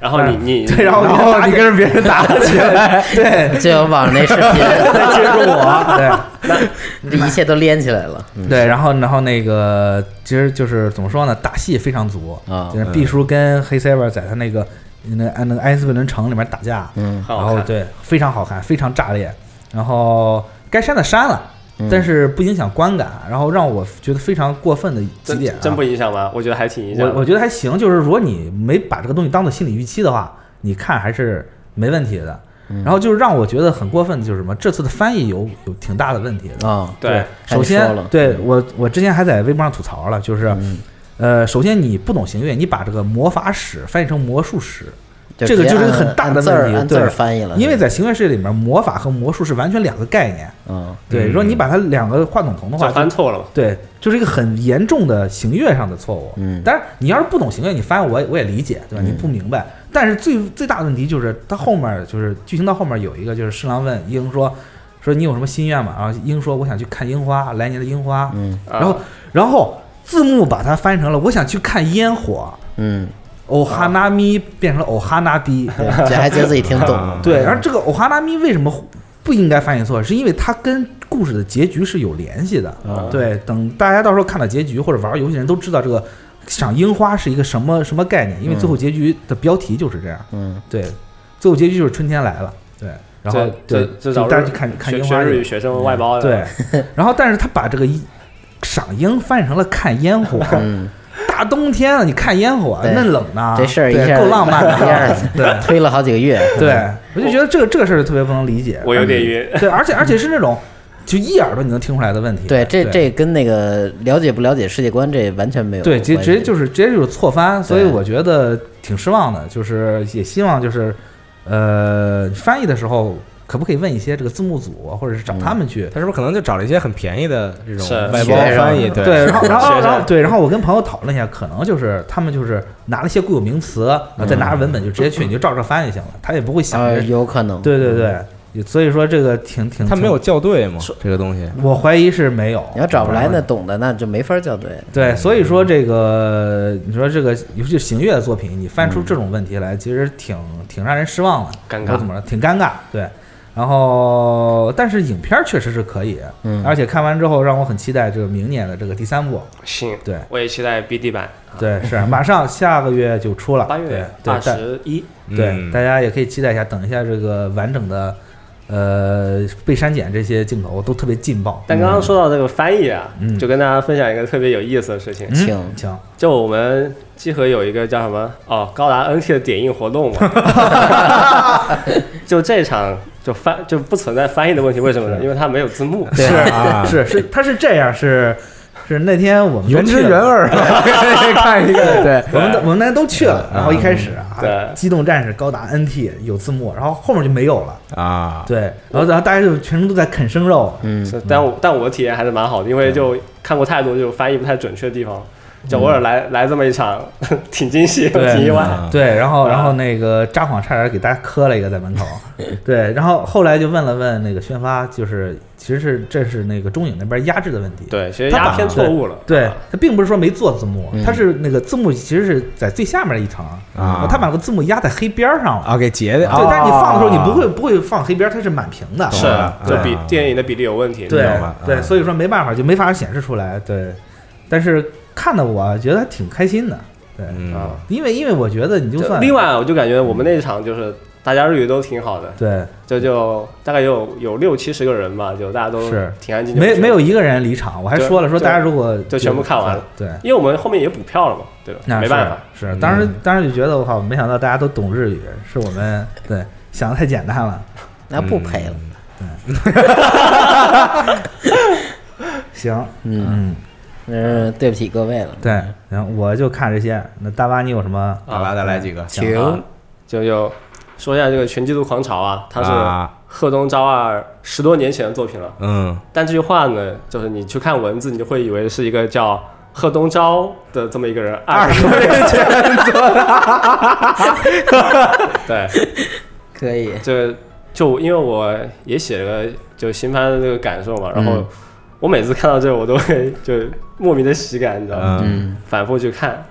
Speaker 4: 然后你你
Speaker 5: 对，然后
Speaker 2: 然后
Speaker 5: 你跟着别人打起来，对，
Speaker 2: 就有网上那视频，
Speaker 5: 再接着我，对，
Speaker 2: 这一切都连起来了。嗯
Speaker 5: 对，然后然后那个其实就是怎么说呢，打戏非常足
Speaker 2: 啊
Speaker 5: 就是毕叔跟黑 saber 在他那个那个那个埃斯贝伦城里面打架，
Speaker 2: 嗯
Speaker 4: 很
Speaker 5: 然
Speaker 4: 好
Speaker 5: 后
Speaker 4: 看。
Speaker 5: 对非常好看，非常炸裂，然后该删的删了。但是不影响观感，然后让我觉得非常过分的几点、啊
Speaker 4: 真真不影响吗？我觉得还挺影响
Speaker 5: 我
Speaker 4: 的。
Speaker 5: 我觉得还行，就是如果你没把这个东西当做心理预期的话，你看还是没问题的。
Speaker 2: 嗯
Speaker 5: 然后就是让我觉得很过分的就是什么，这次的翻译有有挺大的问题的。
Speaker 2: 啊，
Speaker 4: 对，
Speaker 2: 看
Speaker 5: 首
Speaker 2: 你
Speaker 5: 先
Speaker 2: 说了，嗯
Speaker 5: 对我我之前还在微博上吐槽了，就是，呃，首先你不懂行乐，你把这个魔法史翻译成魔术史，这
Speaker 2: 直
Speaker 5: 个
Speaker 2: 接
Speaker 5: 就是一个
Speaker 2: 按
Speaker 5: 很大的
Speaker 2: 按字儿
Speaker 5: 问
Speaker 2: 按
Speaker 5: 题，
Speaker 2: 字
Speaker 5: 对
Speaker 2: 儿，翻译了，
Speaker 5: 因为在行乐世界里面，魔法和魔术是完全两个概念。
Speaker 2: 嗯
Speaker 5: 对，如果你把它两个画等同的话，
Speaker 4: 这
Speaker 5: 就
Speaker 4: 翻错了嘛。
Speaker 5: 对，就是一个很严重的行乐上的错误。
Speaker 2: 嗯
Speaker 5: 但是你要是不懂行乐，你翻我也我也理解，对吧？你不明白，
Speaker 2: 嗯
Speaker 5: 但是最最大的问题就是它后面就是剧情到后面有一个就是侍郎问鹰说说你有什么心愿吗？然后鹰说我想去看樱花，来年的樱花。
Speaker 2: 嗯
Speaker 5: 然后然后字幕把它翻译成了我想去看烟火，
Speaker 2: 嗯，
Speaker 5: 哦哈纳咪变成了哦哈纳 逼。
Speaker 2: 对这还觉得自己听懂 了。
Speaker 5: 对，嗯
Speaker 4: 嗯
Speaker 5: 然后这个欧哈拉咪为什么不应该翻译错？是因为它跟故事的结局是有联系的。
Speaker 4: 啊
Speaker 5: 对，等大家到时候看到结局或者玩游戏的人都知道这个赏樱花是一个什么什么概念，因为最后结局的标题就是这样。
Speaker 2: 嗯，
Speaker 5: 对，最后结局就是春天来了。对，然后
Speaker 4: 这
Speaker 5: 对，
Speaker 4: 这
Speaker 5: 就
Speaker 4: 这
Speaker 5: 大家去看看
Speaker 4: 学
Speaker 5: 樱
Speaker 4: 学
Speaker 5: 花去。
Speaker 4: 日语学啊生外包的，
Speaker 5: 嗯对，然后但是他把这个一赏樱翻译成了看烟火。
Speaker 2: 嗯，
Speaker 5: 大冬天了，你看烟火，
Speaker 2: 对
Speaker 5: 那冷呢？
Speaker 2: 这事儿一
Speaker 5: 对
Speaker 2: 下
Speaker 5: 够浪漫的
Speaker 2: 一下
Speaker 5: 啊。对
Speaker 2: 推了好几个月。 嗯
Speaker 5: 对，我就觉得这个这个事儿特别不能理解。啊
Speaker 4: 我有点晕。
Speaker 5: 对，而且而且是那种就一耳朵你能听出来的问题。
Speaker 2: 对，这这跟那个了解不了解世界观这完全没有
Speaker 5: 对
Speaker 2: 关系。哦
Speaker 5: 直直接就是直接就是错翻，所以
Speaker 2: 对
Speaker 5: 我觉得挺失望的。就是也希望就是呃翻译的时候。可不可以问一些这个字幕组，啊或者是找他们去？
Speaker 3: 他是不是可能就找了一些很便宜的这种
Speaker 4: 是
Speaker 3: 外包
Speaker 2: 嗯学生
Speaker 3: 翻译？对
Speaker 5: 对，然后然后
Speaker 4: 学生
Speaker 5: 然后对，然后我跟朋友讨论一下，可能就是他们就是拿了一些固有名词，然后再拿着文本就直接去，你就照着翻就行了，他也不会想
Speaker 2: 啊，
Speaker 5: 着。
Speaker 2: 有可能。
Speaker 5: 对对对，所以说这个挺挺，
Speaker 3: 他没有
Speaker 5: 挺，
Speaker 3: 校对吗？这个东西，
Speaker 5: 我怀疑是没有。
Speaker 2: 你要找不来
Speaker 5: 然后
Speaker 2: 那懂的，那就没法校对。
Speaker 5: 对，所以说这个，你说这个，尤其是邢乐的作品，你翻出这种问题来，其实挺挺让人失望的，
Speaker 4: 尴尬
Speaker 5: 或者怎么着，挺尴尬。对，然后但是影片儿确实是可以，
Speaker 2: 嗯
Speaker 5: 而且看完之后让我很期待这个明年的这个第三
Speaker 4: 啊
Speaker 5: 部。
Speaker 4: 行，
Speaker 5: 对
Speaker 4: 我也期待 BD 版，
Speaker 5: 对， 是啊马上下个月就出了，
Speaker 4: 八月
Speaker 5: 对
Speaker 4: 二
Speaker 5: 对大
Speaker 4: 十一，
Speaker 5: 对，
Speaker 3: 嗯
Speaker 5: 大家也可以期待一下，等一下这个完整的，呃，被删减这些镜头都特别劲爆。
Speaker 4: 但刚刚说到这个翻译啊，
Speaker 5: 嗯
Speaker 4: 就跟大家分享一个特别有意思的事情，
Speaker 5: 嗯
Speaker 2: 请
Speaker 5: 请，
Speaker 4: 就我们集合有一个叫什么哦，高达 NT 的点映活动嘛， 就这场就翻就不存在翻译的问题，为什么呢？因为它没有字幕，
Speaker 5: 对
Speaker 3: 是啊
Speaker 5: 是是，他是这样，是是那天我们都
Speaker 3: 原汁
Speaker 5: 去了
Speaker 3: 原味儿， 看一个对。
Speaker 5: 我们都我们大家都去了，
Speaker 3: 嗯
Speaker 5: 然后一开始啊，
Speaker 4: 对
Speaker 5: 机动战士高达 NT 有字幕，然后后面就没有了，
Speaker 3: 啊，
Speaker 5: 对，然后然后大家就全程都在啃生肉，
Speaker 2: 嗯
Speaker 4: 是但我但我体验还是蛮好的，因为就看过太多就翻译不太准确的地方，就偶尔来来这么一场， 挺惊喜，
Speaker 5: 嗯对
Speaker 4: 挺意外。
Speaker 3: 嗯
Speaker 5: 对，然后
Speaker 4: 啊
Speaker 5: 然后那个札幌差点给大家磕了一个在门口，对，然后后来就问了问那个宣发，就是其实是这是那个中影那边压制的问题，
Speaker 4: 对，其实
Speaker 5: 他
Speaker 4: 压
Speaker 5: 把
Speaker 4: 偏错误了。
Speaker 5: 对
Speaker 4: 啊，
Speaker 5: 他并不是说没做字幕
Speaker 2: 嗯，
Speaker 5: 他是那个字幕其实是在最下面一层
Speaker 3: 啊
Speaker 5: 他把个字幕压在黑边儿上了，
Speaker 3: 啊，给截的啊，
Speaker 5: 对，但是你放的时候你
Speaker 3: 啊
Speaker 5: 不会不会放黑边儿，它是满屏的，
Speaker 4: 是
Speaker 3: 啊，
Speaker 4: 就
Speaker 3: 对
Speaker 4: 比电影的比例有问题。
Speaker 5: 对
Speaker 4: 你知道
Speaker 3: 明
Speaker 4: 吗
Speaker 3: 白啊
Speaker 5: 对，所以说没办法就没法显示出来，对，但是看的我觉得还挺开心的，对，
Speaker 3: 嗯
Speaker 4: 啊，
Speaker 5: 因为因为我觉得你就
Speaker 4: 就
Speaker 5: 算
Speaker 4: 另外，我就感觉我们那一场就是大家日语都挺好的，
Speaker 5: 对。
Speaker 4: 这就大概有有六七十个人吧，就大家都
Speaker 5: 是
Speaker 4: 挺安静，就
Speaker 5: 没
Speaker 4: 是
Speaker 5: 没有，一个人离场，我还
Speaker 4: 对
Speaker 5: 说了说
Speaker 4: 就
Speaker 5: 大家如果
Speaker 4: 就全部看完了，
Speaker 5: 对，
Speaker 4: 因为我们后面也补票了嘛，对吧？
Speaker 5: 那
Speaker 4: 没
Speaker 5: 是
Speaker 4: 办法，
Speaker 5: 是
Speaker 3: 嗯
Speaker 5: 当时当时就觉得我靠，没想到大家都懂日语，是我们对想的太简单了。
Speaker 2: 那不赔了。
Speaker 5: 行，
Speaker 2: 嗯，
Speaker 5: 嗯，
Speaker 2: 嗯，对不起各位了。
Speaker 5: 对，行，我就看这些。那大巴，你有什么？
Speaker 3: 好吧，再来几个，
Speaker 2: 请
Speaker 5: 嗯
Speaker 4: 啊就就说一下这个《全基督狂潮》啊，它是
Speaker 3: 啊，
Speaker 4: 贺东昭二十多年前的作品了。
Speaker 3: 嗯，
Speaker 4: 但这句话呢，就是你去看文字，你就会以为是一个叫贺东昭的这么一 个人，二十多年前做的。对，
Speaker 2: 可以。
Speaker 4: 这就因为我也写了个就新番的这个感受嘛，然后
Speaker 2: 嗯
Speaker 4: 我每次看到这，我都会就莫名的喜感，你知道吗？
Speaker 3: 嗯
Speaker 2: 嗯
Speaker 4: 反复去看。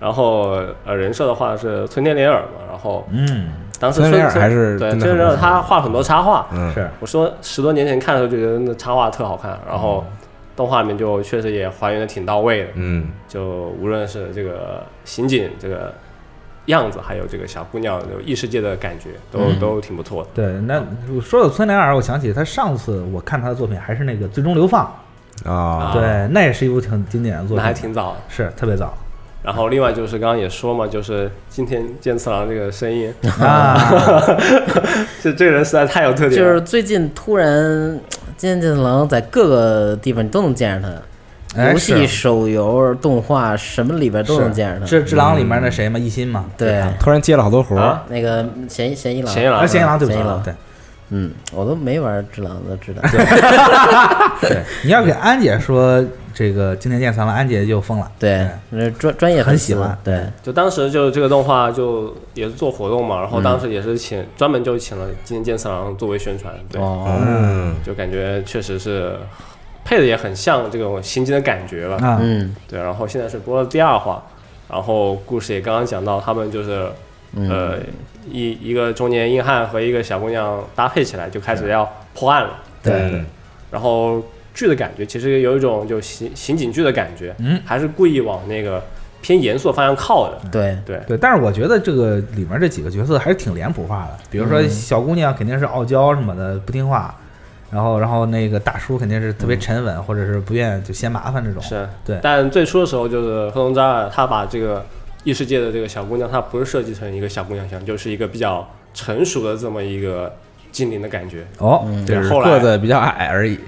Speaker 4: 然后呃，人设的话是村田莲耳嘛，然后
Speaker 5: 嗯，
Speaker 4: 当时
Speaker 3: 村田莲
Speaker 4: 村
Speaker 3: 耳还是
Speaker 4: 对
Speaker 3: 真
Speaker 4: 村
Speaker 3: 的
Speaker 4: 田
Speaker 3: 很
Speaker 4: 莲
Speaker 3: 不
Speaker 4: 耳
Speaker 3: 错
Speaker 4: 他画很多插画，
Speaker 3: 嗯，
Speaker 5: 是
Speaker 4: 我说十多年前看的时候觉得那插画特好看，然后动画里面就确实也还原的挺到位的，
Speaker 3: 嗯
Speaker 4: 就无论是这个刑警这个样子，还有这个小姑娘有异世界的感觉，都、
Speaker 2: 嗯
Speaker 4: 都挺不错的。
Speaker 5: 对。那说到村良二，我想起他上次我看他的作品还是那个《最终流放
Speaker 3: 啊》，，
Speaker 5: 对，那也是一部挺经典的作品，
Speaker 4: 那还挺早的。
Speaker 5: 是特 别早
Speaker 4: 然后另外就是刚刚也说嘛，就是今天健次郎这个声音，
Speaker 5: 啊。
Speaker 4: 这这个人实在太有特点
Speaker 2: 就
Speaker 4: 了。
Speaker 2: 是最近突然，呃金剑狼在各个地方你都能见着他，
Speaker 5: 哎
Speaker 2: 游
Speaker 5: 是
Speaker 2: 戏、手游、动画什么里边都能见着他。嗯
Speaker 5: 这《只狼》里面那谁嘛，一心嘛，
Speaker 2: 对，
Speaker 3: 突然接了好多活儿
Speaker 4: 啊，
Speaker 2: 那个嫌疑嫌疑
Speaker 4: 嫌疑
Speaker 2: 狼，
Speaker 4: 狼
Speaker 5: 啊，嫌疑狼对不
Speaker 2: 嫌
Speaker 5: 起
Speaker 2: 疑狼，
Speaker 5: 对
Speaker 2: 嗯，我都没玩只狼的只狼，
Speaker 5: 对。你要给安姐说这个今天见三了，安姐就疯了。
Speaker 2: 对，那专专业
Speaker 5: 很
Speaker 2: 粉丝
Speaker 5: 喜欢
Speaker 2: 对，
Speaker 4: 就当时就这个动画就也是做活动嘛，然后当时也是请、专门就请了今天健次郎作为宣传，对，
Speaker 2: 哦，
Speaker 3: 嗯，
Speaker 4: 就感觉确实是配的也很像这种刑警的感觉吧。
Speaker 5: 啊，
Speaker 2: 嗯
Speaker 4: 对，然后现在是播了第二话，然后故事也刚刚讲到，他们就是、
Speaker 5: 嗯
Speaker 4: 呃一一个中年硬汉和一个小姑娘搭配起来，就开始要破案了。
Speaker 2: 对，
Speaker 3: 嗯
Speaker 4: 然后剧的感觉其实有一种就刑刑警剧的感觉，
Speaker 5: 嗯
Speaker 4: 还是故意往那个偏严肃的方向靠的。
Speaker 2: 对，
Speaker 4: 对，
Speaker 5: 对，但是我觉得这个里面这几个角色还是挺脸谱化的，比如
Speaker 4: 嗯
Speaker 5: 说小姑娘肯定是傲娇什么的，不听话，然后然后那个大叔肯定是特别沉稳，或者是不愿意就嫌麻烦这种。
Speaker 4: 嗯是，啊
Speaker 5: 对
Speaker 4: 但最初的时候，就是黑龙江，他把这个异世界的这个小姑娘，她不是设计成一个小姑娘像，就是一个比较成熟的这么一个精灵的感觉。
Speaker 5: 哦，
Speaker 3: 就
Speaker 4: 嗯对
Speaker 3: 是
Speaker 4: 后来
Speaker 3: 个子比较矮而已，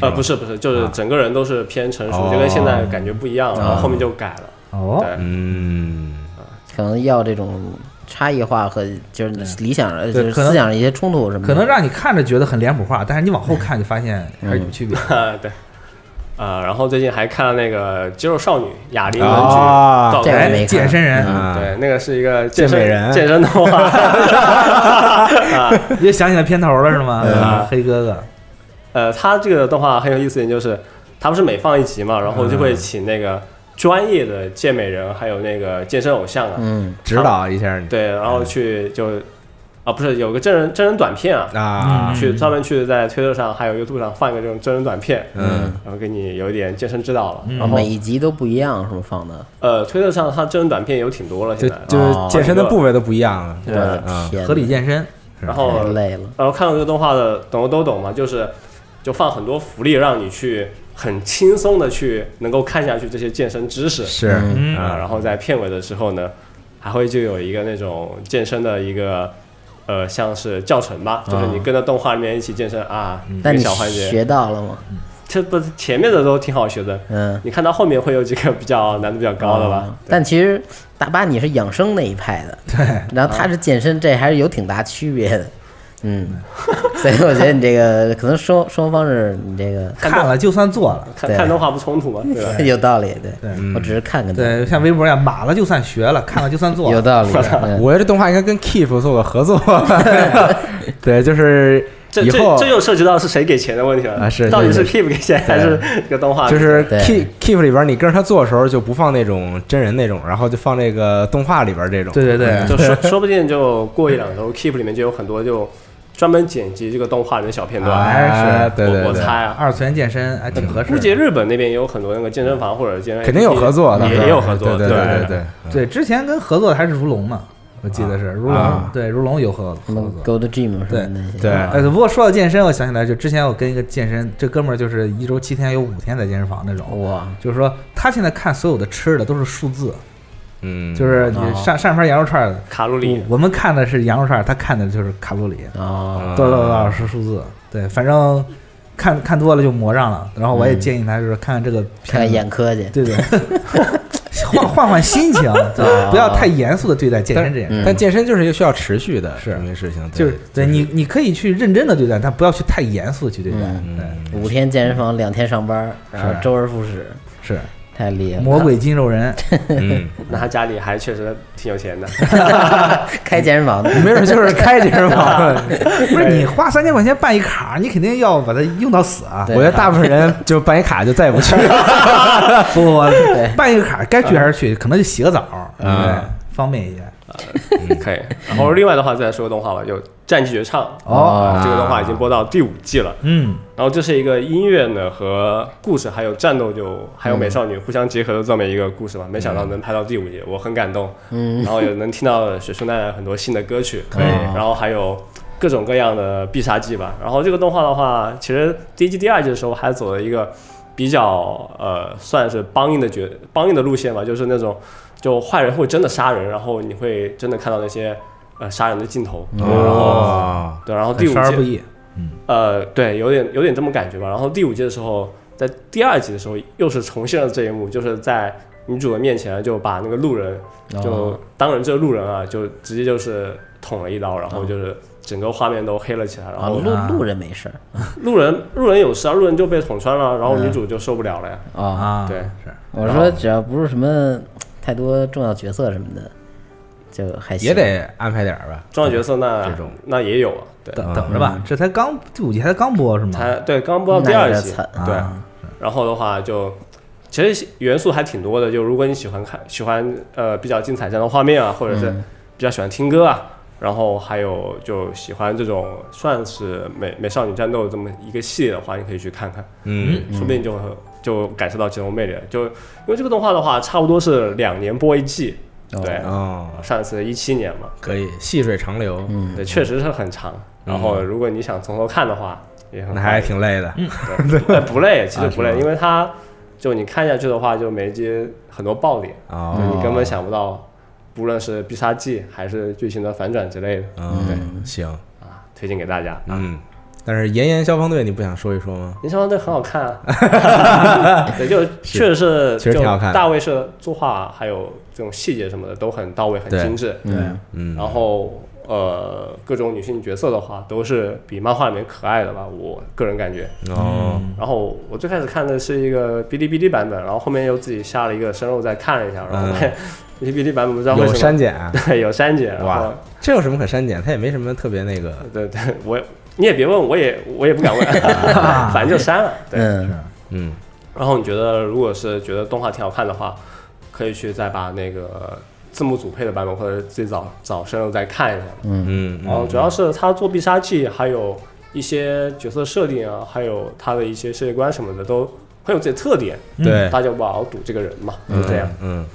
Speaker 4: 呃，
Speaker 3: 吧
Speaker 4: 不是不是，就是
Speaker 3: 啊
Speaker 4: 整个人都是偏成熟，
Speaker 3: 哦
Speaker 4: 就跟现在感觉不一样，然后后面就改了。
Speaker 5: 哦，
Speaker 4: 对，
Speaker 3: 嗯，
Speaker 2: 可能要这种差异化和就是理想上、就
Speaker 5: 对
Speaker 2: 是
Speaker 5: 可能
Speaker 2: 思想上一些冲突什么的，
Speaker 5: 可能让你看着觉得很脸谱化，但是你往后看就发现还是有区别。
Speaker 4: 对。啊、然后最近还看了那个《肌肉少女》哑铃文具，
Speaker 3: 啊
Speaker 4: 道
Speaker 2: 这个
Speaker 4: 格
Speaker 5: 哎
Speaker 2: 没看
Speaker 5: 健身人
Speaker 3: 啊
Speaker 4: 嗯对，那个是一个
Speaker 3: 健
Speaker 4: 健身
Speaker 3: 美人
Speaker 4: 健身动画啊，
Speaker 5: 又想起来片头了是吗？啊
Speaker 4: 嗯
Speaker 5: 黑哥哥，
Speaker 4: 呃，他这个动画很有意思的就是，他不是每放一集嘛，然后就会请那个专业的健美人，还有那个健身偶像啊，
Speaker 2: 嗯
Speaker 3: 指导一下你
Speaker 4: 对，然后去就啊，不是有个真人真人短片啊，
Speaker 3: 啊，
Speaker 4: 去专门去在推特上还有 YouTube 上放一个这种真人短片，
Speaker 3: 嗯，
Speaker 4: 然后给你有一点健身指导了。然后
Speaker 2: 每一集都不一样，是吗？放的，
Speaker 4: 呃，推特上他真人短片有挺多了，现
Speaker 3: 就
Speaker 4: 在。
Speaker 3: 就是
Speaker 4: 啊
Speaker 3: 健身的部位都不一样了，
Speaker 2: 我的
Speaker 3: 啊
Speaker 2: 天，
Speaker 5: 合理健身，
Speaker 4: 然
Speaker 2: 太
Speaker 3: 哎
Speaker 4: 后
Speaker 2: 累了，
Speaker 4: 然后看到这个动画的懂的都懂嘛，就是就放很多福利让你去很轻松的去能够看下去这些健身知识。
Speaker 3: 是
Speaker 5: 嗯
Speaker 4: 啊，然后在片尾的时候呢，还会就有一个那种健身的一个呃，像是教程吧，
Speaker 3: 啊
Speaker 4: 就是你跟着动画里面一起健身啊，
Speaker 3: 嗯
Speaker 4: 一
Speaker 2: 但
Speaker 4: 个
Speaker 2: 你
Speaker 4: 小环节。
Speaker 2: 学到了吗？
Speaker 4: 这不是前面的都挺好学的，
Speaker 2: 嗯，
Speaker 4: 你看到后面会有几个比较难度比较高的吧
Speaker 2: 啊？但其实大巴你是养生那一派的，对，然后他是健身，这还是有挺大区别的。嗯，所以我觉得你这个可能生生活方式，你这个
Speaker 5: 看了就算做了。
Speaker 4: 看
Speaker 2: 对
Speaker 4: 看动画不冲突嘛，对吧？
Speaker 2: 有道理，对，
Speaker 5: 对
Speaker 2: 我只是看看，，
Speaker 5: 对，像微博一样，码了就算学了，看了就算做
Speaker 2: 有
Speaker 5: 了。
Speaker 2: 道理。嗯
Speaker 3: 我觉得这动画应该跟 Keep 做个合 作，对，就是
Speaker 4: 这
Speaker 3: 以
Speaker 4: 这
Speaker 3: 后
Speaker 4: 这又涉及到是谁给钱的问题了
Speaker 3: 啊是
Speaker 4: 到底
Speaker 3: 对
Speaker 4: 是
Speaker 3: 对
Speaker 4: Keep 给钱还是这个动画？
Speaker 3: 就是 Keep
Speaker 2: 对
Speaker 3: Keep 里边，你跟着他做的时候就不放那种真人那种，然后就放这个动画里边这种。嗯
Speaker 5: 对对 对，
Speaker 4: 就说说不定就过一两周，Keep 里面就有很多就专门剪辑这个动画里的小片段。
Speaker 3: 哎，是，对
Speaker 4: 我
Speaker 3: 对
Speaker 4: 我
Speaker 3: 对，
Speaker 4: 猜啊，
Speaker 5: 二次元健身还挺合适
Speaker 4: 估
Speaker 5: 的。
Speaker 4: 计日本那边也有很多那个健身房或者健身 APP
Speaker 3: 肯定有合作的，
Speaker 4: 也也有合作，
Speaker 3: 对对对。对。
Speaker 5: 对，之前跟合作的还是如龙呢，我记得是如
Speaker 3: 嗯啊
Speaker 5: 龙，对如龙有合
Speaker 2: 什
Speaker 5: 合
Speaker 2: 么 Go
Speaker 5: 作。
Speaker 2: to Gym 什么那些，
Speaker 3: 对嗯
Speaker 5: 哎，不过说到健身，我想起来，就之前我跟一个健身，这哥们儿就是一周七天有五天在健身房那种，
Speaker 2: 哇，
Speaker 5: 就是说他现在看所有的吃的都是数字，
Speaker 3: 嗯，
Speaker 5: 就是你上上盘羊肉串的，
Speaker 4: 卡路里
Speaker 5: 我们看的是羊肉串，他看的就是卡路里，
Speaker 2: 哦，
Speaker 3: 啊
Speaker 5: 多少多少多少是数字，对，反正看看多了就魔障了。然后
Speaker 3: 嗯
Speaker 5: 我也建议他就是看看这个
Speaker 2: 看看眼科去，
Speaker 5: 对对，换换换心情，对不要太严肃的对待健身这件事。
Speaker 2: 嗯
Speaker 3: 但健身就是一个需要持续的
Speaker 5: 是
Speaker 3: 这么一个事情，
Speaker 5: 就是对你，你可以去认真的对待，但不要去太严肃的去对待。
Speaker 2: 嗯
Speaker 5: 对，
Speaker 2: 五天健身房，两天上班，然后
Speaker 5: 是
Speaker 2: 周而复始，
Speaker 5: 是
Speaker 2: 太厉害了，
Speaker 5: 魔鬼肌肉人，
Speaker 3: 嗯，
Speaker 4: 那他家里还确实挺有钱的，
Speaker 2: 开健身房的，
Speaker 3: 没准就是开健身房。
Speaker 5: 不是你花三千块钱办一卡，你肯定要把它用到死啊！
Speaker 2: 对
Speaker 3: 我觉得大部分人就办一卡就再也不去了。
Speaker 5: 不不
Speaker 2: 对
Speaker 5: 不，办一个卡该去还是去，可能就洗个澡，对不对
Speaker 3: 啊，
Speaker 5: 方便一些。
Speaker 3: 嗯
Speaker 4: 可以。然后另外的话再说个动画吧，有《战绩绝唱》
Speaker 5: 哦
Speaker 4: 啊这个动画已经播到第五季了。
Speaker 5: 嗯，
Speaker 4: 然后这是一个音乐呢和故事还有战斗就还有美少女互相结合的这么一个故事吧。没想到能拍到第五集，我很感动。嗯，然后也能听到雪树奈奈很多新的歌曲，对，然后还有。各种各样的必杀技吧。然后这个动画的话，其实第一季、第二季的时候还走了一个比较呃，算是帮硬的角帮硬的路线吧，就是那种就坏人会真的杀人，然后你会真的看到那些呃杀人的镜头。然后
Speaker 3: 哦，
Speaker 4: 对，然后第五
Speaker 5: 少儿不
Speaker 4: 季
Speaker 5: 宜。
Speaker 4: 呃，对，有点有点这么感觉吧。然后第五季的时候，在第二集的时候又是重现了这一幕，就是在女主的面前就把那个路人就当然这个路人啊，就直接就是捅了一刀，然后就是整个画面都黑了起来，然
Speaker 2: 啊，
Speaker 4: 后
Speaker 2: 路路人没事儿
Speaker 4: 路人路人有事啊，路人就被捅穿了，然后女主就受不了了呀。
Speaker 2: 啊。
Speaker 5: 啊，
Speaker 4: 对
Speaker 5: 是
Speaker 2: 我说只要不是什么太多重要角色什么的，就还行。
Speaker 3: 也得安排点儿吧。
Speaker 4: 重要角色那
Speaker 3: 这种
Speaker 4: 那也有啊，对，
Speaker 5: 等等着吧，这才刚第五集才刚播是
Speaker 3: 嗯
Speaker 5: 吗？
Speaker 4: 才对刚播到第
Speaker 2: 那有
Speaker 4: 二
Speaker 2: 点
Speaker 4: 集，
Speaker 2: 惨
Speaker 4: 对
Speaker 5: 啊，
Speaker 4: 然后的话就。其实元素还挺多的，就如果你喜欢看喜欢呃比较精彩这样的画面啊，或者
Speaker 3: 嗯
Speaker 4: 是比较喜欢听歌啊，然后还有就喜欢这种算是美美少女战斗这么一个系列的话，你可以去看看。
Speaker 3: 嗯，
Speaker 4: 说不定就就感受到其中魅力了。就因为这个动画的话，差不多是两年播一季，对，
Speaker 5: 嗯
Speaker 3: 哦，
Speaker 4: 上一次一七年嘛，
Speaker 3: 可以细水长流，
Speaker 5: 嗯
Speaker 4: 对，确实是很长。然后如果你想从头看的话，也很
Speaker 3: 嗯那还挺累的。
Speaker 5: 嗯
Speaker 4: 对 哎不累，其实不
Speaker 3: 啊是
Speaker 4: 累，
Speaker 3: 吗
Speaker 4: 因为它就你看下去的话，就每一集很多爆点，
Speaker 3: 哦
Speaker 4: 就，你根本想不到，不论是必杀技还是剧情的反转之类的
Speaker 3: 嗯，行，
Speaker 4: 啊，推荐给大家。
Speaker 3: 嗯。但是《炎炎消防队》，你不想说一说吗？
Speaker 4: 林消防队很好看啊， 对，就确实是，
Speaker 3: 其实挺好看的
Speaker 4: 就大卫是作画，还有这种细节什么的都很到位，很
Speaker 3: 对
Speaker 4: 精致。
Speaker 5: 对，
Speaker 3: 嗯，
Speaker 4: 然后呃，各种女性角色的话，都是比漫画里面可爱的吧，我个人感觉。
Speaker 5: 嗯
Speaker 3: 哦，
Speaker 4: 然后我最开始看的是一个哔哩哔哩版本，然后后面又自己下了一个深入再看了一下，然后
Speaker 3: 嗯
Speaker 4: 发现哔哩哔哩版本不知道为
Speaker 3: 有
Speaker 4: 什
Speaker 3: 删
Speaker 4: 么，
Speaker 3: 减啊？
Speaker 4: 对，有删减，然后
Speaker 3: 哇，这有什么可删减？它也没什么特别那个。
Speaker 4: 对对，我也你也别问，我也我也不 敢问，反正就删了，对。
Speaker 2: 嗯，
Speaker 3: 啊嗯，
Speaker 4: 然后你觉得，如果是觉得动画挺好看的话，可以去再把那个字幕组配的版本，或者自己找找深入再看一下。
Speaker 3: 嗯
Speaker 4: 然后
Speaker 3: 嗯，
Speaker 4: 主要是他做必杀技，还有一些角色设定啊，还有他的一些世界观什么的，都很有自己的特点。
Speaker 3: 对，
Speaker 4: 大家不好赌这个人嘛，就
Speaker 3: 嗯
Speaker 4: 这样。，
Speaker 3: 嗯，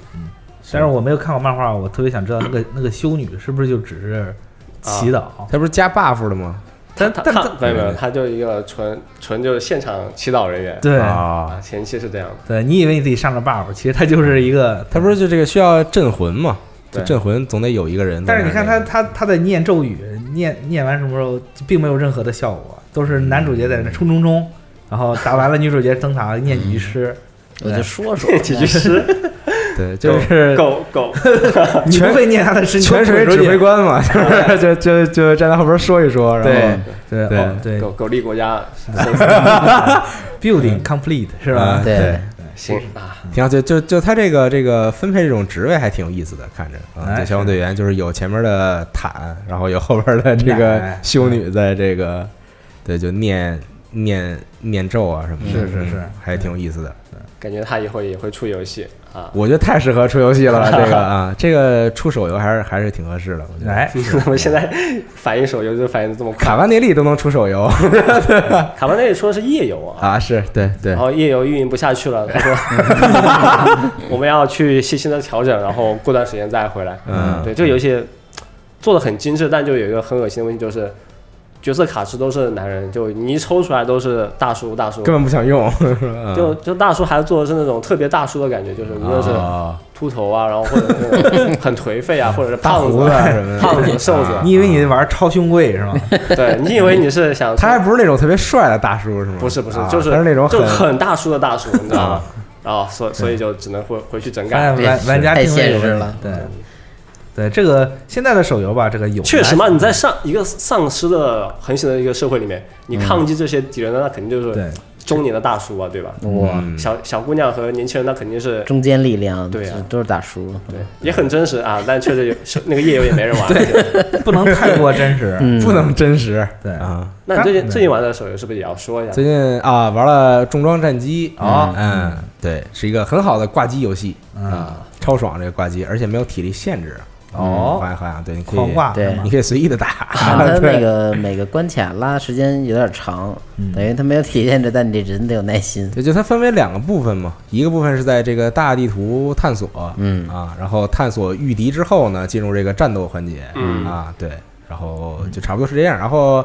Speaker 5: 但是我没有看过漫画，我特别想知道那个那个修女是不是就只是祈祷？
Speaker 3: 它不是加 buff 的吗？
Speaker 4: 他他
Speaker 5: 但嗯
Speaker 4: 他没有没有，
Speaker 3: 对
Speaker 4: 他就一个纯纯就是现场祈祷人员。
Speaker 5: 对
Speaker 4: 啊，
Speaker 3: 啊，
Speaker 4: 前期是这样的。
Speaker 5: 对，你以为你自己上了 buff，其实他就是一个
Speaker 3: 它不是就这个需要镇魂嘛？就
Speaker 4: 对
Speaker 3: 镇魂总得有一个人在
Speaker 5: 但
Speaker 3: 那
Speaker 5: 是
Speaker 3: 里。
Speaker 5: 你看他他他在念咒语，念念完什么时候并没有任何的效果，都是男主角在那冲冲冲，嗯然后打完了女主角登场念几句诗，
Speaker 2: 我就说说，
Speaker 4: 几句诗，
Speaker 3: 对，就是
Speaker 4: 狗狗，
Speaker 5: 你不会念他的诗，你
Speaker 3: 泉
Speaker 5: 会
Speaker 3: 水
Speaker 5: 指
Speaker 3: 指挥
Speaker 5: 挥官。
Speaker 3: 官嘛，就是 就就就站在后边说一说，然
Speaker 5: 对
Speaker 3: 后
Speaker 5: 对
Speaker 3: 对
Speaker 5: 哦对
Speaker 4: 狗狗立国家，
Speaker 5: ，building complete 是
Speaker 3: 啊
Speaker 5: 吧？
Speaker 2: 对
Speaker 4: 行啊，
Speaker 3: 挺好，就就就他这个这个分配这种职位还挺有意思的，看着啊，
Speaker 5: 哎
Speaker 3: 这消防队员就是有前面的坦，然后有后边的这个
Speaker 5: 奶
Speaker 3: 修女在这个，对，就念念念咒啊什么的，
Speaker 5: 是是是
Speaker 3: 嗯还挺有意思的。
Speaker 4: 感觉他以后也会出游戏啊，
Speaker 3: 我觉得太适合出游戏了，这个啊，这个出手游还是还是挺合适的，我觉得。
Speaker 5: 哎，
Speaker 4: 我们现在反应手游就反应得这么快。
Speaker 3: 卡巴内利都能出手游
Speaker 4: 卡巴内说的是夜游啊，
Speaker 3: 啊，是对对
Speaker 4: 然，后夜游运营不下去了，他说 我们要去细心的调整，然后过段时间再回来。
Speaker 3: 嗯
Speaker 4: 对，这个游戏做的很精致，但就有一个很恶心的问题，就是角色卡池都是男人，就你一抽出来都是大叔大叔
Speaker 3: 根，本不想用， 嗯
Speaker 4: 就就大叔还做的是那种特别大叔的感觉，就是无论是
Speaker 3: 啊
Speaker 4: 秃头啊，然后或者是那种很颓废啊，或者是
Speaker 3: 大
Speaker 4: 胖
Speaker 3: 胡
Speaker 4: 子
Speaker 3: 子啊
Speaker 4: 啊
Speaker 3: 什么的，
Speaker 4: 胖子瘦子
Speaker 3: 啊
Speaker 5: 你以为你玩超胸贵是吗？
Speaker 4: 对你以为你是想
Speaker 3: 他还不是那种特别帅的大叔是吗？
Speaker 4: 不是不是
Speaker 3: 啊，
Speaker 4: 就是
Speaker 3: 他是那种
Speaker 4: 就
Speaker 3: 很啊
Speaker 4: 很大叔的大叔，你知道吗？然后所所以就只能回回去整改
Speaker 5: 哎，。玩玩家
Speaker 2: 太
Speaker 5: 定位
Speaker 2: 现
Speaker 5: 有
Speaker 2: 实
Speaker 5: 问题
Speaker 2: 了
Speaker 5: 对对，这个现在的手游吧，这个有
Speaker 4: 确实
Speaker 5: 难
Speaker 4: 嘛，你在上一个丧尸的横行的一个社会里面，你抗击这些敌人，那肯定就是
Speaker 5: 对
Speaker 4: 中年的大叔啊，对吧？
Speaker 2: 哇，
Speaker 3: 嗯
Speaker 4: 小小姑娘和年轻人，那肯定是
Speaker 2: 中坚力量，
Speaker 4: 对啊
Speaker 2: 都是大叔，
Speaker 4: 对， 也很真实啊，但确实有是那个夜游也没人玩。对，
Speaker 5: 不能太过真实。
Speaker 2: 嗯，
Speaker 3: 不能真实。
Speaker 5: 对
Speaker 3: 啊，
Speaker 4: 那你最近最近玩的手游是不是也要说一下？
Speaker 3: 最近啊玩了重装战机
Speaker 5: 哦
Speaker 3: 嗯，对，是一个很好的挂机游戏
Speaker 5: 嗯
Speaker 3: 啊，超爽这个挂机，而且没有体力限制。嗯
Speaker 5: 哦
Speaker 3: 好像好像对，你可以
Speaker 5: 狂挂
Speaker 2: 对
Speaker 5: 是吗
Speaker 3: 你可以随意的
Speaker 2: 看
Speaker 3: 打
Speaker 2: 他，那
Speaker 3: 对。
Speaker 2: 个每个关卡拉时间有点长，等于他没有体现着，但你这人得有耐心。
Speaker 3: 对，就它分为两个部分嘛，一个部分是在这个大地图探索，
Speaker 2: 嗯
Speaker 3: 啊，然后探索御敌之后呢，进入这个战斗环节，
Speaker 4: 嗯
Speaker 3: 啊，对，然后就差不多是这样，然后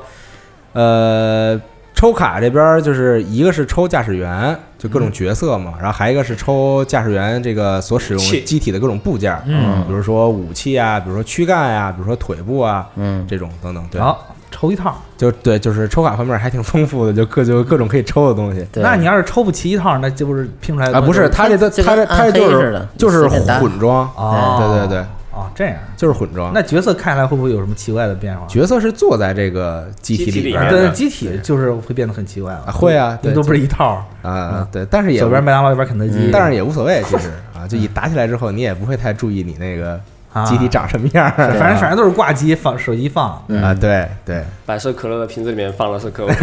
Speaker 3: 呃，抽卡这边儿就是一个是抽驾驶员，就各种角色嘛，然后还有一个是抽驾驶员这个所使用
Speaker 4: 器
Speaker 3: 机体的各种部件儿，啊
Speaker 5: 嗯
Speaker 3: 比如说武器啊，比如说躯干呀、比如说腿部啊，
Speaker 2: 嗯，
Speaker 3: 这种等等，对，
Speaker 5: 好，抽一套。
Speaker 3: 就对，就是抽卡方面还挺丰富的，就各就各种可以抽的东西。
Speaker 2: 对
Speaker 5: 那你要是抽不齐一套，那这不是拼出来的
Speaker 3: 啊，不是，他这都
Speaker 2: 就跟嗯
Speaker 3: 他这他这
Speaker 2: 暗黑
Speaker 3: 就
Speaker 2: 似
Speaker 3: 是
Speaker 2: 的
Speaker 3: 就
Speaker 2: 你
Speaker 3: 是
Speaker 2: 随便搭
Speaker 3: 混装，啊
Speaker 5: 哦
Speaker 3: 对对对，
Speaker 5: 哦，这样。
Speaker 3: 就是混装。
Speaker 5: 那角色看起来会不会有什么奇怪的变化？
Speaker 3: 角色是坐在这个机体
Speaker 4: 机体里
Speaker 3: 边
Speaker 4: 面
Speaker 3: 的
Speaker 5: 对，机体就是会变得很奇怪了
Speaker 3: 啊。会啊
Speaker 5: 这
Speaker 3: 对
Speaker 5: 都不是一套，
Speaker 3: 啊，对，但是也
Speaker 5: 嗯左边麦当劳，右边肯德
Speaker 2: 嗯
Speaker 5: 基。
Speaker 3: 但是也无所谓，其实啊，就一打起来之后，你也不会太注意你那个
Speaker 5: 啊
Speaker 3: 机体长什么样儿，
Speaker 5: 反正反正都是挂机放手机放，
Speaker 3: 正
Speaker 2: 嗯
Speaker 3: 啊，对对，
Speaker 4: 百事可乐的瓶子里面放的是可乐，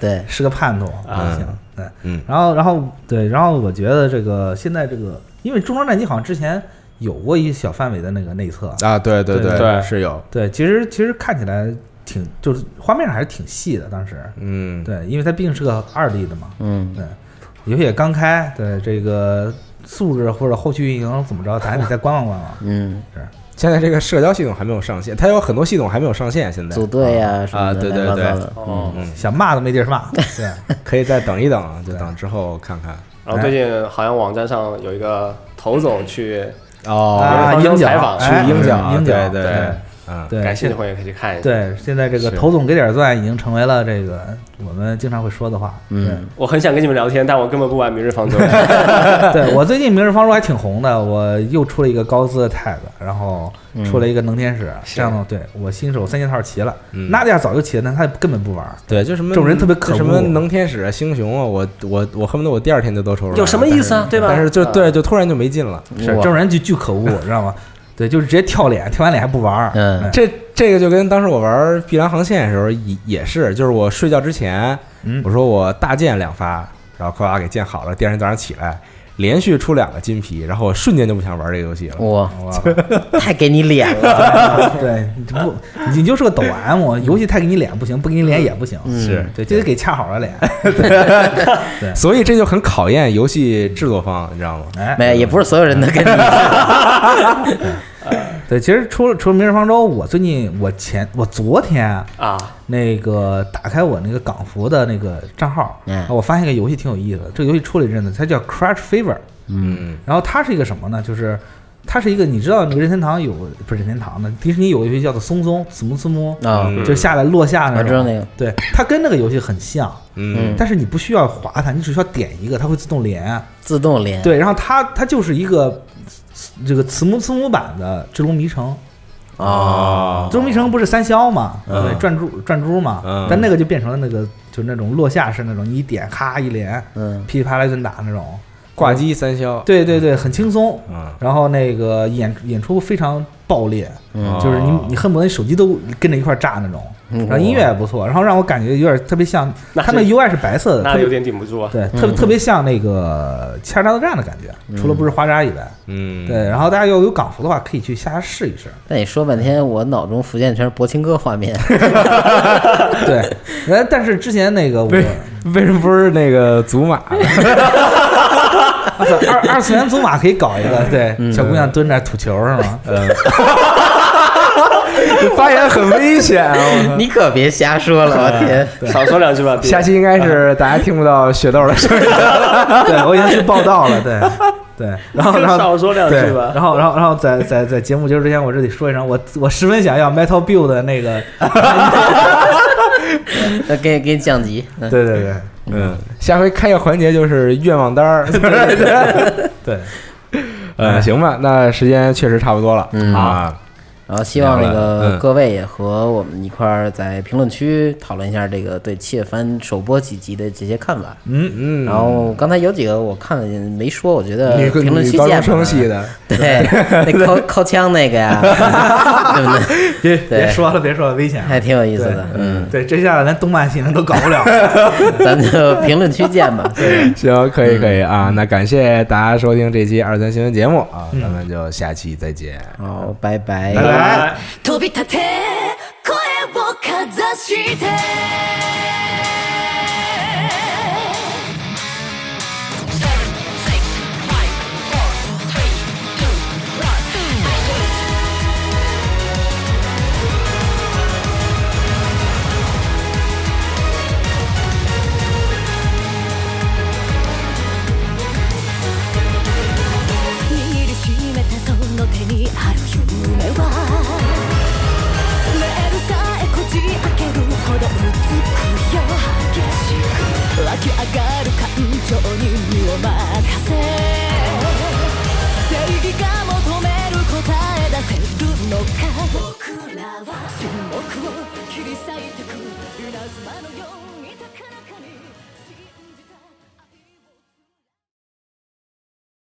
Speaker 2: 对，
Speaker 5: 是个叛徒
Speaker 3: 啊
Speaker 5: 行，对，
Speaker 3: 嗯
Speaker 5: 然后然后对，然后我觉得这个现在这个，因为《重装战机》好像之前有过一小范围的那个内测，
Speaker 3: 啊，对对
Speaker 5: 对
Speaker 4: 对
Speaker 3: 是有，
Speaker 5: 对，其实其实看起来挺就是画面上还是挺细的，当时，
Speaker 3: 嗯，
Speaker 5: 对，因为它毕竟是个二 D 的嘛，
Speaker 2: 嗯，
Speaker 5: 对，游戏也刚开，对这个素质或者后续运营怎么着，咱还得再观望观望，
Speaker 2: 嗯，
Speaker 3: 现在这个社交系统还没有上线，它有很多系统还没有上线，现在
Speaker 2: 组队呀什
Speaker 3: 啊
Speaker 2: 么
Speaker 3: 对
Speaker 2: 的，
Speaker 3: 对
Speaker 2: 乱七八糟
Speaker 3: 对
Speaker 2: 的。
Speaker 4: 哦，
Speaker 3: 嗯
Speaker 5: 想骂都没地儿骂，对，
Speaker 3: 可以再等一等，就等之后看
Speaker 5: 啊
Speaker 3: 看。
Speaker 4: 然后最近好像网站上有一个头总去，
Speaker 3: 哦
Speaker 5: 啊，
Speaker 4: 有人
Speaker 5: 鹰
Speaker 4: 采
Speaker 5: 角
Speaker 4: 访
Speaker 5: 哎
Speaker 3: 去鹰角，
Speaker 5: 鹰
Speaker 3: 对
Speaker 5: 角，对
Speaker 3: 对，嗯，
Speaker 5: 对，
Speaker 4: 感兴趣的朋友可以去看一下。
Speaker 5: 对，现在这个
Speaker 3: 是
Speaker 5: 头总给点儿赞已经成为了这个我们经常会说的话。
Speaker 2: 嗯
Speaker 4: 我很想跟你们聊天，但我根本不玩《明日方舟》
Speaker 5: 对，对我最近《明日方舟》还挺红的，我又出了一个高资的 tag，然后
Speaker 3: 嗯
Speaker 5: 出了一个能天使，
Speaker 4: 是
Speaker 5: 这样的对我新手三件套齐了。
Speaker 3: 嗯
Speaker 5: 娜迪亚早就齐了，但她根本不玩儿。
Speaker 3: 对，就什么
Speaker 5: 这种人特别可恶
Speaker 3: 什么能天使啊、星熊啊，我我我恨不得我第二天就都抽出来，
Speaker 4: 有什么意思啊
Speaker 3: 但是
Speaker 4: 对吧
Speaker 3: 但是就
Speaker 4: 啊
Speaker 3: 对，就突然就没劲了。
Speaker 5: 是这种人就巨可恶，知道吗？对，就是直接跳脸，跳完脸还不玩儿。
Speaker 2: 嗯
Speaker 3: 这这个就跟当时我玩《碧蓝航线》的时候也也是，就是我睡觉之前，
Speaker 5: 嗯
Speaker 3: 我说我大建两发，然后夸夸给建好了，第二天早上起来连续出两个金皮，然后我瞬间就不想玩这个游戏了。
Speaker 4: 哦
Speaker 2: 哇，
Speaker 5: 哇
Speaker 2: 太给你脸了，
Speaker 5: 对，你不，你就是个抖
Speaker 2: 嗯
Speaker 5: M，游戏太给你脸不行，不给你脸也不行，
Speaker 3: 是
Speaker 5: 对，就得给恰好了脸。
Speaker 2: 嗯
Speaker 3: 所以这就很考验游戏制作方，你知道吗？
Speaker 5: 哎，
Speaker 2: 没有，也不是所有人都跟你
Speaker 5: 对，其实除了除了《明日方舟》，我最近我前我昨天
Speaker 4: 啊，
Speaker 5: 那个打开我那个港服的那个账号，
Speaker 2: 嗯
Speaker 5: 啊我发现一个游戏挺有意思的。这个游戏出了一阵子，它叫 Crash Fever，
Speaker 3: 嗯
Speaker 5: 然后它是一个什么呢？就是它是一个你知道那个任天堂有不是任天堂的迪士尼有一个游戏叫做松松子木子木，
Speaker 2: 啊，
Speaker 3: 嗯
Speaker 5: 就下来落下那
Speaker 2: 我知道
Speaker 5: 种，
Speaker 2: 那个，
Speaker 5: 对，它跟那个游戏很像，
Speaker 3: 嗯
Speaker 2: 嗯
Speaker 5: 但是你不需要滑它，你只需要点一个，它会自动连。
Speaker 2: 自动连，
Speaker 5: 对，然后它它就是一个这个慈母慈母版的《智龙迷城》，
Speaker 2: 啊
Speaker 4: 哦
Speaker 5: 《智龙迷城》不是三消嘛，
Speaker 3: 嗯
Speaker 5: 对，转珠转珠嘛，
Speaker 3: 嗯
Speaker 5: 但那个就变成了那个就是那种落下式那种，你一点咔一连，
Speaker 2: 嗯，
Speaker 5: 噼里啪啦一顿打那种。
Speaker 3: 挂机三消，
Speaker 5: 对对对，很轻松。
Speaker 3: 啊，
Speaker 5: 然后那个演演出非常爆裂，
Speaker 3: 哦
Speaker 2: 嗯
Speaker 5: 就是
Speaker 4: 哦
Speaker 5: 你你恨不得你手机都跟着一块儿炸那种。
Speaker 2: 嗯
Speaker 5: 然后音乐也不错，然后让我感觉有点特别像，
Speaker 4: 那
Speaker 5: 它那
Speaker 4: 是
Speaker 5: UI 是白色的，特
Speaker 4: 那
Speaker 5: 别
Speaker 4: 有点顶不住啊。
Speaker 5: 对，特别特别像那个《切尔大作战》的感觉，除了不是花渣以外，
Speaker 3: 嗯，
Speaker 5: 对。然后大家要有港服的话，可以去下下试一试。
Speaker 2: 那你说半天，我脑中浮现全是柏青哥画 面，
Speaker 5: 对，呃，但是之前那个我
Speaker 3: 为为什么不是那个祖玛？
Speaker 5: 二二次元祖玛可以搞一个，对，小姑娘蹲那儿吐球是吗？
Speaker 3: 发言很危险啊！我操
Speaker 2: 你可别瞎说了，我天，
Speaker 4: 少说两句吧，别
Speaker 3: 下期应该是大家听不到雪豆的声音。
Speaker 5: 对，我已经去报道了，对 对。然后然 后
Speaker 4: 少说两
Speaker 5: 对，
Speaker 4: 句吧。
Speaker 5: 然后然后然后在在在节目结束之前，我这里说一声，我我十分想要 Metal Build 的那 个，
Speaker 2: 那给给你降级，嗯
Speaker 5: 对对对
Speaker 3: 嗯，下回开个环节就是愿望单儿。
Speaker 5: 对，
Speaker 3: 呃，行吧，那时间确实差不多了
Speaker 2: 嗯
Speaker 3: 啊。
Speaker 2: 然后希望那
Speaker 3: 聊了
Speaker 2: 个
Speaker 3: 嗯
Speaker 2: 各位也和我们一块儿在评论区讨论一下这个对七月番首播几集的这些看法。
Speaker 5: 嗯，
Speaker 3: 嗯，
Speaker 2: 然后刚才有几个我看了没说，我觉得
Speaker 3: 女
Speaker 2: 呃评论
Speaker 3: 女
Speaker 2: 区
Speaker 3: 高中
Speaker 2: 见吧
Speaker 3: 生系的，
Speaker 2: 对，那 靠靠枪那个呀，对不对？
Speaker 5: 别
Speaker 2: 对
Speaker 5: 别说了，别说了，危险啊。
Speaker 2: 还挺有意思的，
Speaker 5: 对
Speaker 2: 嗯，
Speaker 5: 对，这下连动漫系统都搞不了。
Speaker 2: 咱就评论区见吧，
Speaker 3: 行，可以可以啊。那感谢大家收听这期二三新闻节目啊，咱们就下期再见。
Speaker 2: 好，拜拜，
Speaker 5: 拜拜。
Speaker 1: 飛び立て声をかざして握りしめたその手にある夢はメールさえこじ開けるほどうつくよ激しく湧き上がる感情に身を任せ正義が求める答え出せるのか僕らは沈黙を切り裂いてく稲妻のように